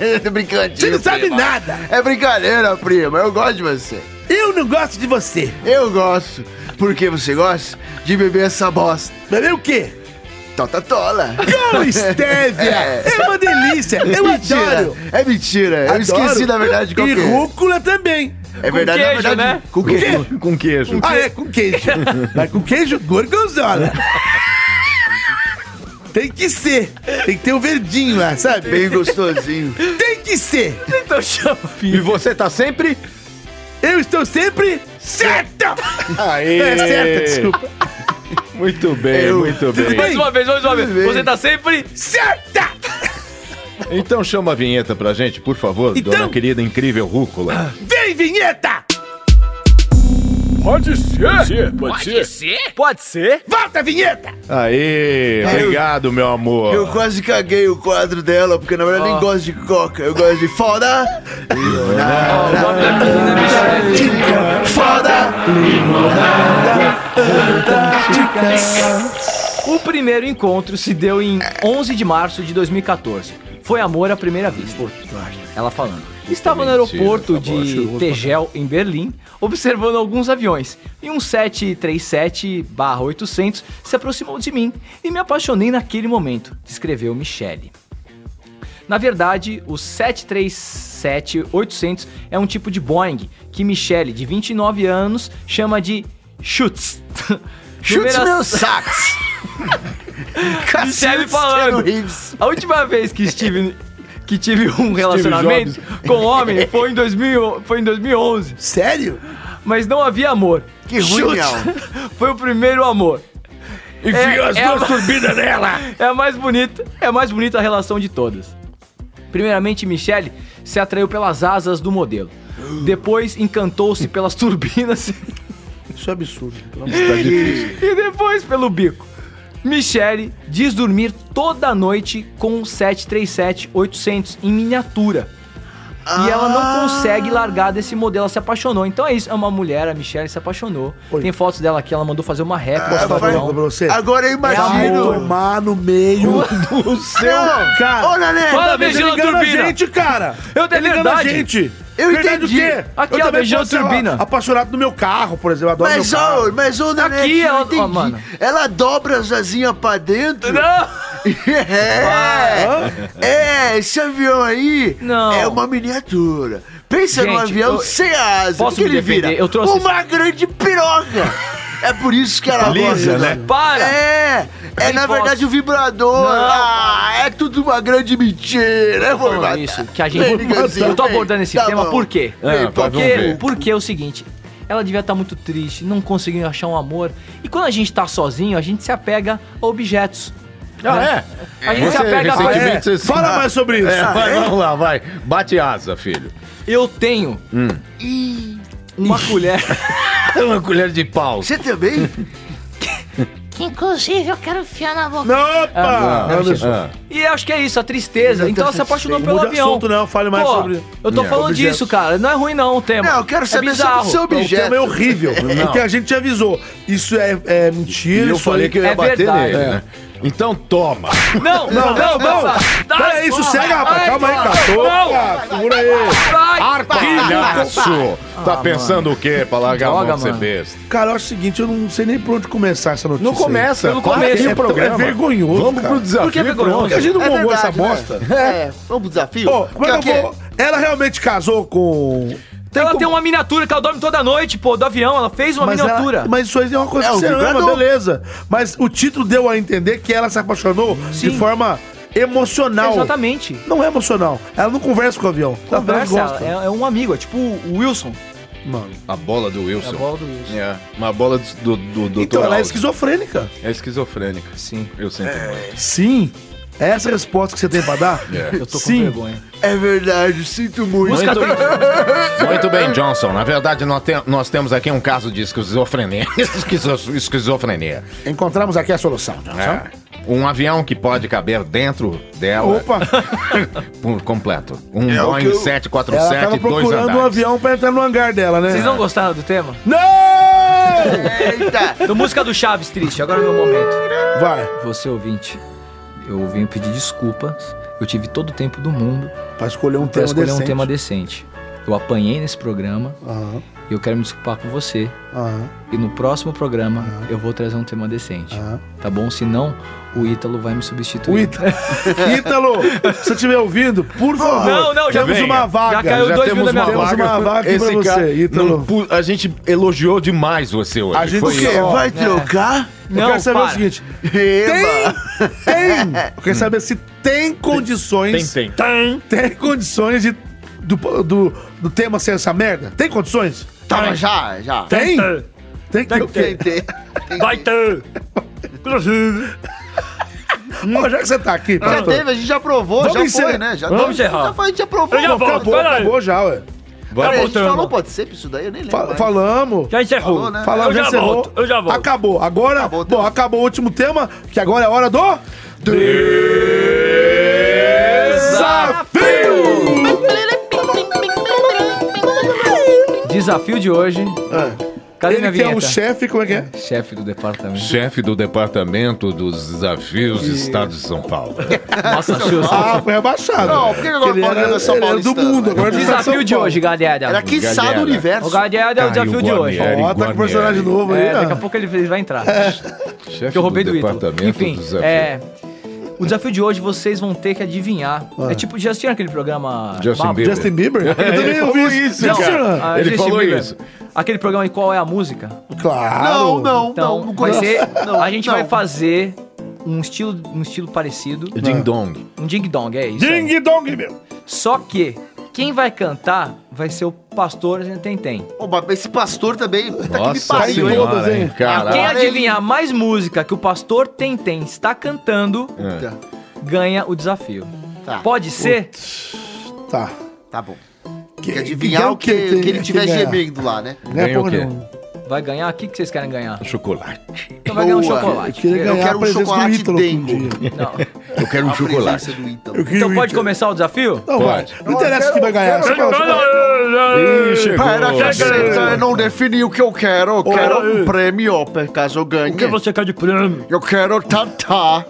D: é brincadeira.
B: Você não sabe
D: prima.
B: nada.
D: É brincadeira, prima. Eu gosto de você.
B: Eu não gosto de você.
D: Eu gosto. Porque você gosta de beber essa bosta.
B: Beber o quê?
D: Tota tola.
B: Com
D: *laughs*
B: estévia!
D: É.
B: É uma delícia! Eu
D: mentira.
B: adoro!
D: É mentira. Eu
B: Adoro.
D: esqueci, na verdade, qual
B: E
D: que é.
B: rúcula também! né?
D: É verdade, na verdade. Com queijo.
G: Com queijo.
B: Ah, é, com queijo. Mas com queijo gorgonzola. Tem que ser. Tem que ter o verdinho lá, sabe?
D: Bem gostosinho.
B: Tem que ser.
A: Então chama,
G: E você tá sempre?
B: Eu estou sempre certa. *laughs*
G: Aê!
B: É certa, desculpa. É
G: Muito bem, muito bem.
A: Mais uma vez, mais uma vez. Você tá sempre...
B: Certa!
G: Então chama a vinheta pra gente, por favor,
B: Então-
G: dona querida incrível rúcula.
B: Vem, vinheta!
E: Pode ser.
G: Pode ser.
A: ser? Pode ser?
B: Volta, vinheta!
G: Aê,
D: Eu-
G: obrigado, meu amor.
D: Eu quase caguei o quadro dela, porque na verdade eu nem gosto de coca, eu gosto de foda. Limonada. Foda.
A: O primeiro encontro se deu em 11 de março de 2014. Foi amor à primeira vista. Ela falando. Estava no aeroporto de Tegel, em Berlim, observando alguns aviões. E um 737-800 se aproximou de mim e me apaixonei naquele momento, descreveu Michele. Na verdade, o 737-800 é um tipo de Boeing que Michele, de 29 anos, chama de Schutz.
D: Chutes
A: Numera- *laughs*
D: meus sacos.
A: Michele falando. A última vez que estive que tive um relacionamento com um homem foi em, 2000, foi em 2011.
B: Sério?
A: Mas não havia amor.
D: Que ruim,
A: Chutes.
D: Miau.
A: *laughs* Foi o primeiro amor.
L: Enfiou as duas
A: É, a- *laughs*
L: turbinas nela.
A: É a mais bonita, é a mais bonita relação de todas. Primeiramente, Michelle se atraiu pelas asas do modelo. Depois, encantou-se pelas turbinas.
B: *laughs* Isso é absurdo. Pelo amor de Deus.
A: e depois pelo bico. Michele diz dormir toda noite com um 737-800 em miniatura. E ela
B: Ah.
A: não consegue largar desse modelo, ela se apaixonou. Então é isso, é uma mulher, a Michelle se apaixonou. Tem fotos dela aqui, ela mandou fazer uma réplica.
B: Posso falar uma coisa pra você?
D: Ah, Agora eu
B: Vai tomar no meio do seu
D: Não.
B: cara.
D: Ô, Nanete.
B: Fala,
D: Fala,
B: beijando
D: beijando
B: a
D: turbina.
B: gente, cara.
A: Eu
B: Tá
A: tenho
B: ligando a
A: verdade.
B: gente.
D: Eu
B: Verdade
D: entendi.
B: o quê?
D: Aqui,
B: eu
D: ó,
B: também
D: beijando
B: posso ser
D: turbina.
B: apaixonado no meu carro, por exemplo. eu Adoro
D: Mas,
B: meu carro.
D: ô, mas, ô, Nanete,
A: Aqui, é
D: eu
A: ó, ó,
D: entendi.
A: mano.
D: Ela dobra as asinhas pra dentro? *laughs*
A: Não.
D: é. É, esse avião aí
A: Não.
D: é uma miniatura. Pensa num
A: Gente,
D: avião
A: eu-
D: sem asa.
A: Posso
D: o que
A: me
D: ele
A: defender?
D: vira?
A: Eu trouxe
D: Uma grande piroca. É por isso que ela
L: Lisa,
D: gosta,
L: né?
A: Para!
D: É, é
A: Nem
D: na
A: posso.
D: verdade o vibrador.
A: Não.
D: Ah, é tudo uma grande
B: né,
D: mentira. Eu
A: Eu tô
D: vou
A: falando
D: matar.
A: isso, que a
D: Vem,
A: *laughs* gente.
D: Nicozinho,
A: eu tô
D: vem.
A: abordando esse
D: Tá
A: tema
D: bom.
A: por quê?
D: Vem,
G: Ah,
D: por
G: vamos
D: quê?
G: ver.
A: Porque é o seguinte, ela devia estar muito triste, não conseguindo achar um amor. E quando a gente tá sozinho, a gente se apega a objetos. né? A gente se
G: Ah, é? Você,
A: apega a coisas.
G: recentemente, você-
B: Fala mais sobre isso.
G: É, vai,
B: É?
G: vamos lá, vai. Bate asa, filho.
A: Eu tenho
G: Hum. *laughs*
A: uma colher.
G: Uma colher de pau.
D: Você também?
K: Que inclusive eu quero enfiar na boca.
B: Não,
G: Ah,
B: opa!
G: ah,
B: Anderson.
G: ah.
A: E eu acho que é isso, a tristeza. Então ela se apaixonou
B: Não
A: pelo
B: muda
A: avião.
B: assunto, não. Fale mais
A: Pô,
B: sobre-
A: Eu tô
G: Yeah.
A: falando
B: Objetos.
A: disso, cara. Não é ruim, não, o tema.
D: Não, eu quero saber
A: é
D: sobre o
A: bizarro.
D: seu
B: O
D: objeto.
B: tema *laughs* é
D: *laughs*
B: horrível.
G: Não.
B: Porque a gente te avisou. Isso é, é mentira.
G: E eu
B: isso
G: falei
B: aí-
G: que eu ia
A: é
G: bater
A: verdade.
G: nele, né? Então toma.
A: Não, não, não, não. Dá-
B: Peraí, sossega, rapaz.
A: Ai,
B: Calma aí,
A: porra.
B: cara.
A: Não.
B: Opa,
C: Ah,
B: Segura aí.
A: Vai,
G: Arquilhaço. Tá pensando o quê pra largar
A: Droga,
G: a mão de ser
A: mano.
G: besta?
B: Cara, eu acho o seguinte, eu não sei nem por onde começar essa notícia.
G: Não
B: aí.
G: começa.
A: Pelo
G: para
A: começo.
G: aí
B: É,
G: o programa.
B: é vergonhoso,
G: Vamos
B: cara.
G: pro desafio.
A: Por que é vergonhoso?
G: pronto.
B: Porque a gente não
D: É
B: bombou
D: verdade,
B: essa
D: né?
B: bosta.
D: É, vamos pro desafio?
B: Pô, como é que eu vou... Ela realmente casou com...
A: ela
B: como-
A: tem uma miniatura que ela dorme toda noite, pô, do avião. Ela fez uma
B: mas,
A: miniatura.
B: ela, mas isso aí é uma coisa
D: É,
B: que
D: o
B: você ama,
D: vibrador.
B: beleza. Mas o título deu a entender que ela se apaixonou de
A: Sim.
B: forma emocional.
A: Exatamente.
B: Não é emocional. Ela não conversa com o avião. Ela apenas
A: Conversa, ela
B: gosta.
A: é, é um amigo, é tipo o Wilson.
B: Mano.
G: A bola do Wilson.
A: A bola do Wilson.
G: É, uma bola do, do, do
B: Então
G: Dr.
B: ela é
G: Alves.
B: esquizofrênica.
G: É esquizofrênica.
A: Sim.
G: Eu sinto muito.
B: Sim. É essa a resposta que você tem pra dar?
G: É.
A: Eu tô com
B: Sim. Então,
A: vergonha.
D: É verdade, sinto muito.
A: Música triste.
G: Muito bem, Johnson. Na verdade, nós, te- nós temos aqui um caso de esquizofrenia. *laughs* Esquizo- esquizofrenia.
B: Encontramos aqui a solução.
G: É. Um avião que pode caber dentro dela
B: Opa,
G: por completo. Um
D: É o
G: Boeing
D: que eu-
B: ela
G: 747,
B: tava
G: dois
B: procurando
G: andares.
B: um avião pra entrar no hangar dela, né?
A: Vocês não gostaram do tema?
B: Não!
D: Eita.
A: Do Então, música do Chaves, triste. Agora é meu momento.
B: Vai,
A: Você, ouvinte, eu venho pedir desculpas. Eu tive todo o tempo do mundo
B: pra escolher um
A: pra
B: tema
A: escolher
B: decente.
A: um tema decente. Eu apanhei nesse programa
B: Aham,
A: e eu quero me desculpar com você.
B: aham,
A: E no próximo programa eu vou trazer um tema decente.
B: aham.
A: Tá bom? Senão o Ítalo vai me substituir. *laughs*
B: O Ítalo. Ítalo, se você estiver ouvindo, por favor.
A: Não, não, já
B: Temos
G: venha.
B: uma vaga.
A: Já caiu
G: Já
A: dois mil
G: temos
A: da minha
G: uma
B: Temos
G: vaga.
B: uma vaga aqui pra
G: Esse cara
B: você, Ítalo.
G: não pu- a gente elogiou demais você hoje.
B: A gente-
G: Foi né?
D: O quê?
B: isso.
D: Vai trocar?
B: Eu
A: É. Não,
B: quero saber
A: para.
B: o seguinte.
D: Eba.
B: Tem! Eu quero saber se tem condições.
G: Tem,
F: Tem.
B: Tem condições de, do, do, do tema ser essa merda? Tem condições?
D: Tá, mas já, já.
B: Tem?
A: Tá,
F: ter.
B: Tem que ter o quê?
D: Tentei.
F: Vai ter. Inclusive.
B: Ó, já que você tá aqui,
D: Já
B: pastor.
D: teve, a gente já provou,
B: Vamos
D: já
B: encerrar.
D: foi, né? Já
F: Vamos
D: já-
F: encerrar.
D: Já foi, a gente já provou.
F: Eu já
D: Não,
F: volto,
D: acabou.
F: peraí.
B: Acabou já, ué.
D: Peraí,
F: Vai
D: a gente
F: voltando.
D: falou, pode ser isso daí? Eu nem lembro.
B: Fa-
D: mais.
B: falamos.
F: Já encerrou.
D: Falou, né?
B: Falamos,
F: eu
B: já
F: já
B: encerrou.
F: volto, eu já volto.
B: Acabou. Agora,
D: Acabou o
B: bom,
D: tema.
B: acabou o último tema, que agora é a hora do... Desafio!
A: Desafio de hoje. Cadê
B: Ah. Ele
A: minha
B: que é
A: vinheta?
B: o chefe, como é que é?
A: Chefe do
D: *laughs*
A: departamento.
G: Chefe do Departamento dos Desafios do Estado de São Paulo.
A: Massachusetts.
B: Ah, foi rebaixado.
D: Não, por que agora
B: Ele
D: pode
B: era,
D: era só
B: ele era do
D: paulistano,
B: mundo,
D: né?
B: agora ele tá em São
A: Desafio de
B: Paulo.
A: hoje, galera.
D: Era que
G: Galera.
D: do universo.
A: O Gadiel é o
G: Caio
A: desafio de hoje.
G: Guarnieri,
B: Ó, tá com
G: Guarnieri.
B: personagem novo aí,
A: É, daqui a
B: ó.
A: pouco ele, ele vai entrar.
B: *laughs*
G: Chefe
A: que eu roubei do, Ítalo.
G: Departamento
A: Enfim,
G: dos Desafios.
A: é. O desafio de hoje vocês vão ter que adivinhar. É tipo, já assistiram aquele programa.
G: Justin
A: Babo?
G: Bieber.
B: Ah.
G: É,
B: Justin Bieber? Eu também
G: falou
B: ouvi isso.
G: isso,
B: Justin-
G: cara.
A: Ah,
G: Ele
A: Justin
G: falou
A: Bieber.
G: isso.
A: Aquele programa em qual é a música?
B: Claro.
D: Não, não, não,
A: Então,
D: não
A: vai
D: conheço.
A: ser,
D: Não,
A: a gente
D: não.
A: vai fazer um estilo, um estilo parecido.
G: É Ding dong.
A: Um ding dong, é isso. Ding
B: Ah. dong, meu.
A: Só que quem vai cantar vai ser o pastor Zentem.
D: Ô, mas esse pastor também. Puta que me
A: Nossa
D: pariu, hein?
A: senhora, hein?
D: Caralho.
A: Quem adivinhar mais música que o pastor Tentem está cantando,
D: É.
A: ganha o desafio. Pode ser?
B: Tá.
D: Tá bom.
A: Que,
D: que adivinhar que é o o que- que- que que ele tiver ganha? gemendo lá, né?
B: é
A: Ganha o
D: Ganha um. porra
A: quê?
D: nenhuma.
A: Vai ganhar? O que, que vocês querem ganhar?
G: Chocolate.
A: Então vai ganhar um
D: Boa.
A: chocolate.
D: Eu queria ganhar a presença do Ítalo pra um
A: dengo. Não.
G: Eu quero um chocolate.
A: Então pode começar o desafio?
D: Então
G: Não, Pode.
B: Não interessa quem vai
D: um
B: ganhar. só pra-
G: Ih, chegou.
D: Para caceta,
B: Chegou.
D: então eu não defini o que eu quero. Eu quero um prêmio, por caso eu ganhe. O que você
F: quer de prêmio?
D: Eu quero tatá.
F: O
B: Ah,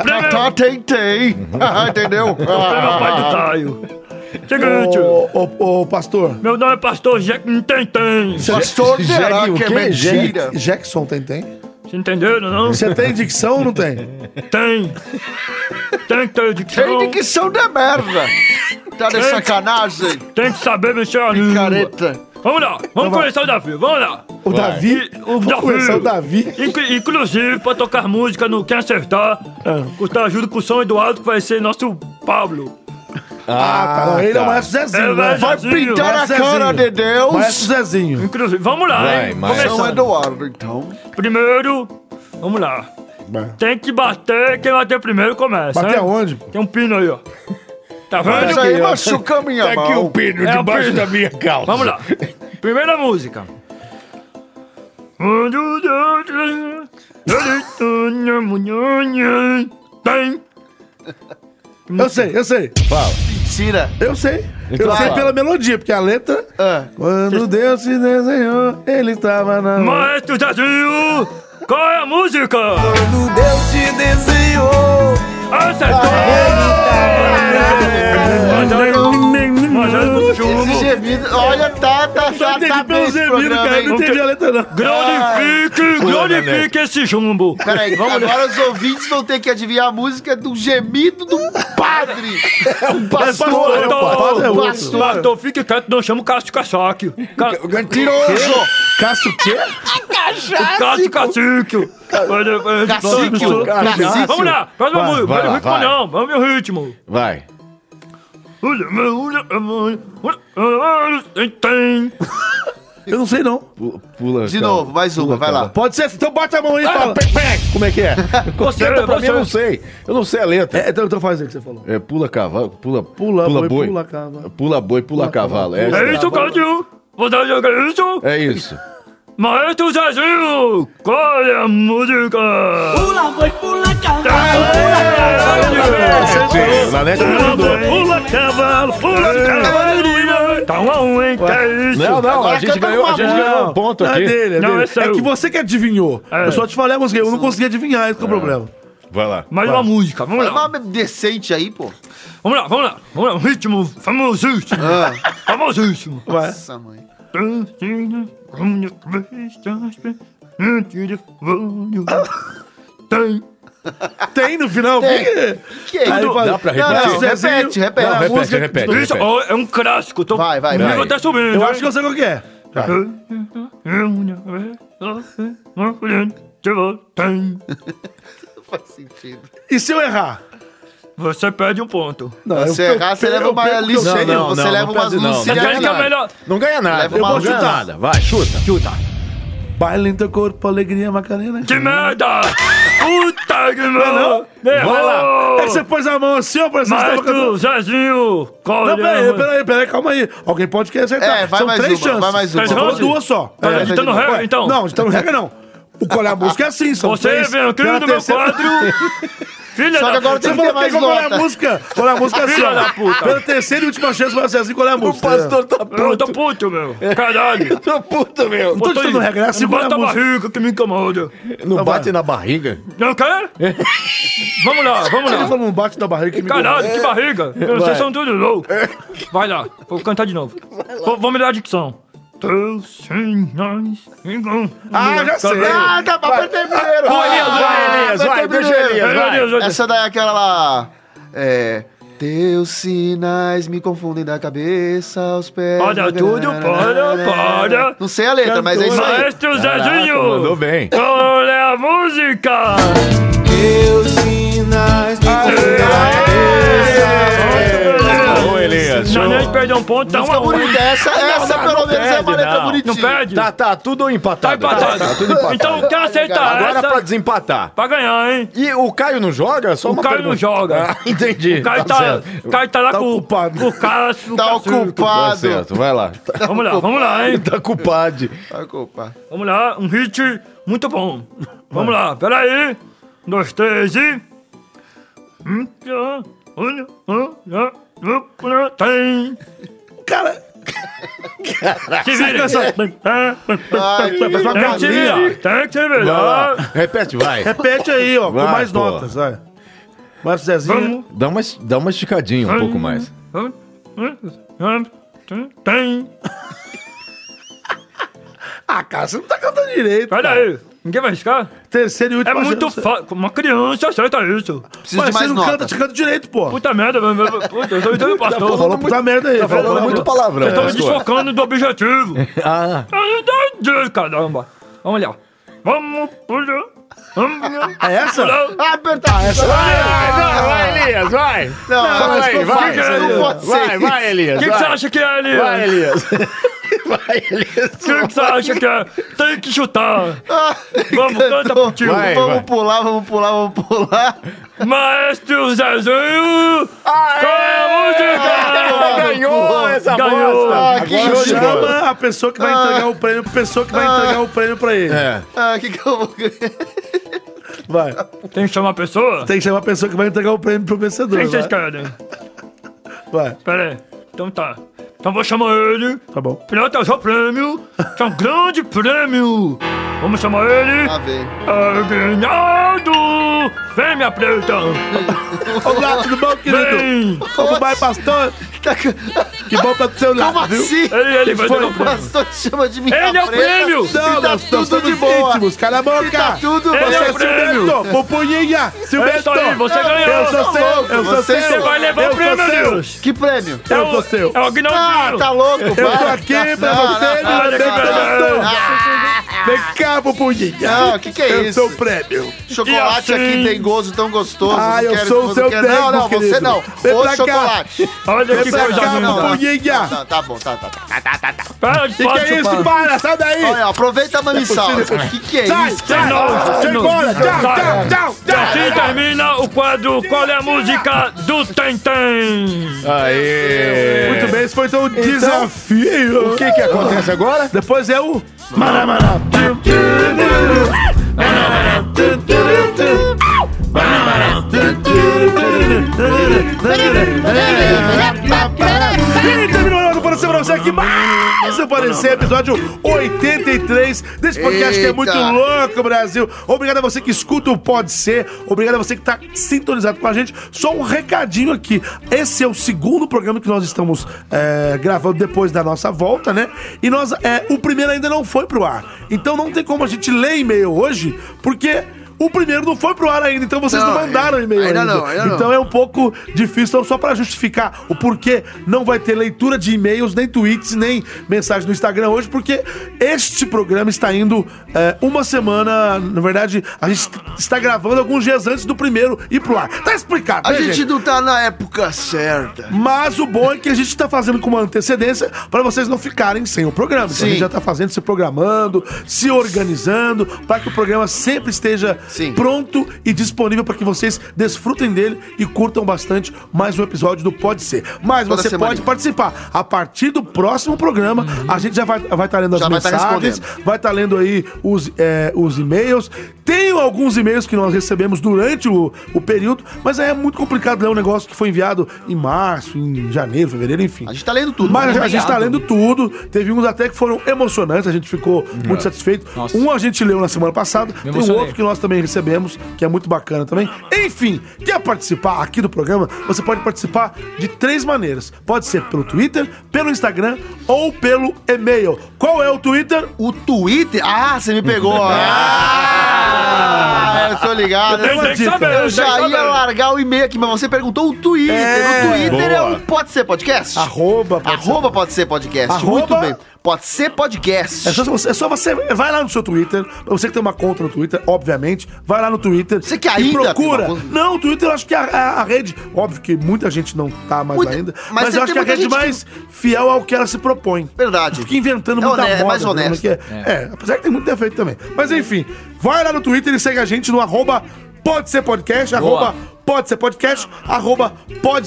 F: prêmio-
B: tá
D: Tatá tentei. Entendeu?
F: *laughs* O prêmio é o pai do Taio. Seguinte.
B: Ô, ô, ô, pastor.
F: Meu nome é pastor Jack Tentem.
B: Pastor, será que é mentira? Jackson tem, tem?
F: Vocês entenderam, não?
B: Você tem dicção ou não tem?
F: Tem. Tem que ter dicção.
D: Tem dicção de merda. Tá de
F: Tem-
D: sacanagem.
F: Tem que saber mexer a língua.
D: Picareta.
F: Vamos lá, vamos começar o Davi, vamos lá.
B: Então O
F: Vai.
B: Davi?
F: E- O
B: Vamos
F: Davi.
B: começar o Davi?
F: Inclu- inclusive, pra tocar música no Quem Acertar, custar ajuda pro São Eduardo, que vai ser nosso Pablo.
B: Ah, tá. Ele é o Maestro Zezinho. né?
F: Vai pintar a cara de Deus.
B: Maestro Zezinho.
F: Inclusive, vamos lá,
B: Vai,
F: hein?
B: Maestro.
F: Começando.
B: São
D: Eduardo, então.
F: Primeiro, vamos lá. Tem que bater, quem bater primeiro começa.
B: Bater
F: hein?
B: aonde?
F: Tá Tem um pino aí, ó. Tá vendo? É
L: Mas aí machuca a minha Tá aqui mão. o pino,
F: o
L: debaixo da minha calça.
F: Vamos lá. Primeira música.
B: Eu sei, eu sei.
G: Fala.
D: Mentira. Ah.
B: Eu sei. Eu
F: Fala.
B: sei pela melodia, porque a letra. Quando Deus se desenhou, ele estava na.
F: Maestro Zezinho, qual é a música?
L: Quando Deus te desenhou.
F: Acertou! É.
D: Esse gemido, olha, tá, tá, tá, tá bem esse programa, hein?
B: letra, não.
F: Glorifique, glorifique esse jumbo.
D: Peraí, agora os ouvintes vão ter que adivinhar a música do gemido do
F: *laughs*
D: padre. É um
F: pastor, é um pastor.
D: pastor.
F: Pastor, fique quieto, não chama o Cássio Caçoque.
D: Mentiroso.
B: Cássio o quê?
F: O Cássio Cacique.
L: Cacique. Cacique.
F: Vamos lá, próxima
L: Vai,
F: música.
L: vai
F: Vai,
L: lá,
F: ritmo
L: vai.
F: não, vamos ver o ritmo.
G: Vai.
B: Eu não sei, não.
G: Pula.
D: De novo, mais uma, vai lá.
B: Pode ser? Então bota a mão aí e
D: Ah,
B: fala.
G: Como é que é?
B: Você,
G: *laughs* Conserta pra mim,
B: você.
G: eu não sei. Eu não sei a letra.
B: É, então, então faz o que você falou.
G: É, pula cavalo, pula,
B: Pula
G: pula,
B: boi,
G: boi,
B: pula cavalo.
G: Pula boi, pula cavalo.
F: É
G: essa.
F: isso, Cássio. Você joga isso?
G: É isso.
F: Maestro Zezinho, qual é a música?
L: Pula, boi, pula,
F: Tá
L: cavalo.
F: é, Pula cavalo, pula cavalo. Tá um a um, hein? Que é isso?
G: Não, não, a gente ganhou, a gente ganhou um ponto
B: Não
G: aqui.
B: É dele, é
F: Não,
B: dele.
F: esse é
B: É
F: o-
B: que você que adivinhou.
F: É.
B: Eu só te falei a música, eu não consegui adivinhar, esse que é o problema.
G: Vai lá.
F: Mais
B: Vai.
F: uma música, vamos
D: Faz
F: lá.
D: uma decente aí, pô.
F: Vamos lá, vamos lá. Vamos lá, um ritmo famosíssimo. Famosíssimo.
D: Ah. Vai. Nossa, mãe.
F: *laughs* Tem.
B: Tem no final?
D: Tem.
B: Por quê?
D: Que é
B: Aí
D: isso?
B: fala-
D: Dá pra repetir? Não, não,
B: Zezinho-
D: repete, repete.
B: Não,
D: Repete,
B: música-
D: repete,
F: Isso,
D: repete.
F: ó, é um clássico. Tô...
D: Vai, vai,
F: O nível
D: vai.
F: tá subindo.
B: Eu
F: hein?
B: acho que eu sei qual que é. Tá.
D: Não faz sentido.
B: E se eu errar?
F: Você perde um ponto.
B: Não,
D: Se
B: eu- eu-
D: errar, você
B: eu-
D: leva
B: eu
D: uma
B: perco que eu
D: lista.
B: sei,
D: Não,
B: você
D: não,
B: leva
D: não
B: umas
D: perde, não. Não
B: Lucília
D: ganha
B: Galhardo.
D: que é melhor.
G: Não ganha nada.
D: Leva
G: Eu
D: uma
G: não ganha
D: chuta.
G: nada. Vai, chuta.
F: Chuta.
B: Baila em teu corpo, alegria, Macarena.
F: Que merda! Puta que merda!
B: Vai lá. É que você pôs a mão assim, ó, por exemplo.
F: Maestro Zezinho, qual
B: Não,
F: é a
B: peraí,
F: música?
B: peraí, peraí, calma aí. Alguém pode querer acertar.
D: É, vai
B: São
D: mais
B: três
D: uma,
B: chances.
D: vai mais uma.
B: Você falou
D: Vai,
B: duas só.
F: vai, vai, ditando regra,
B: Ué,
F: É, então.
B: Não, ditando regra, não. O qual é a música é assim, são
F: Você
B: três.
F: veio aqui
B: Pela
F: no meu
B: terceira-
F: quadro.
B: *laughs*
F: Filha
B: Só
F: da
B: que agora tem que
F: puta.
B: ter mais qual é a música. Qual é a música assim,
F: Filha
B: ó.
F: da puta.
B: Pela terceira e última chance vai ser assim, qual é a música.
F: tá puto. Eu tô puto, meu.
B: *laughs*
F: Caralho. Eu
G: tô puto, meu.
B: Não tô
F: Bota
B: ditando
F: aí.
B: regra, é assim
F: Não
B: qual é a
F: bota a
B: música.
F: barriga que me incomoda.
G: Não
B: Tá,
G: bate
B: vai.
G: na barriga.
F: Não quer? Vamos lá, vamos
B: Ele
F: lá.
B: É. falou um bate na barriga que me
F: Caralho,
B: incomoda.
F: que barriga.
B: Vai. É.
F: Vocês são tudo louco. Vai lá, vou cantar de novo. Vou, vou melhorar a dicção. Teus sinais ficam-
B: Ah, já sei.
D: Ah, tá pra bater primeiro.
F: Boa, Elias,
D: Ah,
F: vai,
D: tá,
F: Elias,
D: bater
F: vai, deixa
D: primeiro.
F: Elias, vai. Elias, Elias.
D: Essa daí é aquela lá. É. Teus sinais me confundem da cabeça aos pés.
F: Para tudo, para, para.
D: Não sei a letra, mas é isso aí.
F: Maestro
D: Caraca,
F: Zezinho.
G: mandou bem.
F: Qual é a música?
L: Meus sinais de
G: Ô, Elias.
F: Não, não, perdeu um ponto, tá uma
D: bonita. Essa, essa pelo menos é uma letra bonitinha.
F: Não perde?
G: Tá, tá, tudo empatado.
F: Tá empatado.
G: Tá, tudo empatado.
F: Então quer aceitar
G: Agora
F: essa?
G: pra desempatar.
F: Pra ganhar, hein?
G: E o Caio não joga? Só
F: O
G: uma
F: Caio
G: pergunta.
F: não joga.
G: Ah, *laughs* entendi.
F: O Caio tá, o Caio tá lá com, ocupado. com o
G: *laughs*
F: cara. Tá
G: Tá certo, vai lá.
F: Vamos lá, vamos lá, hein?
G: Tá culpado.
D: Vai culpar.
F: Vamos lá, um hit muito bom. Vamos lá, peraí. Um, dois, três e. Hum, ah, olha, ah, ah, ah, ah, Tem.
B: Cara.
F: Se vira.
B: Essa-
F: Ai,
B: que
F: Tem que se virar, tem que se
G: Vai lá.
F: virar.
G: Repete, vai.
B: Repete aí, ó,
G: Vai,
B: com mais
G: pô.
B: notas, vai. Vai pro Zezinho.
G: Dá uma, es- dá uma esticadinha um pouco mais.
F: Tem.
B: *laughs* Ah, cara, você não tá cantando direito.
F: Pera
B: cara.
F: aí, ninguém vai riscar?
B: Terceiro e
F: É
B: último.
F: muito fácil. Uma criança aceita isso.
B: Preciso Mas de mais você não notas. canta, você canta direito, pô.
F: Puta merda, meu- meu- puta, eu
B: *laughs*
F: sou doido
B: Tá
F: pastor.
B: falando puta merda aí,
F: Tá
B: velho.
F: falando
B: Muito
F: Vocês
B: palavrão,
F: estão me
B: né, pastor?
F: desfocando do
B: *laughs*
F: objetivo.
G: ah.
F: Eu não entendi, caramba. Vamos olhar. Vamos pular. Vamos pular.
B: É essa?
D: Ah, apertar essa.
G: Vai, Elias, vai.
D: Não,
F: Não,
G: Fala
F: mas
G: aí,
F: como
G: vai.
F: que é, Elias?
G: Vai, vai, vai, Elias.
F: O que que
G: vai.
F: você acha que é, Elias?
G: Vai,
D: *laughs*
G: Elias.
F: O que que você acha que é? Tem que chutar. Vamos, canta pro tio.
G: Vai,
D: Ah, vamos
G: vai.
D: pular, vamos pular, vamos pular.
F: Maestro Zezinho! é Com a música!
G: Ganhou essa
F: Ganhou.
G: bosta.
D: Ah, que
G: Agora
D: show de
G: chama.
B: Chama a pessoa que vai entregar o prêmio, a pessoa que vai entregar o prêmio pra ele.
G: É.
D: Ah, que que eu vou ganhar?
B: Vai.
F: Tem que chamar a pessoa?
B: Tem que chamar a pessoa que vai entregar o prêmio pro vencedor.
F: Quem vocês
B: vai.
F: querem?
B: vai.
F: Pera aí. Então tá. Então vou chamar ele.
B: Tá bom.
F: Pilota é o prêmio. Que é um grande prêmio. Vamos chamar ele. Ah,
D: Ah, vem.
F: Aguinaldo! Vem, minha
B: *laughs*
F: preta!
B: Olá, tudo bom, querido?
F: Vem!
B: Como vai, pastor?
D: Tá ca-
B: Que bom tá do seu lado,
D: Como
B: viu?
D: assim?
F: Ele, ele vai
B: Foi,
F: ter um
D: O
F: prêmio.
D: pastor chama de minha
F: Ele é o
D: preta.
F: prêmio!
B: Não,
D: E tá
B: Então, nós, nós
D: tudo de
B: somos
D: boa.
B: íntimos, cala a boca!
D: E tá tudo
F: Ele
B: Você
F: é
B: é
F: o prêmio.
B: Silberto, pupunhinha, Silberto!
F: É isso aí, você ganhou!
B: Eu sou seu, eu sou
D: Você
B: seu!
F: Você vai levar
B: eu
F: o prêmio,
B: sou seu.
F: Deus!
D: Que prêmio?
F: É
B: Eu
F: o-
B: sou seu!
F: É o
D: Ah,
F: Aguinaldinho!
D: tá louco,
B: Eu tô
D: para.
B: aqui pra
D: Não,
B: você,
D: não,
B: meu
D: não,
B: bem
D: não, não.
B: Vem cá, pupunhinha!
D: Não, que que é
B: eu
D: isso?
B: sou o prêmio!
D: Chocolate
F: E assim-
D: aqui tem gozo tão gostoso.
B: Ah,
D: não
B: eu
D: quero
B: sou
D: que
B: o
D: você
B: seu
D: quer.
B: prêmio,
D: Não, não, você
B: querido.
D: não.
B: Vem pra
D: O
B: cá.
D: chocolate.
F: Olha que
B: Vem pra
F: coisa
B: cá,
F: linda!
D: Não,
B: pupunhinha!
D: não, tá bom, tá, tá, tá.
F: Para de
B: Que que
F: falar,
B: é
F: chupa.
B: isso? Para, sai daí! É
D: Olha, aproveita a mamisal. Que que é
B: Sai,
D: isso?
B: sai!
F: nojo,
B: Vai
F: tem
B: embora!
F: nojo.
B: Tchau, tchau, tchau,
F: E
B: tchau!
F: assim termina o quadro Qual é a música do Tentem?
G: Aê.
B: Muito bem, esse foi então o desafio!
G: O que que acontece agora?
B: Depois é o. E terminou o Parecer pra você aqui mais um Parecer, episódio 83 desse podcast que é
D: Eita.
B: muito louco, Brasil. Obrigado a você que escuta o Pode Ser, obrigado a você que tá sintonizado com a gente. Só um recadinho aqui, esse é o segundo programa que nós estamos é, gravando depois da nossa volta, né? E nós, é, o primeiro ainda não foi pro ar, então não tem como a gente ler e-mail hoje, porque... O primeiro não foi pro ar ainda, então vocês não,
D: Não, é,
B: mandaram e-mail ainda.
D: ainda não, ainda não.
B: então é um pouco difícil, então só pra justificar o porquê não vai ter leitura de e-mails, nem tweets, nem mensagem no Instagram hoje, porque este programa está indo é, uma semana, na verdade, a gente está gravando alguns dias antes do primeiro ir pro ar. Tá explicado,
D: A
B: né,
D: gente não tá na época certa.
B: mas o bom é que a gente tá fazendo com uma antecedência pra vocês não ficarem sem o programa. Então a gente
D: Sim.
B: já tá fazendo, se programando, se organizando, pra que o programa sempre esteja
D: Sim.
B: pronto e disponível pra que vocês desfrutem dele e curtam bastante mais um episódio do Pode Ser. Mas
D: Toda
B: você
D: semana. Uhum.
B: pode participar. A partir do próximo programa, a gente já vai estar vai tá lendo as
D: Já vai tá
B: mensagens,
D: respondendo.
B: vai estar lendo aí os, é, os e-mails. Tem alguns e-mails que nós recebemos durante o, o período, mas aí é muito complicado ler um negócio que foi enviado em março, em janeiro, fevereiro, enfim.
D: A gente tá lendo tudo.
B: Mas a gente tá
A: né? Obrigado.
B: lendo tudo. Teve uns até que foram emocionantes, a gente ficou muito satisfeito.
A: Uhum. Nossa.
B: Um a gente leu na semana passada, tem um
A: emocionei.
B: outro que nós também recebemos, que é muito bacana também. Enfim, quer participar aqui do programa? Você pode participar de três maneiras. Pode ser pelo Twitter, pelo Instagram ou pelo e-mail. Qual é o Twitter?
D: O Twitter? Ah, você me
B: *laughs*
D: pegou. Ah, eu tô ligado.
F: Tem, tem que saber,
D: Eu
F: tem que
D: já ia
F: saber.
D: largar o e-mail aqui, mas você perguntou o Twitter.
B: É,
D: o Twitter é o Arroba pode ser podcast.
B: Arroba pode,
D: Arroba pode ser podcast.
B: Arroba-
D: Muito bem. Pode ser podcast.
B: É só, você, é só você- vai lá no seu Twitter, pra você que tem uma conta no Twitter, obviamente, vai lá no Twitter. Você
D: que ainda
B: procura.
D: tem uma conta?
B: Não, o Twitter eu acho que é a, a- a rede, óbvio que muita gente não tá mais
D: Muita-
B: ainda,
D: mas
B: mas,
D: você
B: eu acho que é
D: tem
B: a
D: muita
B: rede
D: gente
B: mais fiel ao que ela se propõe.
D: Verdade.
B: Fica inventando
D: É
B: muita
D: honesto, é
B: moda,
D: mais
B: né,
D: honesto.
B: mas que é,
D: É.
B: é, apesar que tem muito defeito também. Mas enfim, vai lá no Twitter e segue a gente no arroba pode ser podcast,
D: Boa.
B: arroba pode ser podcast, arroba pode,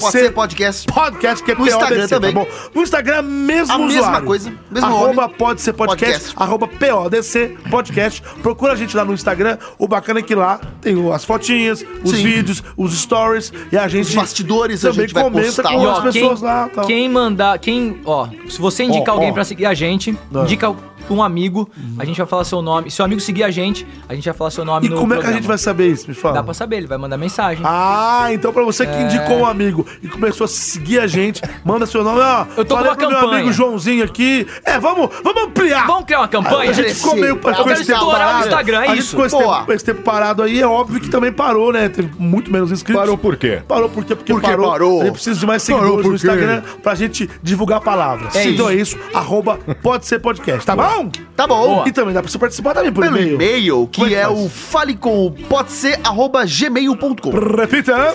D: Pode
B: ser,
D: ser podcast.
B: podcast, que é
D: No Instagram
B: PODC,
D: também.
B: Tá bom? No Instagram, mesmo
D: A mesma
B: usuário.
D: coisa, mesmo
B: arroba
D: nome.
B: pode ser podcast,
D: Podcast.
B: arroba PODC podcast. Procura a gente lá no Instagram. O bacana é que lá tem o- as fotinhas, os
D: Sim.
B: vídeos, os stories e a gente. Os
D: bastidores
B: também comenta com
A: Ó,
B: as pessoas
A: quem,
B: lá. tá? Tal.
A: Quem mandar, quem, ó, se você indicar
B: Ó,
A: alguém
B: ó.
A: pra seguir a gente,
B: Não.
A: indica um amigo, a gente vai falar seu nome. Se o amigo seguir a gente, a gente vai falar seu nome
B: Uhum. E
A: no
B: como é que a gente
A: programa.
B: vai saber isso? Me fala.
A: Dá pra saber, ele vai mandar mensagem.
B: Ah, então pra você que
A: É.
B: indicou um amigo e começou a seguir a gente, manda seu nome, ó.
A: Eu tô com
B: falei
A: uma
B: pro meu
A: campanha.
B: amigo Joãozinho aqui. É, vamos, vamos ampliar. Vamos
A: criar uma campanha?
B: A gente ficou
A: Crescer,
B: meio
A: pra-
B: ficou
A: Eu
B: esse
A: quero
B: tempo
A: estourar o
B: parado.
A: Instagram, é
B: a gente
A: isso.
B: Ficou esse
A: Boa.
B: tempo, esse tempo parado aí, é óbvio que também parou, né? Teve muito menos inscritos. Parou por quê? Parou por quê? Porque
D: Por que parou?
B: A gente precisa de mais
D: Parou
B: seguidores
D: por
B: no
D: quê?
B: Instagram pra gente divulgar a palavra.
D: É
B: então
D: isso.
B: é isso, arroba pode ser podcast, tá
D: Boa.
B: bom?
D: Tá bom. Boa.
B: E também dá pra você tá participar também por
D: Pelo
B: e-mail.
D: e-mail, que é o falecompodc@gmail.com.
B: Repita.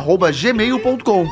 D: falecompodc@gmail.com.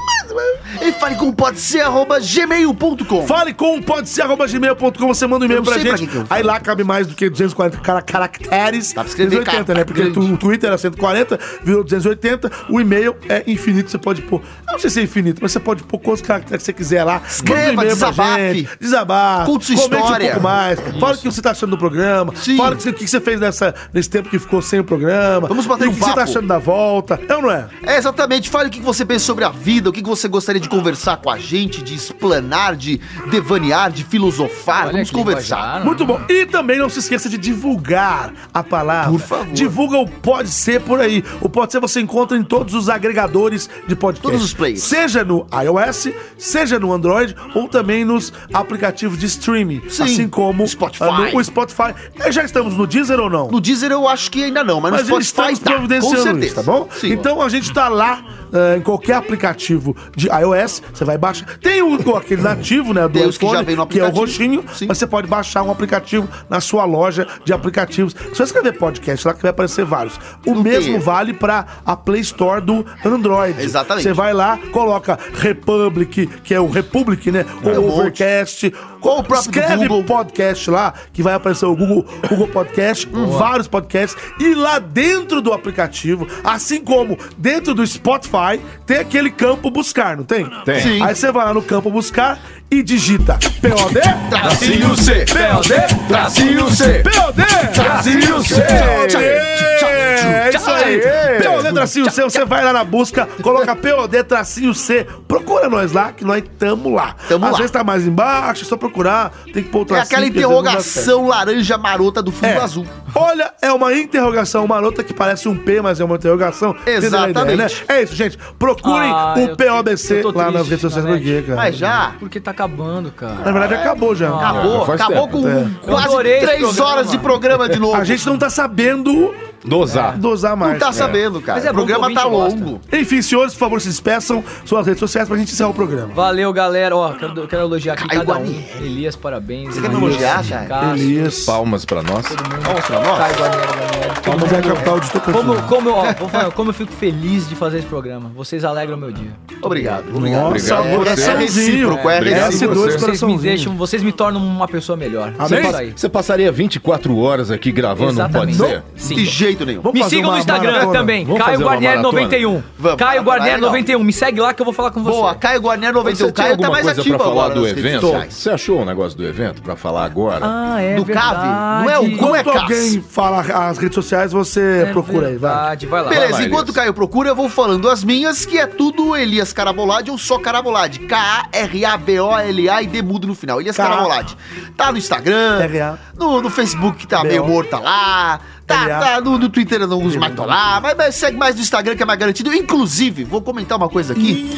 D: E falecompodc@gmail.com.
B: Fale com pode ser arroba gmail.com, você manda um e-mail
D: Eu não
B: pra
D: sei pra
B: gente.
D: que que eu
B: aí lá cabe mais do que 240 cara- caracteres. Tá
D: escrever
B: 280,
D: cara,
B: né? Porque
D: grande.
B: tu- o Twitter era 140, virou 280. O e-mail é infinito, você pode pôr. eu Não sei se é infinito, mas você pode pôr quantos caracteres você quiser lá.
D: Escreva,
B: Manda um e-mail pra
D: desabafe.
B: gente, Desabafe.
D: Conte sua
B: comente
D: história.
B: um pouco mais. Fala o que você tá achando do programa. Fala o que o que você fez nessa, nesse tempo que ficou sem o programa.
D: Vamos bater
B: E
D: um
B: O que você tá
D: papo.
B: achando da volta. É ou não é?
D: É, exatamente. Fale o que você pensa sobre a vida, o que você gostaria de conversar com a gente, de explanar, de devanear, de filosofar. Vamos conversar.
B: Muito bom. E também não se esqueça de divulgar a palavra. Por favor. Divulga o Pode Ser por aí. O Pode Ser você encontra em todos os agregadores de podcast.
D: Todos os players.
B: Seja no iOS, seja no Android ou também nos aplicativos de streaming.
D: Sim.
B: Assim como
D: Spotify.
B: ah, no- o Spotify. Eh, Já estamos no Deezer ou não?
D: No Deezer eu acho que ainda não, mas,
B: Mas
D: no
B: eles
D: Spotify tá,
B: estamos
D: com
B: providenciando
D: certeza.
B: isso, tá bom?
D: Sim.
B: então a gente tá lá eh, em qualquer aplicativo de iOS, você vai baixar. Tem o, o- aquele nativo, né, do
D: Tem os que
B: iPhone,
D: já vem no
B: que é o
D: aplicativo.
B: roxinho, mas você pode baixar um aplicativo na sua loja de aplicativos. Se você escrever podcast lá, que vai aparecer vários. O mesmo
D: erro.
B: vale para a Play Store do Android.
D: Exatamente.
B: Você vai lá, coloca Republic, que é o Republic, né?
D: É um
B: Ou
D: monte.
B: Overcast.
D: Ou o próprio do
B: Escreve
D: Google.
B: podcast lá, que vai aparecer o Google, Google Podcast, vários podcasts, e lá dentro do aplicativo, assim como dentro do Spotify, tem aquele campo buscar, não tem?
G: Tem. Sim.
B: Aí você vai lá no campo buscar e digita POD,
G: Tracinho C.
B: POD,
G: Tracinho C.
B: POD,
G: Tracinho C.
B: É isso aí.
G: Aê.
B: POD tracinho C, você vai lá na busca, coloca POD tracinho C, procura nós lá, que nós tamo lá.
D: Tamo
B: Às
D: lá.
B: vezes tá mais embaixo, é só procurar, tem que pôr o
D: É
B: tracinho.
D: aquela
B: que às vezes não dá certo.
D: interrogação laranja marota do fundo
B: É.
D: azul.
B: Olha, é uma interrogação marota que parece um P, mas é uma interrogação. Entenderam a
D: Exatamente.
B: É isso, gente. Procurem
A: Ah, eu
B: o
A: tô-
B: POBC lá nas redes sociais do Guia, cara.
A: Mas
D: já?
A: Porque tá acabando, cara.
B: Na verdade, acabou já.
A: Acabou, um
D: Pô, acabou com um
B: É.
A: Eu
D: quase
A: adorei esse
D: três
A: programa.
D: horas de programa de novo.
B: A gente não tá sabendo É,
G: Dosar.
B: dosar mais.
D: Não tá sabendo, cara.
A: Mas é
D: o
A: bom
D: programa
A: que o
D: tá
A: ouvinte
D: longo.
B: Enfim, senhores, por favor, se despeçam suas redes sociais pra gente encerrar o programa.
A: Valeu, galera. Ó, quero, quero elogiar aqui
D: Caio
A: cada um.
D: Guarnieri.
A: Elias, parabéns.
D: Você quer me
A: Elias,
D: elogiar, Caio?
A: Cássio,
B: Elias.
G: Palmas pra nós.
D: Vamos pra nós?
A: Caio Guarnieri, Guarnieri, todo
B: Palmas é a
A: mundo.
B: capital de Tocantins.
A: Como, como, eu- ó, vou falar, como eu fico feliz de fazer esse programa. Vocês alegram o meu dia.
D: Obrigado, obrigado.
B: Nossa,
D: obrigado.
B: coraçãozinho.
D: é
G: Obrigado
D: recíproco.
B: Dois
A: Vocês me,
B: coraçãozinhos.
A: deixam, vocês me tornam uma pessoa melhor.
G: Você,
A: É
G: pa-
A: isso aí.
G: você passaria 24 horas aqui gravando,
A: Exatamente.
G: não pode ser?
A: Sim.
D: De jeito nenhum.
B: Vamos
A: Me
B: fazer
A: sigam
B: uma
A: no Instagram
B: maratona.
A: também.
G: Vamos
A: Caio
G: fazer uma
A: Guarnieri
G: maratona?
A: 91. Caio
D: Vamos, maratona é
A: Guarnieri
D: legal.
A: 91. Me segue lá que eu vou falar com você.
D: Boa, Caio Guarnieri 91.
G: Você
D: O
G: tinha
D: Caio tá
G: alguma
D: mais
G: coisa
D: ativo
G: pra falar
D: agora
G: do
D: nas redes
G: evento?
D: sociais.
G: Você achou o negócio do evento pra falar agora?
A: Ah, é
D: Do
A: verdade. É
D: Cave? Não é o-
B: Quando
D: Não é Cass.
B: alguém fala as redes sociais, você procura aí, vai.
A: verdade. Vai lá.
D: Beleza,
G: Vai lá,
D: enquanto o
G: Elias.
D: Caio procura, eu vou falando as minhas, que é tudo Elias Carabolade ou só Carabolade. K-A-R-A-B-O-L-A e demudo no final. Elias
B: Ca-
D: Carabolade. Tá no Instagram,
B: R.A..
D: no, no Facebook que tá
B: B.O..
D: meio morto tá lá. Tá,
B: R.A..
D: tá, no, no Twitter eu não uso mais, tô lá. Mas, mas segue mais no Instagram que é mais garantido. Inclusive, vou comentar uma coisa aqui.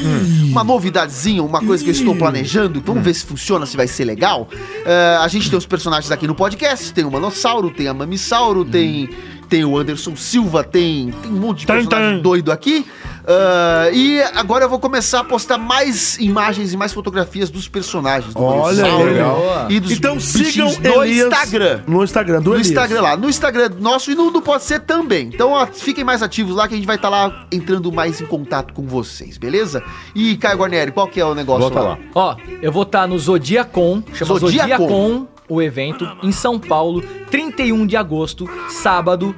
D: Uma novidadezinha, uma coisa que eu estou planejando. Vamos ver se funciona, se vai ser Ah,
B: Hum.
D: legal. Eh, a gente tem os personagens aqui no podcast. Tem o Manossauro, tem a Mamissauro, tem... tem o Anderson Silva, tem, tem um monte de personagem doido aqui. Ah, e agora eu vou começar a postar mais imagens e mais fotografias dos personagens. do
B: Olha,
D: Dinossauro
B: legal.
D: E dos
B: Então sigam
D: bichinhos no
B: Elias
D: Instagram.
B: No Instagram do
D: no
B: Elias.
D: Instagram lá, no Instagram nosso e no do Pode Ser também. Então ó, fiquem mais ativos lá que a gente vai estar lá entrando mais em contato com vocês, beleza? E Caio Guarnieri, qual que é o negócio
A: Volta lá. Ó, eu vou estar no Zodiacon, chama
D: Zodiacon.
A: Zodiacon. o evento, em São Paulo, 31 de agosto, sábado.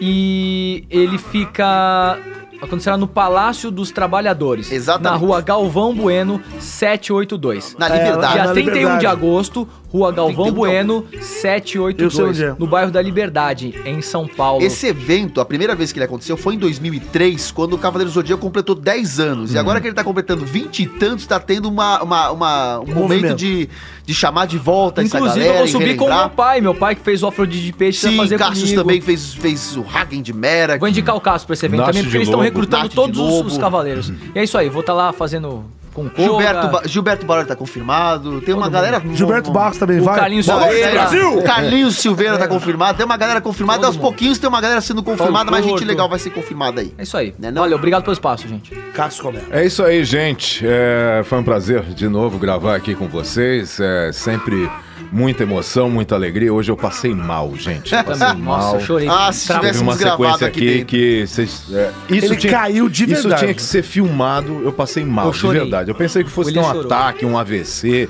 A: E ele fica. Acontecerá no Palácio dos Trabalhadores. Exatamente. Na rua Galvão Bueno, 782.
D: Na Liberdade.
A: Dia
D: Na
A: 31
D: Liberdade.
A: de agosto, rua Galvão
D: 31 de
A: Bueno,
D: Eu sei onde
A: 782.
D: é.
A: No bairro da Liberdade, em São Paulo.
D: Esse evento, a primeira vez que ele aconteceu foi em 2003, quando o Cavaleiro do Zodíaco completou 10 anos.
A: Uhum.
D: E agora que ele tá completando 20 e tantos, tá tendo uma, uma- uma- um momento
A: movimento.
D: de, de chamar de volta essa
A: Inclusive,
D: galera.
A: eu vou
D: e
A: subir com o
D: relembrar.
A: meu pai. Meu pai que fez o Afrodite de Peixe vai
D: Sim,
A: fazer
D: Cassius
A: comigo.
D: também fez, fez o Hagen de Mera.
A: Vou indicar o Cássio pra esse evento
D: Nath
A: também,
D: de
A: porque eles estão
D: Lobo.
A: recrutando
D: Nath de
A: todos os- os,
D: Lobo.
A: cavaleiros. E é isso aí, vou estar lá fazendo com
D: Gilberto, ba Gilberto Baroli tá confirmado. Tem uma
A: mundo.
D: galera.
A: Gilberto
D: Barros
A: também O vai. Carlinhos Silveira. Brasil!
D: O Carlinhos Silveira tá confirmado. Tem uma galera confirmada. Aos pouquinhos tem uma galera sendo confirmada, mas gente
A: Gordo.
D: legal vai ser confirmada aí. Né,
A: É isso aí. Olha, obrigado pelo espaço, gente.
B: Cássio Romero.
G: É isso aí, gente. É, foi um prazer de novo gravar aqui com vocês. É sempre muita emoção, muita alegria. Hoje eu passei mal, gente. Eu Passei
D: Também.
G: mal.
D: Nossa, eu chorei. Ah, se
G: Teve
D: tivéssemos
G: uma
D: gravado
G: sequência
D: aqui
G: aqui
D: dentro.
G: que vocês. é, isso
B: Ele
G: tinha,
B: caiu de
G: Isso
B: verdade.
G: tinha que ser filmado. Eu passei mal,
B: Eu
G: de
B: chorei.
G: verdade. Eu pensei que fosse ter
B: William
G: um
B: chorou.
G: ataque, um
D: *laughs*
G: AVC.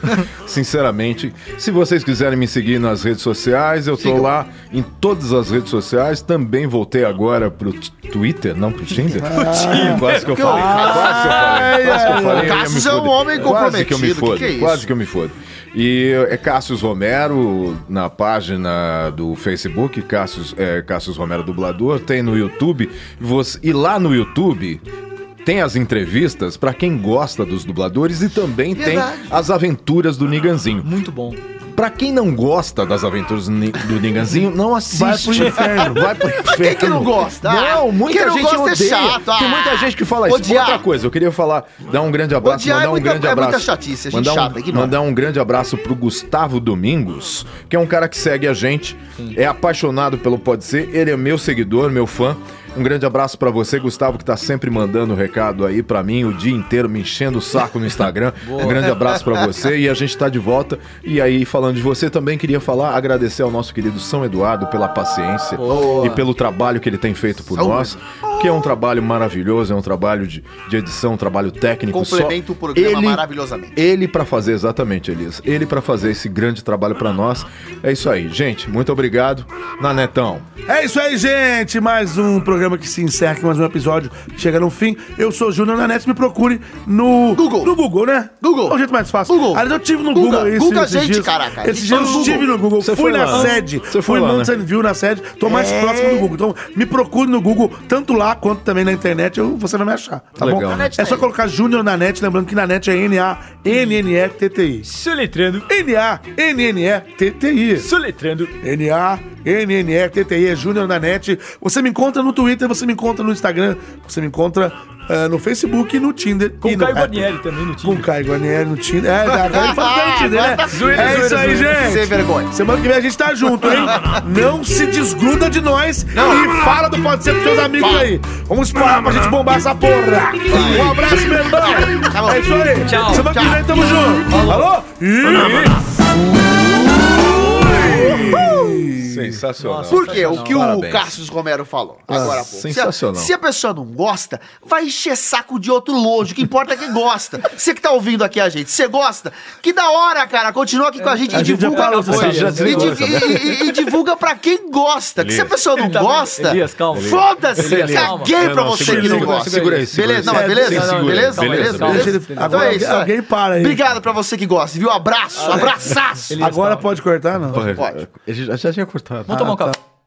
G: Sinceramente, se vocês quiserem me seguir nas redes sociais, eu tô lá em todas as redes sociais. Também voltei agora pro t- Twitter, não pro Tinder.
D: Ah,
G: quase que eu
D: que
G: falei.
D: horror.
G: Quase que eu falei. Quase que eu
D: Ai,
G: falei. eu ia
D: Cassius
G: me
D: é um
G: foder.
D: homem
G: Quase que eu me
D: comprometido,
G: fodo.
D: que que é isso?
G: Quase que eu me fodo. E é Cassius Romero na página do Facebook, Cassius, é, Cassius Romero Dublador, tem no YouTube. Você- e lá no YouTube tem as entrevistas pra quem gosta dos dubladores e também
A: Verdade.
G: tem as aventuras do Niganzinho.
A: Muito bom.
G: Pra quem não gosta das aventuras do Ni- do Niganzinho, não assiste.
D: Vai pro *laughs* inferno.
G: Vai pro
D: Mas quem que não gosta? Ah,
G: Não, muita
D: Quem não
G: gente
D: gosta é
G: odeia.
D: chato.
G: Tem muita
D: Ah,
G: gente que fala isso.
D: odiar.
G: Outra coisa, eu queria falar, dar um grande abraço,
D: Odiar é
G: mandar um
D: muita-
G: grande
D: é muita
G: abraço.
D: chatice, é gente
G: mandar, um,
D: chata, ignora.
G: mandar um grande abraço pro Gustavo Domingos, que é um cara que segue a gente, é apaixonado pelo Pode Ser, ele é meu seguidor, meu fã. Um grande abraço pra você, Gustavo, que tá sempre mandando recado aí pra mim o dia inteiro, me enchendo o saco no Instagram.
C: Boa.
G: um grande abraço pra você e a gente tá de volta. E aí, falando de você, também queria falar, agradecer ao nosso querido São Eduardo pela paciência
C: Boa.
G: e pelo trabalho que ele tem feito por
C: Saúde.
G: nós, que é um trabalho maravilhoso, é um trabalho de, de edição, um trabalho técnico. só
D: Complementa o programa
G: ele-
D: maravilhosamente.
G: Ele pra fazer, exatamente, Elias. Ele pra fazer esse grande trabalho pra nós. É isso aí, gente. Muito obrigado. Nanetão.
B: É isso aí, gente. Mais um programa que se encerra aqui, mais um episódio que chega no fim. Eu sou o Júnior Nanete, me procure no Google. No Google, né? Google. É o jeito mais fácil. Google. Aliás, eu tive no
D: Google.
B: Google, isso.
D: Google a
B: esses
D: gente,
B: dias.
D: caraca.
B: Esses
D: Ele tá
B: dias
D: no
B: eu estive
D: Google.
B: no Google.
D: Você
B: fui
D: foi
B: na
D: lá.
B: sede.
D: Você foi
B: fui em
D: lá, né?
B: Mountain View na sede. Tô mais
D: É.
B: próximo do Google. Então, me procure no Google, tanto lá quanto também na internet. Eu, você vai me achar, tá
G: Legal,
B: bom?
G: né?
B: É só colocar Júnior na net, lembrando que na net é N-A-N-N-E-T-T-I.
F: Soletrando.
B: N-A-N-N-E-T-T-I.
F: Soletrando.
B: N-A-N-N-E-T-T-I. É Júnior na net. Você me encontra no Twitter, você me encontra no Instagram, você me encontra ah, no Facebook, no Tinder.
F: Com
B: e
F: o
B: no
F: Caio
B: Apple.
F: Guarnieri também no time.
B: Com o Caio Guarnieri no Tinder. É, agora ele fala que tá no Tinder, né?
F: Zoeira,
B: é isso
F: zoeira,
B: aí,
F: zoeira.
B: gente.
F: Sem vergonha.
B: Semana que vem a gente tá junto, hein? Não se desgruda de nós e fala do Pode Ser pros seus amigos aí. Vamos parar pra gente bombar essa porra. Um abraço, meu irmão. É isso aí.
L: Tchau,
B: Semana que
L: tchau.
B: vem tamo junto. Alô?
G: Sensacional.
D: Porque o que o
G: Parabéns.
D: Cassius Romero falou
G: Ah,
D: agora há pouco. Se a-
G: sensacional.
D: Se a, pessoa não gosta, vai encher saco de outro longe. O que importa é quem gosta. Você que tá ouvindo aqui a gente, você gosta? Que da hora, cara. Continua aqui com a gente
G: A
D: e
G: gente já
D: divulga.
G: parou, você já
D: e, di-
G: desligou essa
D: e- e- e divulga pra quem gosta. Que se a
G: Elias.
D: pessoa não
G: Ele tá-
D: gosta,
G: Elias, calma.
D: foda-se.
G: Elias, calma.
D: Caguei
G: Não,
D: pra
G: não,
D: você
G: segura,
D: que não
G: segura,
D: gosta.
G: segura aí, segura
D: Beleza?
G: aí,
D: Não, mas
G: segura aí.
D: beleza?
G: Segura aí,
D: Beleza?
G: segura aí,
D: Beleza?
G: calma.
D: Beleza?
G: Deixa ele-
D: Então
G: agora
D: é isso.
G: alguém
B: para aí.
D: Obrigado pra você que gosta,
G: Ah, é.
D: viu? Abraço, abraçaço.
B: Agora pode cortar, não?
G: Pode. Já, já tinha cortado.
B: Vamos tomar um café.